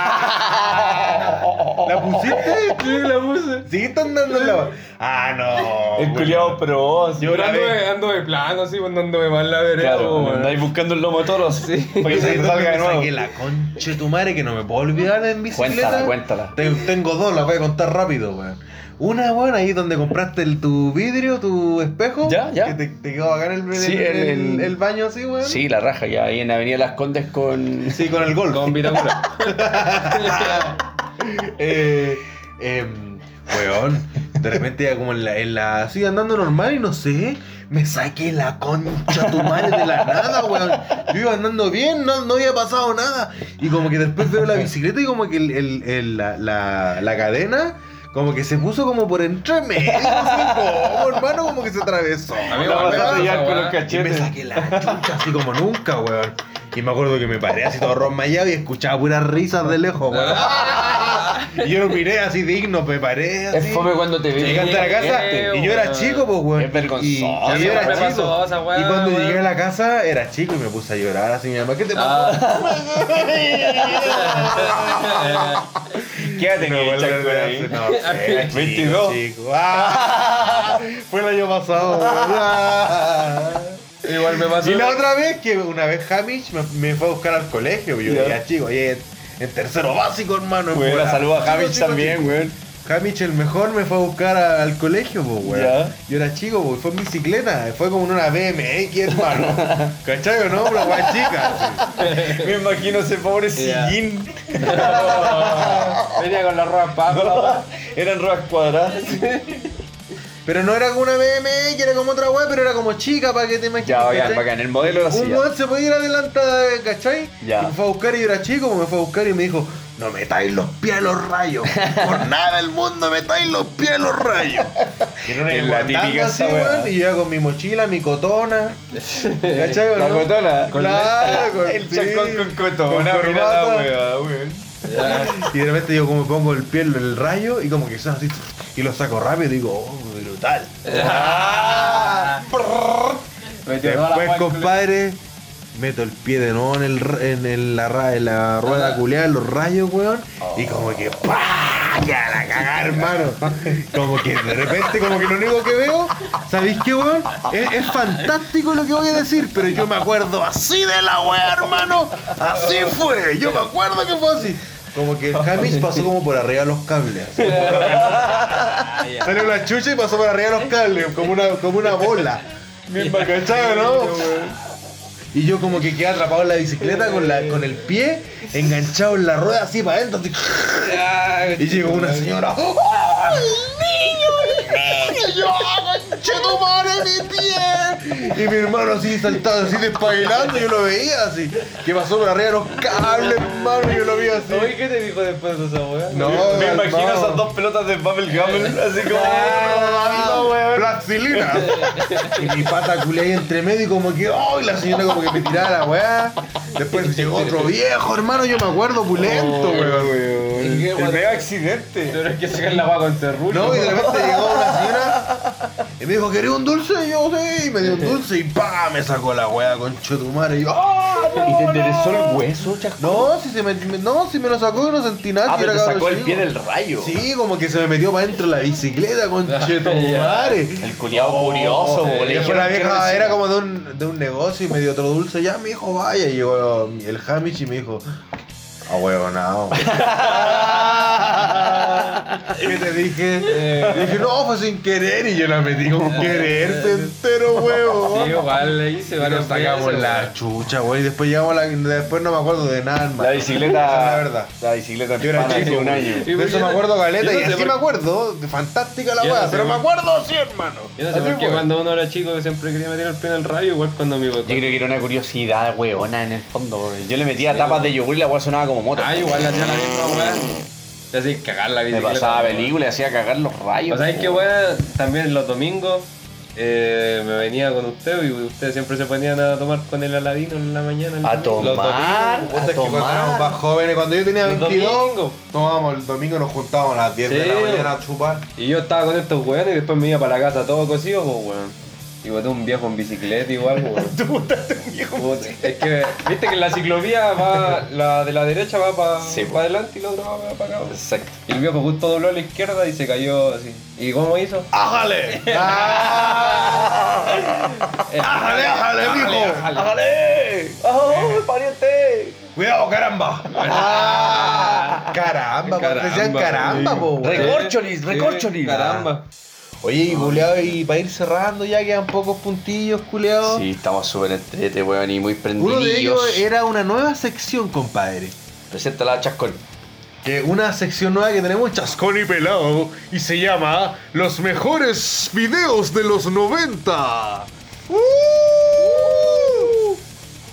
A: ¿La pusiste?
D: Sí, la puse.
A: ¿Seguiste andando en la.? Ah, no.
E: El
A: weón.
E: culiado pro.
A: Yo
D: Pero
A: una vez-
D: anduve, anduve plano así, andándome mal la vereda.
E: Claro,
D: weón.
E: andáis buscando el lomo de toros.
D: Sí.
E: Para que se te
A: ¿Sabes
E: pues, salga de
A: dónde me
E: nuevo.
A: saqué la concha de tu madre que no me puedo olvidar en bicicleta?
B: Cuéntala, cuéntala.
A: Ten- tengo dos, las voy a contar rápido, weón. Una, weón, ahí donde compraste el- tu vidrio, tu espejo.
B: Ya, ya.
A: Que te, te quedó bacán el,
B: Sí,
A: el,
B: el-
A: el-
B: el-
A: el baño así, weón.
B: Sí, la raja, ya. Ahí en Avenida Las Condes con.
A: Sí, con el gol.
D: Con Vitacura.
A: Eh, em, weón, de repente ya como en la, en la- Así andando normal y no sé. Me saqué la concha tu madre de la nada, weón. Yo iba andando bien, no, no había pasado nada. Y como que después veo la bicicleta y como que el- el- el- la, la- la cadena. Como que se puso como por entre medio, así, como, hermano, como que se atravesó.
D: Amigo,
E: La
A: La
E: vas a
A: weá.
E: pillar con
D: weón.
E: los
A: Y me
E: cachetes.
A: saqué la chucha así como nunca, weón. Y me acuerdo que me paré así todo ronmayado y escuchaba puras risas de lejos, weón. Y yo lo miré así digno, me paré así.
B: Es fome cuando te
A: Llegué
B: vi.
A: hasta la casa
D: Creo,
A: y yo era
D: weón.
A: chico, pues, weón.
B: Es vergonzoso.
A: Y, y
B: Sí,
A: yo era
D: me
A: chico.
D: pasó esa weá,
A: y cuando
D: weón.
A: llegué a la casa era chico y me puse a llorar así. Mi mamá, ¿qué te pasó?
D: Ah.
E: Quédate en
A: No,
E: el
A: vuelve a
E: chacón
A: reírse,
E: ahí.
A: no, era chico,
E: 22.
A: chico. Ah, fue el año pasado, weón. Ah.
D: Igual me pasó.
A: Y la otra vez, que una vez Hamish me, me fue a buscar al colegio, yo
E: Ya.
A: era chico, y en, en tercero básico, hermano.
E: Güey,
A: pura-
E: la saludo a
A: chico,
E: Javis
A: chico,
E: también,
A: chico.
E: güey.
A: Hamish el mejor me fue a buscar a- al colegio, po, weón.
E: Ya.
A: Yo era chico, po, y fue en bicicleta, fue como en una BMX, hermano. ¿Cachai o no? Una guay chica.
E: Me imagino ese pobre
D: Ya.
E: sillín.
D: Venía con la ropa papa.
E: Eran ruedas cuadradas.
A: así. Pero no era como una BMX, era como otra weá, pero era como chica para que te imagines.
B: Ya, bacán,
A: ¿cachai?
B: bacán. El modelo era así.
A: Un
B: ya.
A: weón se podía ir adelantada, ¿cachai?
B: Ya.
A: Y me fue a buscar y yo era chico, pues me fue a buscar y me dijo, no metáis los pies a los rayos. Por nada del mundo metáis los pies a los rayos. Y no
E: Es la típica
A: así,
E: esa weá.
A: weón, Y yo iba con mi mochila, mi cotona. ¿Cachai? o
E: La
A: no?
E: cotona.
A: Claro, con-
E: El
A: sí.
E: chacón con cotona.
A: Con
E: Mira la
A: corbata.
E: weá, güey.
A: Y de repente yo como pongo el pie en el rayo y como que suena así. Y lo saco rápido y digo, oh, brutal. Después, pues, compadre, meto el pie de nuevo en, el, r- en, el- la, ra- en la rueda culeada, en los rayos, weón. Y como que ¡pah! Ya la cagada, hermano. Como que de repente, como que lo único que veo, ¿sabéis qué, weón? Es, es fantástico lo que voy a decir, pero yo me acuerdo así de la weá, hermano. Así fue. Yo me acuerdo que fue así. Como que el Hamish pasó como por arriba de los cables. así. Salió la chucha y pasó por arriba de los cables, como una, como una bola. Bien bacachado, ¿no? Y yo como que quedé atrapado en la bicicleta con, la, con el pie enganchado en la rueda así para adentro. así. Y llegó una señora. ¡Oh, el niño, el niño! ¡Yo, madre, mi pie! Y mi hermano así saltado, así despailando, yo lo veía así. Que pasó por arriba de los cables, hermano, yo lo vi así.
D: Oye, ¿qué te dijo después de esa weá?
A: No,
E: Me imagino
A: hermano.
E: esas dos pelotas de Bubble Gum. Así como.
A: Ah, Plastilina. Y mi pata culé ahí entre medio y como que, ¡ay! la señora como que me tiraba la weá. Después llegó otro viejo, hermano, yo me acuerdo, pulento, weón.
E: El medio accidente.
D: Pero hay que sacar la weá con serrucho.
A: No, y de repente llegó una señora Y me dijo, ¿querés un dulce? Y yo, sí. Y me dio un dulce y pa, me sacó la weá con chetumare. Y yo, ¡ah! No,
B: ¿Y te
A: no".
B: enderezó el hueso, chasco?
A: No, si se me, me- no, si me lo sacó, no sentí nada.
B: Ah,
A: si
B: pero te
A: era cabro
B: sacó el
A: chico.
B: pie del rayo.
A: Sí, como que se me metió para adentro la bicicleta con chetumare.
B: El culiado
A: Oh,
B: curioso, bo, le
A: Y fue
B: dijeron
A: una
B: que
A: vieja,
B: recién-
A: era como de un, de un negocio y me dio otro dulce. Ya mi hijo vaya. Y llegó el Hamish y me dijo, ah, huevo, no. ¿Qué te dije? dije, no, fue sin querer. Y yo la metí con querer, te entero, huevo.
D: Sí, igual le hice
A: Y nos
D: varias
A: sacamos
D: veces,
A: la
D: weón.
A: chucha, güey. y Después llegamos a la. Después no me acuerdo de nada, hermano.
E: La
A: Esa es
E: bicicleta.
A: la verdad.
E: La bicicleta
A: Yo era
E: empana hace
A: chico,
E: un
A: güey.
E: año.
A: De eso me acuerdo
D: Yo
A: caleta.
D: no
A: Y
D: sé
A: así
D: por-
A: me acuerdo. de Fantástica la
D: Yo no
A: weá.
D: sé
A: Pero me
D: por-
A: acuerdo, sí, hermano.
D: Yo no sé
A: Así
D: por qué
A: fue.
D: cuando uno era chico siempre quería meter el pie en el rayo, igual cuando mi
B: Yo creo que era una curiosidad, huevona, en el fondo. bo. Yo le metía tapas de yogur y la hueá sonaba como moto.
D: Ah, igual le hacía la misma weá. Te hacía cagar la
B: Me
D: bicicleta.
B: pasaba
D: weón.
B: película, hacía cagar los rayos.
D: O sea, es que
B: bo.
D: weá, también los domingos eh, me venía con usted y ustedes siempre se ponían a tomar con el aladino en la mañana. el
B: A
D: domingo.
A: Los
B: tomar,
A: domingos, puta,
B: a
A: es que cuando éramos más
B: tomar.
A: jóvenes, cuando yo tenía
D: Los
A: 22,
D: domingos.
A: tomábamos el domingo nos juntábamos a las 10 de
D: Sí.
A: la mañana a chupar.
D: Y yo estaba con estos weones y después me iba para la casa todo cocido, pues weón. Y boté un viejo en bicicleta igual, pues, weón. Tú botaste un viejo Es que, viste que la ciclovía va, la de la derecha va para
B: Sí, po.
D: adelante y la otra va para acá. weón.
B: Exacto.
D: Y el viejo justo dobló a la izquierda y se cayó así. ¿Y cómo hizo?
B: Ah,
A: ¡Ájale! ¡Ájale, ájale, mijo!
B: ¡Ájale!
E: Ah,
D: Eh.
B: ¡Oh, pariente!
A: ¡Cuidado, caramba! Ah, ¡Caramba! porque Decían caramba, po,
D: weón.
A: güey.
B: Recorcholis,
D: Sí,
B: recorcholis.
D: Caramba.
A: Oye, y culeado, y para ir cerrando ya quedan pocos puntillos, culeado.
B: Sí, estamos súper entrete, weón, y muy
A: Uno de ellos
B: prendidillos.
A: era una nueva sección, compadre.
B: Preséntala, chascón.
A: que una sección nueva que tenemos Chascón y Pelado y se llama Los mejores videos de los ¡Uh! 90.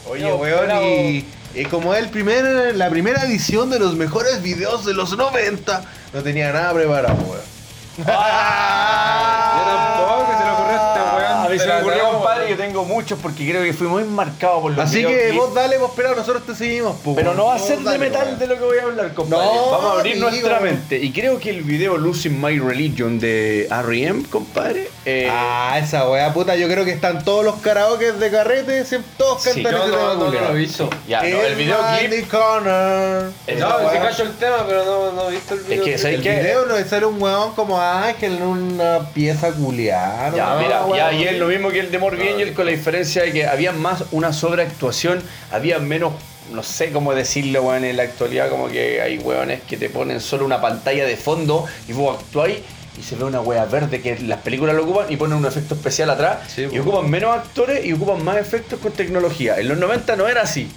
A: Oye,
D: Yo,
A: weón,
D: Pelao.
A: y, y como es el primer, la primera edición de los mejores videos de los 90, no tenía nada preparado, weón.
D: Yo tampoco, se le ocurrió a este weón.
B: Ah, A mí se
D: Te la
B: me ocurrió,
D: cagamos,
B: compadre,
D: weón.
B: que tengo muchos porque creo que fui muy marcado por los
A: Así que
B: videoclips.
A: vos dale, vos Pelao, nosotros te seguimos, po,
B: Pero
A: weón.
B: no va a
A: Vos
B: ser de
A: dale,
B: metal
A: weón.
B: de lo que voy a hablar, compadre.
A: No,
B: Vamos a abrir
A: amigo.
B: nuestra mente. Y creo que el video Losing My Religion de R.E.M., compadre. eh,
A: Ah, esa weá puta, yo creo que están todos los karaoke de carrete, siempre todos
B: Sí,
A: cantan
D: Yo
A: ese
D: no,
A: tema,
D: no, no
A: culiao.
D: lo he visto.
B: ya, no, el videoclip.
A: Mandy Connor.
B: El-
A: Esa
D: No, sí
A: weá.
D: cacho el tema, pero no, no he visto el video.
B: que, ¿sabes
A: El
B: qué?
A: video no sale un huevón como Ángel en una pieza culiada.
B: Ya, mira, ya, y es lo
A: vi.
B: mismo que el de Morbid Angel, con la diferencia de que había más una sobreactuación, había menos, no sé cómo decirlo, weón, en la actualidad, como que hay weones que te ponen solo una pantalla de fondo y vos actuáis y se ve una wea verde que las películas lo ocupan y ponen un efecto especial atrás
D: Sí,
B: y
D: pues.
B: ocupan menos actores y ocupan más efectos con tecnología. En los 90 no era así.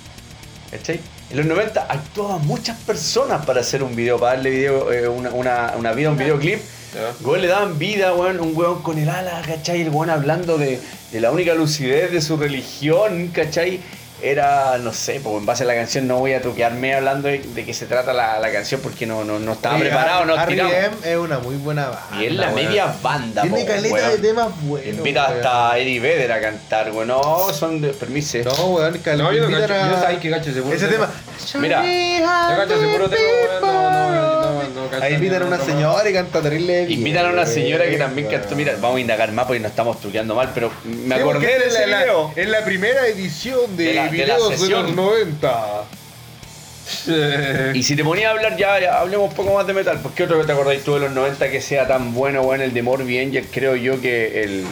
B: ¿Cachai? En los 90 actuaban muchas personas para hacer un video, para darle video, eh, una, una, una vida, a un videoclip.
D: Ya.
B: Weón, le daban vida, weón, un weón con el ala, ¿cachai? El weón hablando de, de la única lucidez de su religión, ¿cachai? Era, no sé, pues en base a la canción no voy a truquearme hablando de, de qué se trata la, la canción porque no, no, no estaba preparado, no tiramos.
A: es una muy buena banda.
B: Y es la
A: weón.
B: media banda,
A: Tiene
B: po,
A: caleta
B: weón.
A: de temas buenos.
B: Invita
A: weón.
B: hasta Eddie Vedder a cantar, weón. No, son de permiso.
A: No, weón, caleta.
D: No, yo no
A: invitan
D: cacho.
A: a-
D: Yo sabía que cacho ese puro
A: Ese tema.
B: Mira.
D: Yo cacho ese puro tema, weón. No, no, no, no, no cacho
A: Ahí invitan a
D: ni
A: una
D: otro,
A: señora y canta terrible. bien,
B: Invitan a una señora que
A: weón.
B: también cantó. Mira, vamos a indagar más porque nos estamos truqueando mal, pero me
A: Sí, porque
B: acordé de
A: esta
B: ese
A: es la-
B: video.
A: Es la primera edición de,
B: De la- de la
A: videos de, los
B: sesión.
A: 90.
D: weón.
B: Y si te ponía a hablar, ya, ya, hablemos un poco más de metal. ¿Por qué otro que te acordáis tú de los 90 que sea tan bueno, bueno? El de Morbi Angel, creo yo que el.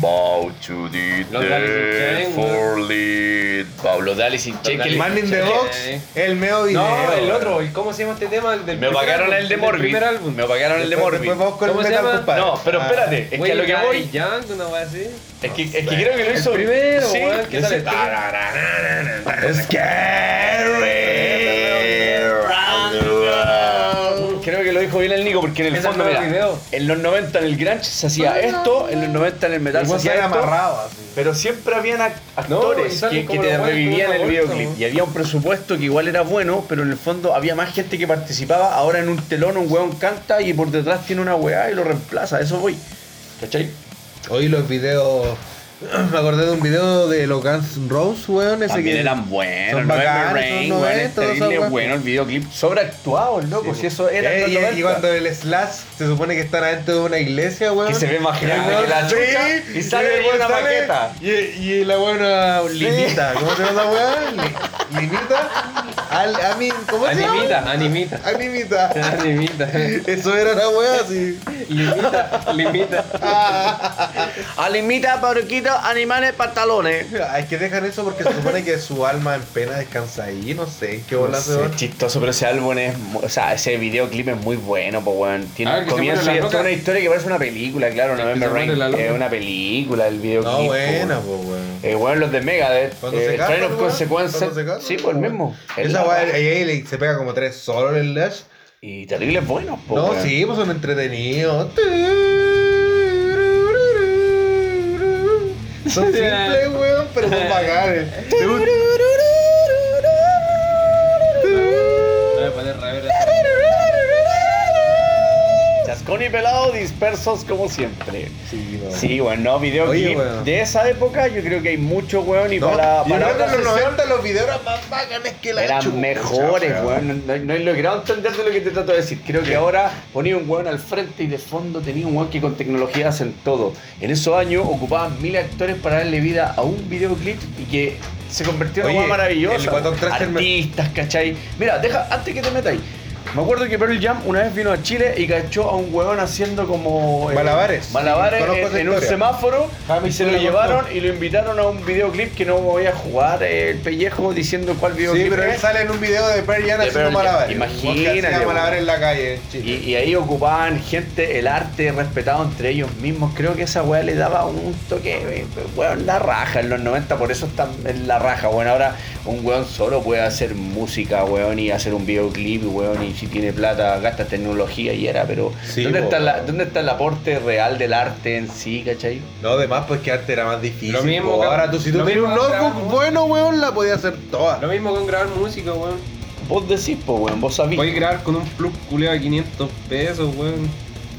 B: Bow to the
D: Los de Alice in
B: dead
D: Chains,
B: for lead. Pablo de Alice in Chains,
D: de
B: que el
D: Alice
A: Man in the
B: Sí.
A: Box, el meo video.
D: No, el otro, ¿y ¿cómo se llama este tema? El del
B: Me
D: primer
B: pagaron
D: álbum,
B: el de
D: del
B: Morbi.
D: primer álbum.
B: Me pagaron el de
A: Después-
B: Morbi.
A: después vamos con el
D: ¿Cómo se
A: metal,
D: llama?
A: compadre.
B: No, pero
A: Ah.
B: espérate, es que a lo que
D: Way
B: voy.
D: Die Young, una wea así.
B: Es que, es que creo que lo
D: El
B: hizo.
D: primero,
B: sí,
D: weón, que sale
B: ese-
D: tú.
B: Creo que lo dijo bien el Nico, porque en el
D: Ese
B: fondo,
D: fue el
B: mira,
D: video.
B: en los 90 en el grunge se hacía esto, en los 90 en el metal
A: El
B: se
A: weón
B: hacía
A: sale
B: esto,
A: amarrado así.
B: pero siempre habían ac-
D: No, y
B: actores
D: salen
B: que, que
D: como
B: te
D: los buenos
B: revivían
D: con
B: el
D: una bolsa,
B: videoclip.
D: ¿no?
B: Y había un presupuesto que igual era bueno, pero en el fondo había más gente que participaba. Ahora en un telón un weón canta y por detrás tiene una weá y lo reemplaza, a eso voy. ¿Cachai?
A: Hoy los videos Me acordé de un video de los Guns N' Roses, weón. Ese
B: También
A: que
B: eran buenos,
A: son
B: November
A: bacanes,
B: Rain,
A: son
B: weón, es
A: 90,
B: terrible
A: son guapos.
B: bueno el videoclip sobreactuado, loco, pues, si eso era
A: Eh,
B: en los
A: y- y,
B: 90.
A: cuando el Slash se supone que están adentro de una iglesia, weón.
B: que se ve más grande
A: weón,
B: que la
A: sí,
B: chucha y sale
A: el
B: ahí
A: weón
B: una
A: sale,
B: maqueta.
A: Y, y la buena Linita, ¿cómo se llama esa weón? Linita. Al, a mí, ¿Cómo se llama?
D: Animita, animita.
A: Animita.
D: Pues Animita.
A: Eso era la weá, así.
D: Limita, limita.
B: Alimita, paruquito, animales, pantalones.
A: Hay que dejar eso porque se supone que su alma en pena descansa ahí, no sé, qué bola
B: No
A: se
B: sé,
A: va.
B: es chistoso, pero ese álbum es. mu- O sea, ese videoclip es muy bueno, pues, weón. Tiene
D: Ah,
B: un
D: que se
B: comienzo
D: muere
B: y
D: la
B: es toda
D: loca.
B: una historia que parece una película, claro.
D: que
B: November
D: se muere
B: Rain
D: la loca.
B: es una película, el videoclip.
A: No,
B: po,
A: buena,
B: weón.
A: pues weón.
B: Eh, weón, los de Megadeth.
A: Cuando
B: eh,
A: se casan,
B: Train of
A: weón,
B: Consequences.
A: cuando se casan,
B: Sí, pues
A: weón.
B: el mismo. Es
A: Esa
B: la-
A: weá, ahí, ahí le- se pega como tres solo el Lash.
B: Y terrible es bueno, pues.
A: No,
B: weón.
A: sí, pues son entretenidos. Son simples, weón, pero son bacanes. ¿Te gusta?
D: Voy a poner rever esa.
B: Chascón y pelado dispersos como siempre.
A: Sí, no.
B: Sí, weón, no,
A: Oye,
B: videoclip
A: weón.
B: de esa época yo creo que hay mucho, weón, y
A: No,
B: para,
A: yo
B: para
A: creo que
B: otra
A: en los
B: sesión-
A: 90 los videos eran más bacanes que la
B: Eran
A: chucha,
B: mejores,
A: weón.
B: weón. No, no he logrado entender de lo que te trato de decir. Creo que ahora ponía un weón al frente y de fondo tenía un weón que con tecnología hacen todo. En esos años ocupaban mil actores para darle vida a un videoclip y que se convirtió en
A: Oye,
B: una
A: el
B: maravillosa.
A: Guatón Thrasher me-
B: Artistas, ¿cachai? Mira, deja, antes que te metáis. Me acuerdo que Pearl Jam una vez vino a Chile y cachó a un weón haciendo como... eh,
A: Malabares.
B: Malabares
A: Conozco
B: en,
A: esa
B: en un
A: historia.
B: semáforo
A: Hamilton
B: y se lo
A: la contó.
B: llevaron y lo invitaron a un videoclip que no voy a jugar eh, el pellejo diciendo cuál videoclip
A: Sí, pero
B: es.
A: él sale en un video de Pearl Jam
B: De
A: haciendo
B: Pearl Jam.
A: malabares.
B: Imagínate,
A: Porque hacía
B: weón.
A: malabares en la calle, chico.
B: Y, y ahí ocupaban gente, el arte respetado entre ellos mismos. Creo que esa weá le daba un toque, eh, weón, la raja en los 90, por eso está en la raja. Bueno, ahora un weón solo puede hacer música, weón, y hacer un videoclip, weón, y si tiene plata, gasta tecnología y era, pero
A: Sí,
B: ¿dónde,
A: po,
B: está la-
A: weón.
B: ¿dónde está el aporte real del arte en sí, cachai?
A: No, además, pues que antes era más difícil.
D: Lo mismo
A: po.
D: que-
A: Ahora tú, si tú
D: lo
A: tenías un
D: mismo que
A: notebook
D: grabamos.
A: bueno, weón, la podías hacer toda.
D: Lo mismo con grabar música, weón.
B: Vos decís, po, weón, vos sabís.
D: Podéis grabar con un plug culeado de 500 pesos, weón.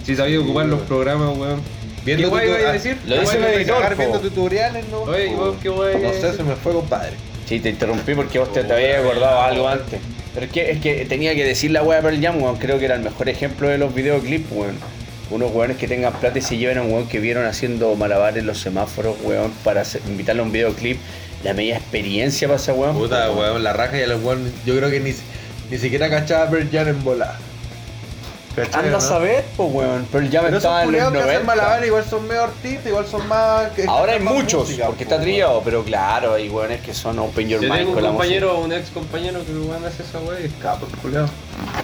D: Si sabía ocupar los programas, weón.
A: Viendo
D: ¿Qué weón
A: tuto-
D: iba a
A: ah,
D: decir?
B: lo dice
D: Weón,
B: el
D: iba a
B: editor,
D: sacar
B: po.
D: viendo
A: Viendo
D: tu-
A: tutoriales, ¿no?
D: Oye, ¿y vos qué weón?
A: No sé, se me fue, compadre.
B: Sí, te interrumpí porque vos te, te habías acordado algo antes. Pero es que, es que tenía que decir la wea de Pearl Jam, weón. Creo que era el mejor ejemplo de los videoclips, weón. Unos weones que tengan plata y se lleven a un weón que vieron haciendo malabares en los semáforos, weón, para hacer- invitarle a un videoclip. La media experiencia para ese weón.
A: Puta, weón, la raja y a los weón, yo creo que ni, ni siquiera cachaba a Pearl Jam en bola. ¿Cachai,
B: Anda
A: no?
B: a saber, pues, weón. Pearl Jam
A: Pero
B: estaba
A: esos
B: en los
A: culiados que hacen
B: 90.
A: malabares igual son medio artistas, igual son más... que-
B: Ahora hay
A: más
B: muchos,
A: música,
B: porque
A: po,
B: está trillado, pero claro, hay weones que son open your
D: Yo
B: mind
D: tengo un
B: con la
D: compañero, un ex compañero que weón hace esa weón y es capo, el culeado.
B: música.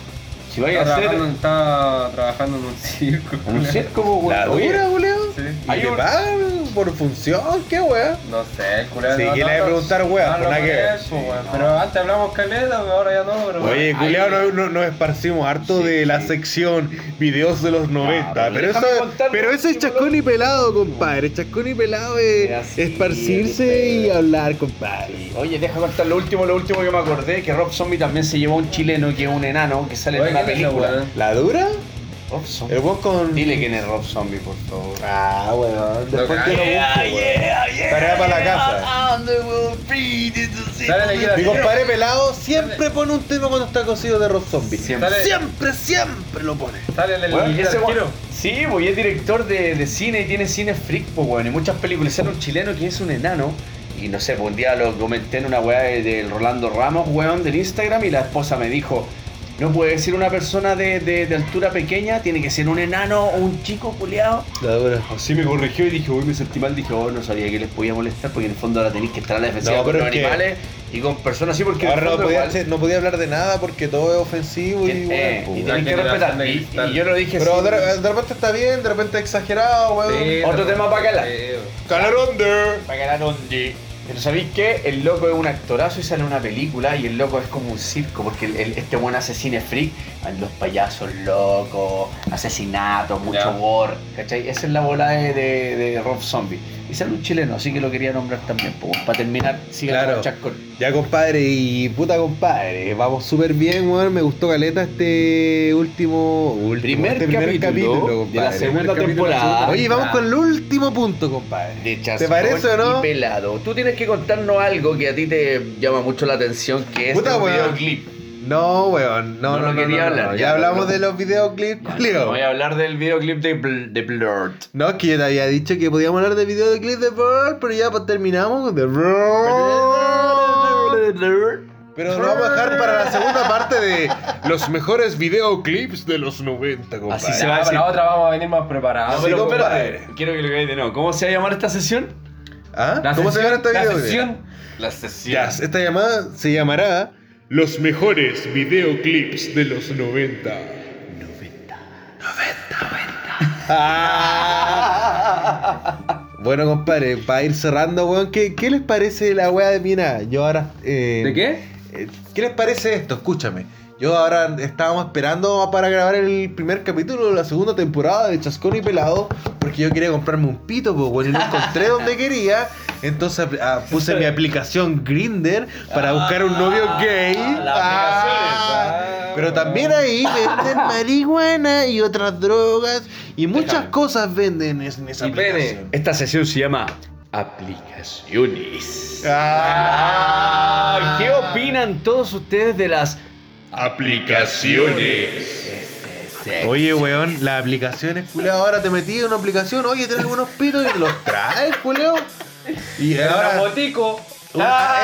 B: Si vais a
D: Está
B: hacer
D: trabajando, está trabajando en un circo,
B: en un
D: culeado.
B: circo, pues, weón.
A: La dura, weón.
D: Sí.
A: ¿Y
B: Hay
A: te
B: un-
A: pagan por función? ¿Qué weón?
D: No sé, el culeado.
A: Sí,
D: no-
A: ¿quién
D: no-
A: le va a preguntar, weón?
D: no
A: Pues
D: lo
A: nada que ver.
D: conozco, weón. Pero antes hablamos caleta, weón, ahora ya no, pero weón.
A: Oye, culiao, no- no- nos esparcimos harto de la sección videos de los 90,
B: pero
A: pero,
B: déjame
A: eso,
B: contar,
A: pero eso es
B: porque-
A: chascón y pelado, compadre. Chascón y pelado es
B: Es así,
A: esparcirse
B: es
A: y hablar, compadre.
B: Sí. Oye, deja contar lo último, lo último que me acordé, que Rob Zombie también se llevó a un chileno que es un enano que sale
D: Oye,
B: en una
D: ¿qué es esa
B: película.
D: weá?
A: ¿La dura? Oh,
B: Rob Zombie.
A: El vos con.
B: Dile quién es Rob Zombie, por favor.
A: Ah, weón. Después te lo busco, weón. Tarea
B: Tarea
A: para la
B: Ah,
A: casa.
D: Dale, la guía.
A: Mi compadre pelado siempre pone un tema cuando está cocido de Rob Zombie.
B: Siempre.
A: siempre, siempre lo pone.
D: Sale el
B: Weón,
D: el-
B: ese
D: el
B: weón-
D: tiro.
B: Sí, pues y es director de, de cine y tiene cine freak, pues weón, y muchas películas. Era un chileno que es un enano. Y no sé, pues, un día lo comenté en una weá de- del Rolando Ramos, weón, del Instagram, y la esposa me dijo. No puede ser una persona de, de- de altura pequeña, tiene que ser un enano o un chico culeado.
A: La dura.
B: Así Ah, me corrigió y dije, uy, me sentí mal. Dije, oh, no sabía que les podía molestar porque en el fondo ahora tenéis que estar a la defensiva
A: No,
B: con
A: pero
B: los
A: es que-
B: animales y con personas así porque. en el
A: Ahora no
B: fondo
A: podía,
B: igual-
A: no podía hablar de nada porque todo es ofensivo y
B: Eh,
A: weón,
B: y
A: pues,
B: tenéis que
D: La generación
B: respetar.
D: de
B: Y,
D: cristal.
B: y yo lo dije
A: Pero
B: así.
A: de, de repente está bien, de repente exagerado, weón.
D: Sí,
B: Otro tema para calar.
D: Sí, weón.
A: Calaron de.
B: Para ganar Ondi. Pero ¿sabéis qué? El loco es un actorazo y sale en una película y el loco es como un circo, porque el- el- este buen hace cine freak, a los payasos locos, asesinatos, mucho
D: Ya.
B: gore, ¿cachai? Esa es la bola de, de- de Rob Zombie. Y sale un chileno, así que lo quería nombrar también, pues, para terminar, sigue
A: Claro.
B: con Chascón.
A: Ya, compadre, y puta, compadre, vamos súper bien, weón. Me gustó Caleta este último, último-
B: Primer
A: este
B: capítulo
A: compadre.
B: de la segunda
A: Primer capítulo de la
B: temporada. Ah.
A: segunda- Oye, vamos con el último punto, compadre.
B: De
A: ¿Te
B: Chascón
A: parece o no?
B: y pelado. Tú tienes que contarnos algo que a ti te llama mucho la atención, que es
A: Puta,
B: un
A: weón.
B: videoclip.
A: No, weón, no,
B: No, no
A: no, no, no, no,
B: quería
A: no.
B: hablar,
A: Ya
B: ya,
A: hablamos
B: no.
A: de los videoclips,
B: No
A: Julio.
B: Voy a hablar del videoclip de, Bl- de Blurt.
A: No, es que yo te había dicho que podíamos hablar de videoclips de Bird, pero ya pues, terminamos con The Bird. Pero lo vamos a dejar para la segunda parte de los mejores videoclips de los 90, compadre.
B: Así se va a
D: Ya,
B: decir.
D: para la otra vamos a venir más preparados.
A: No, pero-
D: Sí,
A: compadre.
B: quiero que lo veáis de nuevo. ¿Cómo se va a llamar esta sesión?
A: ¿Ah?
D: la
A: ¿Cómo se llama
D: sesión-
A: este video?
D: La sesión
E: La sesión.
A: Ya, esta llamada se llamará Los mejores videoclips de los 90. 90. 90, 90. Ah. Bueno, compadre, para ir cerrando, weón, ¿qué, qué les parece la weá de Mina? Yo ahora. eh,
D: ¿De qué?
A: eh, ¿Qué les parece esto? Escúchame. Yo ahora estábamos esperando para grabar el primer capítulo de la segunda temporada de Chascón y Pelado porque yo quería comprarme un pito, pues bueno, y lo encontré donde quería. Entonces ah, puse mi aplicación Grinder para buscar un novio gay. Ah, pero también ahí venden marihuana y otras drogas y muchas cosas venden en esa
D: Y pene.
A: aplicación.
B: Esta sesión se llama Aplicaciones.
A: Ah.
B: ¿Qué opinan todos ustedes de las aplicaciones?
A: Oye, weón, las aplicaciones, culeo. Ahora te metí en una aplicación, oye, tenés unos pitos y te los traes, culeo. Y
D: Ahora
A: ahora.
D: botico.
A: un- ah,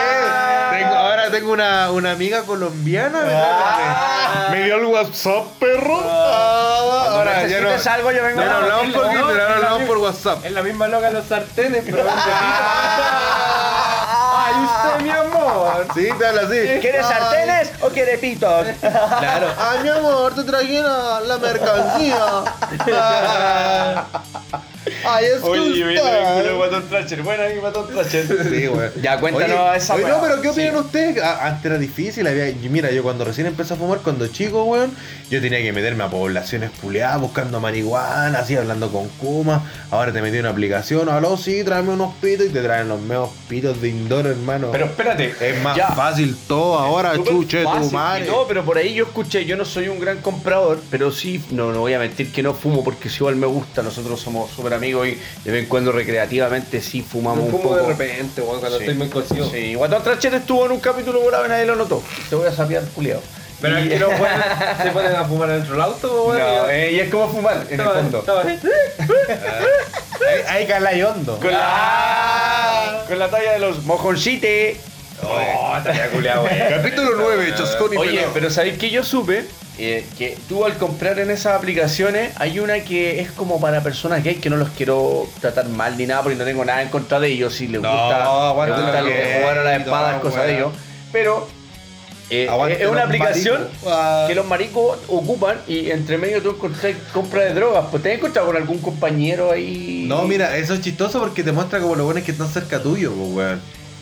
A: eh, tengo- ahora tengo una, una amiga colombiana, ¿verdad? Me, me dio el WhatsApp, perro. Ah, ahora ya no.
B: ¿Necesitas algo? Yo vengo
A: Ya ah, no
B: a-
A: hablamos por Grinder, ahora hablamos por WhatsApp.
D: Es la misma loca de los sartenes, pero un botito.
A: Ah.
D: Ay, usted, mi amor.
A: Sí, te habla así. Ah,
B: ¿Quieres
A: Ay,
B: sartenes o quieres pitos?
A: Claro. Ay, Ah, mi amor, te trajeron la mercancía. Ay, es
E: Oye,
A: que
E: viene
A: usted-
E: el Guatón Thatcher. Bueno, ahí Guatón Thatcher.
A: Sí, güey.
B: Ya, cuéntanos
A: Oye,
B: esa
A: oye,
B: weá.
A: no, pero ¿qué opinan
B: Sí.
A: ustedes? A- Antes era difícil. Había, y mira, yo cuando recién empecé a fumar, cuando chico, weón, yo tenía que meterme a poblaciones puleadas, buscando marihuana, así, hablando con Kuma. Ahora te metí en una aplicación, aló, sí, tráeme unos pitos y te traen los meos pitos de indoor, hermano.
E: Pero espérate.
D: eh,
A: es más
B: ya.
A: fácil todo ahora,
B: Súper
A: chuche, tu
B: fácil,
A: madre.
B: No, pero por ahí yo escuché, yo no soy un gran comprador, pero sí, no, no voy a mentir que no fumo porque si igual me gusta, nosotros somos súper amigos y de vez en cuando recreativamente sí fumamos
D: Un
B: un
D: fumo
B: poco.
D: de repente, weón, cuando
B: Sí.
D: estoy muy cocido.
B: Sí, Guatón Trachet estuvo en un capítulo por ahí, nadie lo notó. Te voy a sapear, culiao.
D: Pero aquí los buenos se ponen a fumar dentro del auto, weón.
E: No, eh, y es como fumar en el fondo.
A: Hay, hay calayondo.
E: Con la, con la talla de los mojoncites.
D: Oh, estaría culiado, weón.
A: Capítulo 9, Choscón y
B: Oye,
A: Pelado.
B: pero ¿sabéis que yo supe? Eh, que tú al comprar en esas aplicaciones hay una que es como para personas gays que no los quiero tratar mal ni nada porque no tengo nada en contra de ellos si les
A: No,
B: gusta, les
A: aguanta
B: gusta
A: lo que-
B: jugar a las espadas
A: no,
B: cosa de
A: weón.
B: ellos pero eh,
A: Aguante
B: es una
A: los
B: aplicación
A: maricos. Ah.
B: que los maricos ocupan y entre medio tú encontrás compra de drogas pues te has encontrado con algún compañero ahí
A: No, mira, eso es chistoso porque te muestra como los buenos que están cerca tuyo, pues, weón.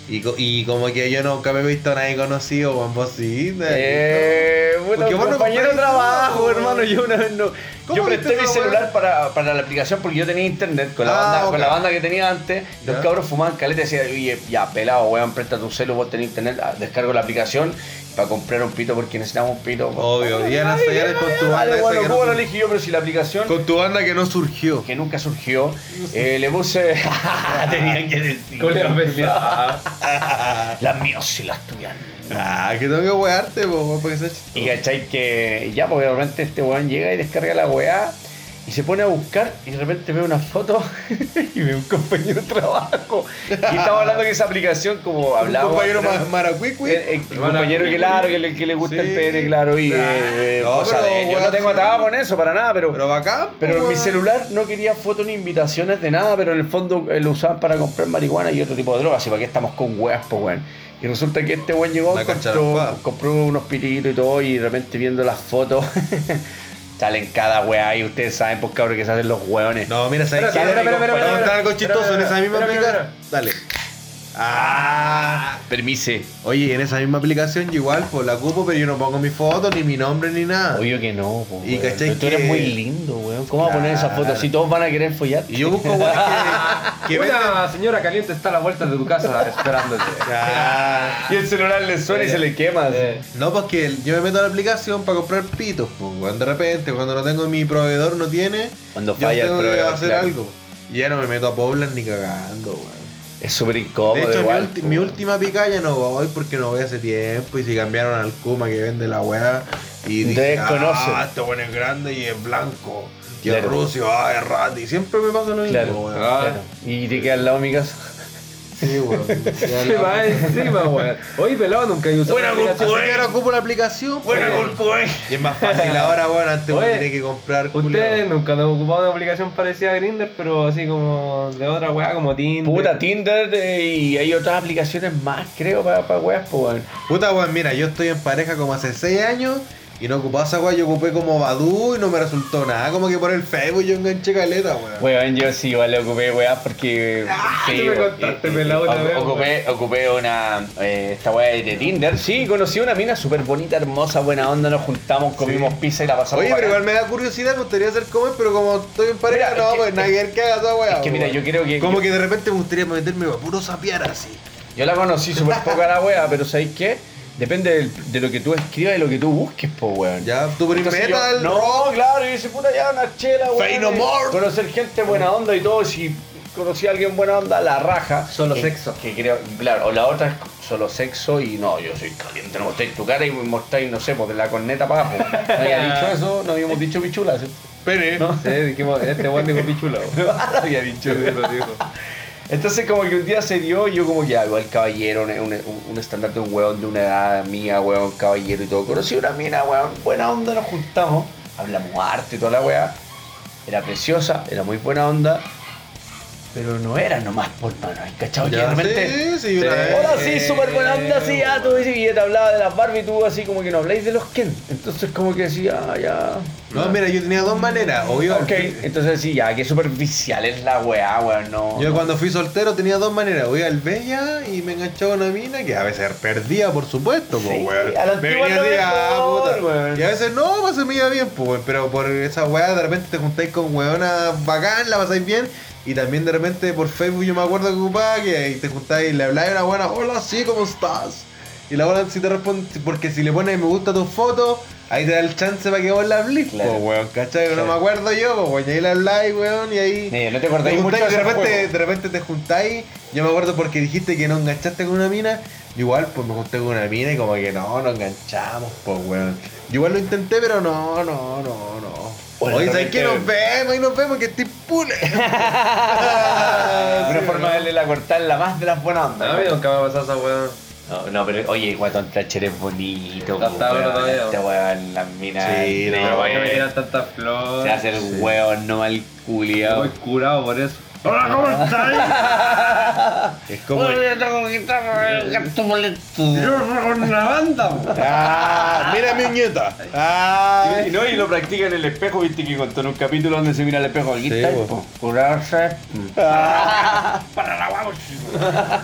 A: Y, co- y como que yo nunca me he visto a nadie conocido, weón, vos sí.
B: Eh, bueno,
A: Porque vos no
B: compañero de
A: compráis
B: trabajo,
A: nada,
B: hermano. Yo una vez no.
A: ¿Cómo
B: Yo
A: viste
B: presté mi
A: esa weá?
B: celular para, para la aplicación porque yo tenía internet con la,
A: Ah,
B: banda,
A: ok.
B: con la banda que tenía antes. Los
A: Ya.
B: cabros fumaban caleta y decían, oye, ya pelado, weón, presta tu celu, vos tenés internet, ah, descargo la aplicación para comprar un pito porque necesitamos un pito.
A: Obvio, Diana Sayares con tu banda
B: Vale,
A: esa
B: bueno,
A: que no
B: ¿cómo lo
A: sur-
B: elegí yo? Pero si la aplicación
A: Con tu banda que no surgió.
B: que nunca surgió, eh, le puse. tenía que
D: Culiao,
B: decir.
D: pendeado.
B: Las mías y las tuyas.
A: Ah, que tengo que wearte, pues, weón, porque sea chistoso.
B: Y cachai que ya, porque de repente este weón llega y descarga la weá y se pone a buscar y de repente ve una foto y ve un compañero de trabajo. Y estaba hablando que esa aplicación, como
A: Un
B: hablaba.
A: compañero
B: era-
A: más maracuí,
B: eh, eh, el compañero que claro, que le, que le gusta el
A: Sí.
B: pene, claro, y eh, eh,
A: No,
B: cosa
A: pero,
B: de- Yo no
A: weón,
B: tengo
A: sí.
B: atado con eso para nada, pero.
A: Pero bacán, pues,
B: Pero en mi
A: weón.
B: celular no quería fotos ni invitaciones de nada, pero en el fondo eh, lo usaban para comprar marihuana y otro tipo de drogas. Y para qué estamos con weas, pues weón. Y resulta que este weón llegó,
A: La
B: compró,
A: cacharrúa.
B: compró unos pititos y todo, y de repente viendo las fotos, salen cada wea. Y ustedes saben, pues cabrón, que se hacen los weones.
A: No, mira, ¿sabes
D: Espérate,
A: qué?
D: espera, espera, espera,
A: Vamos a
D: espera,
A: contar algo
D: espera,
A: chistoso en
D: espera,
A: esa misma
D: espera,
A: aplicación. Dale.
G: Ah.
B: Permise.
A: Oye, en esa misma aplicación yo igual pues la ocupo, pero yo no pongo mi foto, ni mi nombre, ni nada.
B: Obvio que no, po,
A: Y
B: weón.
A: cachai
B: Pero Tú eres
A: que-
B: muy lindo, weón. ¿Cómo va a poner esa
A: Claro.
B: foto? Si todos van a querer follar.
A: Y yo busco weones que, que venden-
D: Una señora caliente está a la vuelta de tu casa esperándote.
A: Ah,
H: Y el celular le suena y se le quema. así.
D: Eh,
A: No, porque el- yo me meto a la aplicación para comprar pitos, pues, weón. De repente, cuando no tengo mi proveedor, no tiene.
B: Cuando
A: yo
B: falla el
A: tengo que
B: proveedor,
A: hacer
B: claro.
A: algo. Y ya no me meto a Poblan ni cagando, weón.
B: Es súper
A: De
B: incómodo,
A: hecho, mi,
B: igual.
A: ulti-
B: po,
A: mi
B: weón.
A: última picaya no voy porque no voy hace tiempo y si cambiaron al Kuma que vende la weá y
B: Desconoce.
A: ah, este bueno es grande y es blanco y
B: Claro.
A: es ruso, ah, es rat y siempre me pasa lo mismo,
B: Claro.
A: weón.
D: Ah.
B: Claro. Y te queda al lado de mi casa.
A: Sí, weón. Ya
D: Se
A: la-
D: va encima, weón. Hoy pelado nunca he usado.
B: Buena
D: una
A: Así
D: aplicación.
A: que
B: eh.
A: ahora ocupo la aplicación. pues.
B: golpe,
A: Y es más fácil ahora, weón, antes
D: Oye,
A: weón tenía que comprar
D: Ustedes
A: culiao.
D: nunca han ocupado una aplicación parecida a Grindr, pero así como de otra weá, como Tinder.
B: Puta, Tinder eh, y hay otras aplicaciones más, creo, para pa weas, po, weón.
A: Puta weón, mira, yo estoy en pareja como hace 6 años y no ocupaba esa weá, yo ocupé como Badu y no me resultó nada, como que por el Facebook yo enganché caleta, weón.
B: Weón, yo sí igual le ocupé weas porque.
D: Ah,
B: sí,
D: tú me
B: weón.
D: contaste,
B: Eh, eh,
D: pelado, una
B: ocu-
D: vez,
B: ocupé, ocupé una. eh, esta wea de Tinder. Sí, conocí una mina súper bonita, hermosa, buena onda. Nos juntamos, comimos pizza y la pasamos.
A: Oye, pero
B: bacán.
A: igual me da curiosidad, me gustaría hacer comer, pero como estoy en pareja,
B: Mira,
A: no,
B: es que-
A: pues nadie que haga esa weá.
B: Es que mira, yo creo que.
A: Como que de repente me gustaría meterme a puro sapiar así.
B: Yo la conocí súper poca la wea, pero ¿sabéis qué? Depende del- de lo que tú escribas y lo que tú busques, po, weón.
A: Ya, tú pones
B: Entonces yo-
A: metal,
B: no,
A: rock.
B: claro, y dice puta ya una chela, weón.
A: Faith no
B: y
A: more.
B: Conocer gente buena onda y todo, si conocí a alguien buena onda, la raja.
D: Solo
B: Que-
D: sexo.
B: Que creo, claro, o la otra es solo sexo y no, yo soy caliente, no mostráis tu cara y me mostráis, no sé, pues de la corneta para abajo. Eh. No había dicho eso, no habíamos dicho pichula, ¿cierto?
A: Pene.
B: No.
D: Sí, dijimos, este weón dijo pichula, weón.
B: No, no había dicho eso, dijo. Entonces como que un día se dio y yo como que algo el caballero, un, un- un estandarte de un weón de una edad mía, weón, caballero y todo. Conocí una mina, weón, buena onda, nos juntamos, hablamos arte y toda la weá. Era preciosa, era muy buena onda, pero no era nomás por mano, ¿cachado? Que de
A: Ya, sí,
B: repente...
A: sí, una vez.
B: Hola, sí, súper buena onda, sí, ya tú dices, y yo te hablaba de las Barbie, tú así como que no habláis de los Ken. Entonces como que decía, ah, ya...
A: No, mira, yo tenía dos maneras. O iba al
B: Ok,
A: pi-
B: entonces sí, ya, que superficial es la weá, weón, no.
A: Yo
B: no.
A: cuando fui soltero tenía dos maneras. O iba al Bella y me enganchaba una mina que a veces perdía, por supuesto, po,
B: Sí,
A: weón.
B: a la
A: Me
B: antigua
A: venía así,
B: es lo
A: ah,
B: mejor,
A: puta.
B: weón.
A: Y a veces no, pues se me iba bien, pues, pero por esa weá de repente te juntáis con weonas bacán, la pasáis bien. Y también de repente por Facebook yo me acuerdo que ocupaba que ahí te juntáis y le habláis a una buena, hola, sí, ¿cómo estás? Y la buena si te responde, porque si le pones me gusta a tu foto, ahí te da el chance para que vos la hables, po,
B: Claro.
A: weón, ¿cachai? No me acuerdo yo, po, weón, y ahí la habláis, weón, y ahí...
B: Eh, no te acordáis
A: Te
B: mucho
A: juntáis,
B: de
A: de,
B: ese
A: repente,
B: juego.
A: de repente te juntáis. Yo me acuerdo porque dijiste que no enganchaste con una mina. yo Igual, pues me junté con una mina y como que no, no enganchamos, pues weón. Yo igual lo intenté, pero no, no, no, no.
B: Bueno,
A: Oye, ¿sabes
B: realmente-
A: qué? Nos vemos y nos vemos, que estoy pule.
B: Ah, Una forma de darle la cortar la más de las buenas
D: A mí
B: ondas.
D: nunca me ha pasado esa weón.
B: No, no, pero oye, Guatón Thatcher es bonito,
D: Hasta
B: weón,
D: ahora todavía.
B: Este weón, las minas.
A: Sí,
B: negras,
D: Pero para que me
B: weón.
D: tiran tantas
B: eh.
D: flores.
B: Se hace el weón, no mal
D: Estoy
B: culiado.
D: curado por eso. Hola, ¿cómo estáis?
A: Es como.
D: Yo con una banda, weón.
A: ¡Ah! ¡Mira mi uñeta! ¡Ah!
B: Y no, y lo practica en el espejo, viste que contó en un capítulo donde se mira al espejo. Aquí
A: Sí,
B: está,
A: weón.
B: po, curarse. Ah.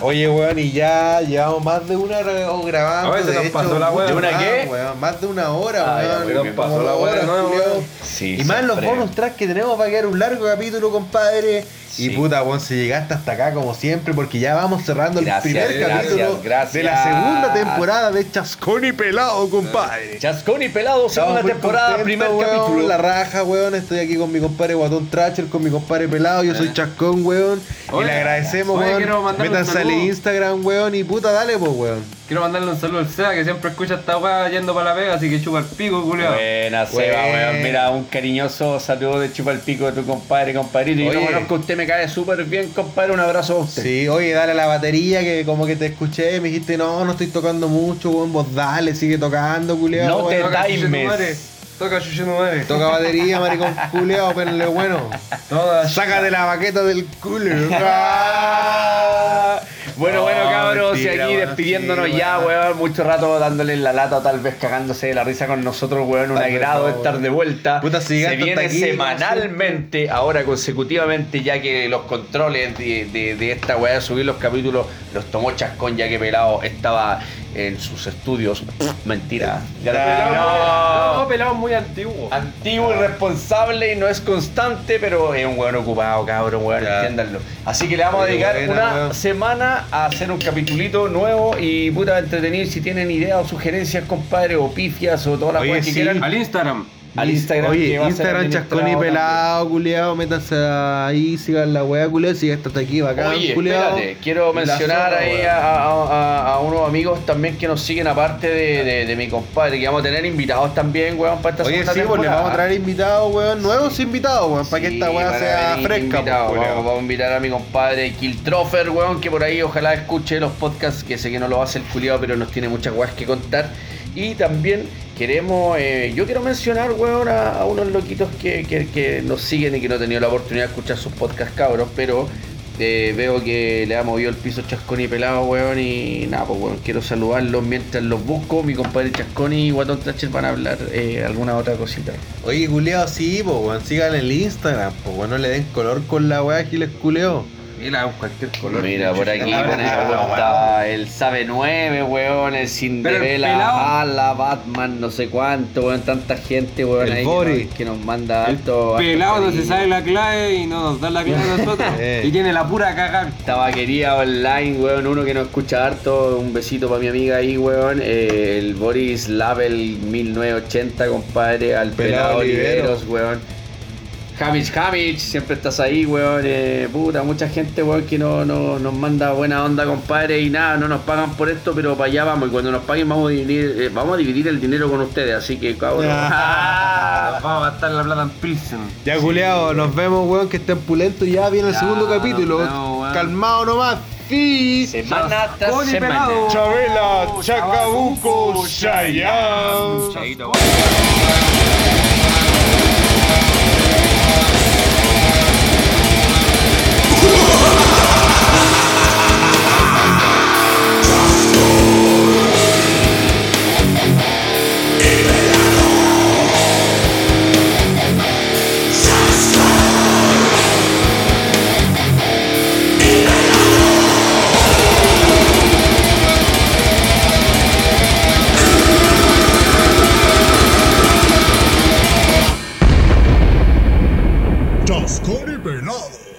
A: Oye, weón, y ya llevamos más de una hora oh, grabando.
D: A veces
A: de
D: nos
A: hecho,
D: pasó la weá.
A: mucho
D: ¿De
B: una
A: más,
B: qué?
A: weón, más de una hora,
B: Ah, ya,
A: weón.
B: muy
A: Como
D: bien. Pasó la
A: dos
D: weá de
A: horas,
D: nuevo,
A: culiao.
D: weón.
B: Sí,
A: Y más los
B: siempre.
A: bonus tracks que tenemos para quedar un largo capítulo, compadre.
B: Sí.
A: Y puta, weón, si llegaste hasta acá como siempre, porque ya vamos cerrando
B: Gracias,
A: el primer
B: gracias,
A: capítulo
B: gracias.
A: de la segunda temporada de Chascón y Pelado, compadre.
B: Chascón y Pelado, segunda
A: Estamos muy
B: temporada,
A: contentos,
B: primer
A: weón,
B: capítulo.
A: La raja, weón. Estoy aquí con mi compadre Guatón Tracher, con mi compadre Pelado. Yo soy Chascón, weón. y
D: Oye,
A: le agradecemos,
D: oye, quiero
A: weón.
D: mandarle un
A: Métanse al
D: saludo.
A: Instagram, weón. Y puta, dale, pues, weón.
D: Quiero mandarle un saludo al Seba que siempre escucha esta weá yendo para la vega, así que chupa el pico, culiao.
B: Buena, Seba,
A: Buena.
B: weón. Mira, un cariñoso saludo de chupa al pico de tu compadre, compadrito. Yo lo
A: Oye.
B: conozco, usted me cae súper bien, compadre. Un abrazo a usted.
A: Sí, oye, dale a la batería que como que te escuché, me dijiste, no, no estoy tocando mucho, weón, vos dale, sigue tocando, culeado.
B: No te
D: Toca
B: Taimes.
D: Chuchetumare, Toca Chuchetumare.
A: Toca batería, maricón culeado, pero le bueno.
D: Toda
A: Saca de la baqueta del culo.
B: Ah, Bueno, bueno,
A: Oh,
B: cabros, y
A: mentira,
B: aquí
A: weón,
B: despidiéndonos
A: sí,
B: ya,
A: weón.
B: weón, mucho rato dándoles la lata, o tal vez cagándose de la risa con nosotros, weón, un
A: Tal vez
B: agrado
A: no,
B: estar
A: weón.
B: de vuelta.
A: Puta, si
B: Se
A: llegaste
B: viene
A: hasta aquí,
B: semanalmente, ahora consecutivamente, ya que los controles de, de- de esta weá de subir los capítulos los tomó Chascón, ya que Pelado estaba en sus estudios. Mentira. Ya
I: Pelado,
B: no.
I: no, pelado muy antiguo.
B: Antiguo, irresponsable y no es constante, pero es un weón ocupado, cabrón, weón,
A: Ya.
B: entiéndanlo. Así que le vamos a
A: Pero
B: dedicar
A: buena,
B: una
A: weón.
B: semana a hacer un capitulito nuevo y puta entretenido. Si tienen ideas o sugerencias, compadre, o pifias o toda la
A: Oye,
B: weá que
A: sí.
B: quieran,
D: Al Instagram.
B: al Instagram. que
A: Oye,
B: va a ser
A: Instagram
B: administrado
A: chascón y
B: también.
A: pelado, culiado. Métanse ahí, sigan la weá, culiado. Sigan hasta aquí, bacán,
B: Oye,
A: culiao.
B: espérate, quiero
A: La
B: mencionar
A: zorra,
B: ahí
A: weón.
B: a, a- a- a unos amigos también que nos siguen, aparte de, de- de mi compadre, que vamos a tener invitados también, weón, para esta
A: Oye,
B: segunda
A: sí, pues le
B: temporada.
A: vamos a traer invitados, weón. Nuevos invitados, weón. para que
B: Sí,
A: esta weá
B: van a
A: sea
B: venir
A: fresca,
B: invitados,
A: pues,
B: vamos,
A: culiao.
B: vamos a invitar a mi compadre Kiltrofer, weón, que por ahí ojalá escuche los podcasts, que sé que no lo hace el culiado, pero nos tiene muchas weas que contar. Y también queremos, eh, yo quiero mencionar, weón, a, a unos loquitos que, que- que nos siguen y que no he tenido la oportunidad de escuchar sus podcasts cabros, pero eh, veo que le ha movido el piso Chasconi pelado, weón, y nada, pues weón, quiero saludarlos mientras los busco. Mi compadre Chasconi y Guatón Thatcher van a hablar eh, alguna otra cosita.
A: Oye, culiao, sí, pues, weón. Sigan el Instagram, pues, weón. No le den color con la weá, giles, culeo.
D: Mira, cualquier color.
B: Mira, por aquí pone está el Sabe 9, weón, el
D: Pero el pelao-
B: Cinderella, Ala, Batman, no sé cuánto, weón, tanta gente, weón,
A: El
B: ahí
A: Bori.
B: que nos, que nos manda
D: El
B: alto.
D: pelado no se sabe la clave y no nos da la clave a nosotros.
A: Eh.
D: y tiene la pura cagar.
B: Tabaquería online, weón, uno que no escucha harto, un besito para mi amiga ahí, weón, eh, el Boris Label 1980, compadre, al
A: Pelao
B: pelado Oliveros,
A: Oliveros,
B: weón. Hamich Hamich, siempre estás ahí, weón. eh, puta, mucha gente, weón, que no, no- nos manda buena onda, compadre. Y nada, no nos pagan por esto, pero para allá vamos. Y cuando nos paguen, vamos a dividir, eh, vamos a dividir el dinero con ustedes. Así que, cabrón.
D: Nos vamos a gastar la plata en Pilsen.
A: Ya, culiao, nos vemos, weón, que estén pulentos. Ya viene el
D: Ya,
A: segundo
D: nos
A: capítulo.
D: vemos, weón.
A: Calmado nomás. Sí.
B: semana tras
D: Cody
B: semana.
D: Pelado.
J: Chabela, Chacabuco, Chayam.
D: Chaito,
C: Chascón y Pelado.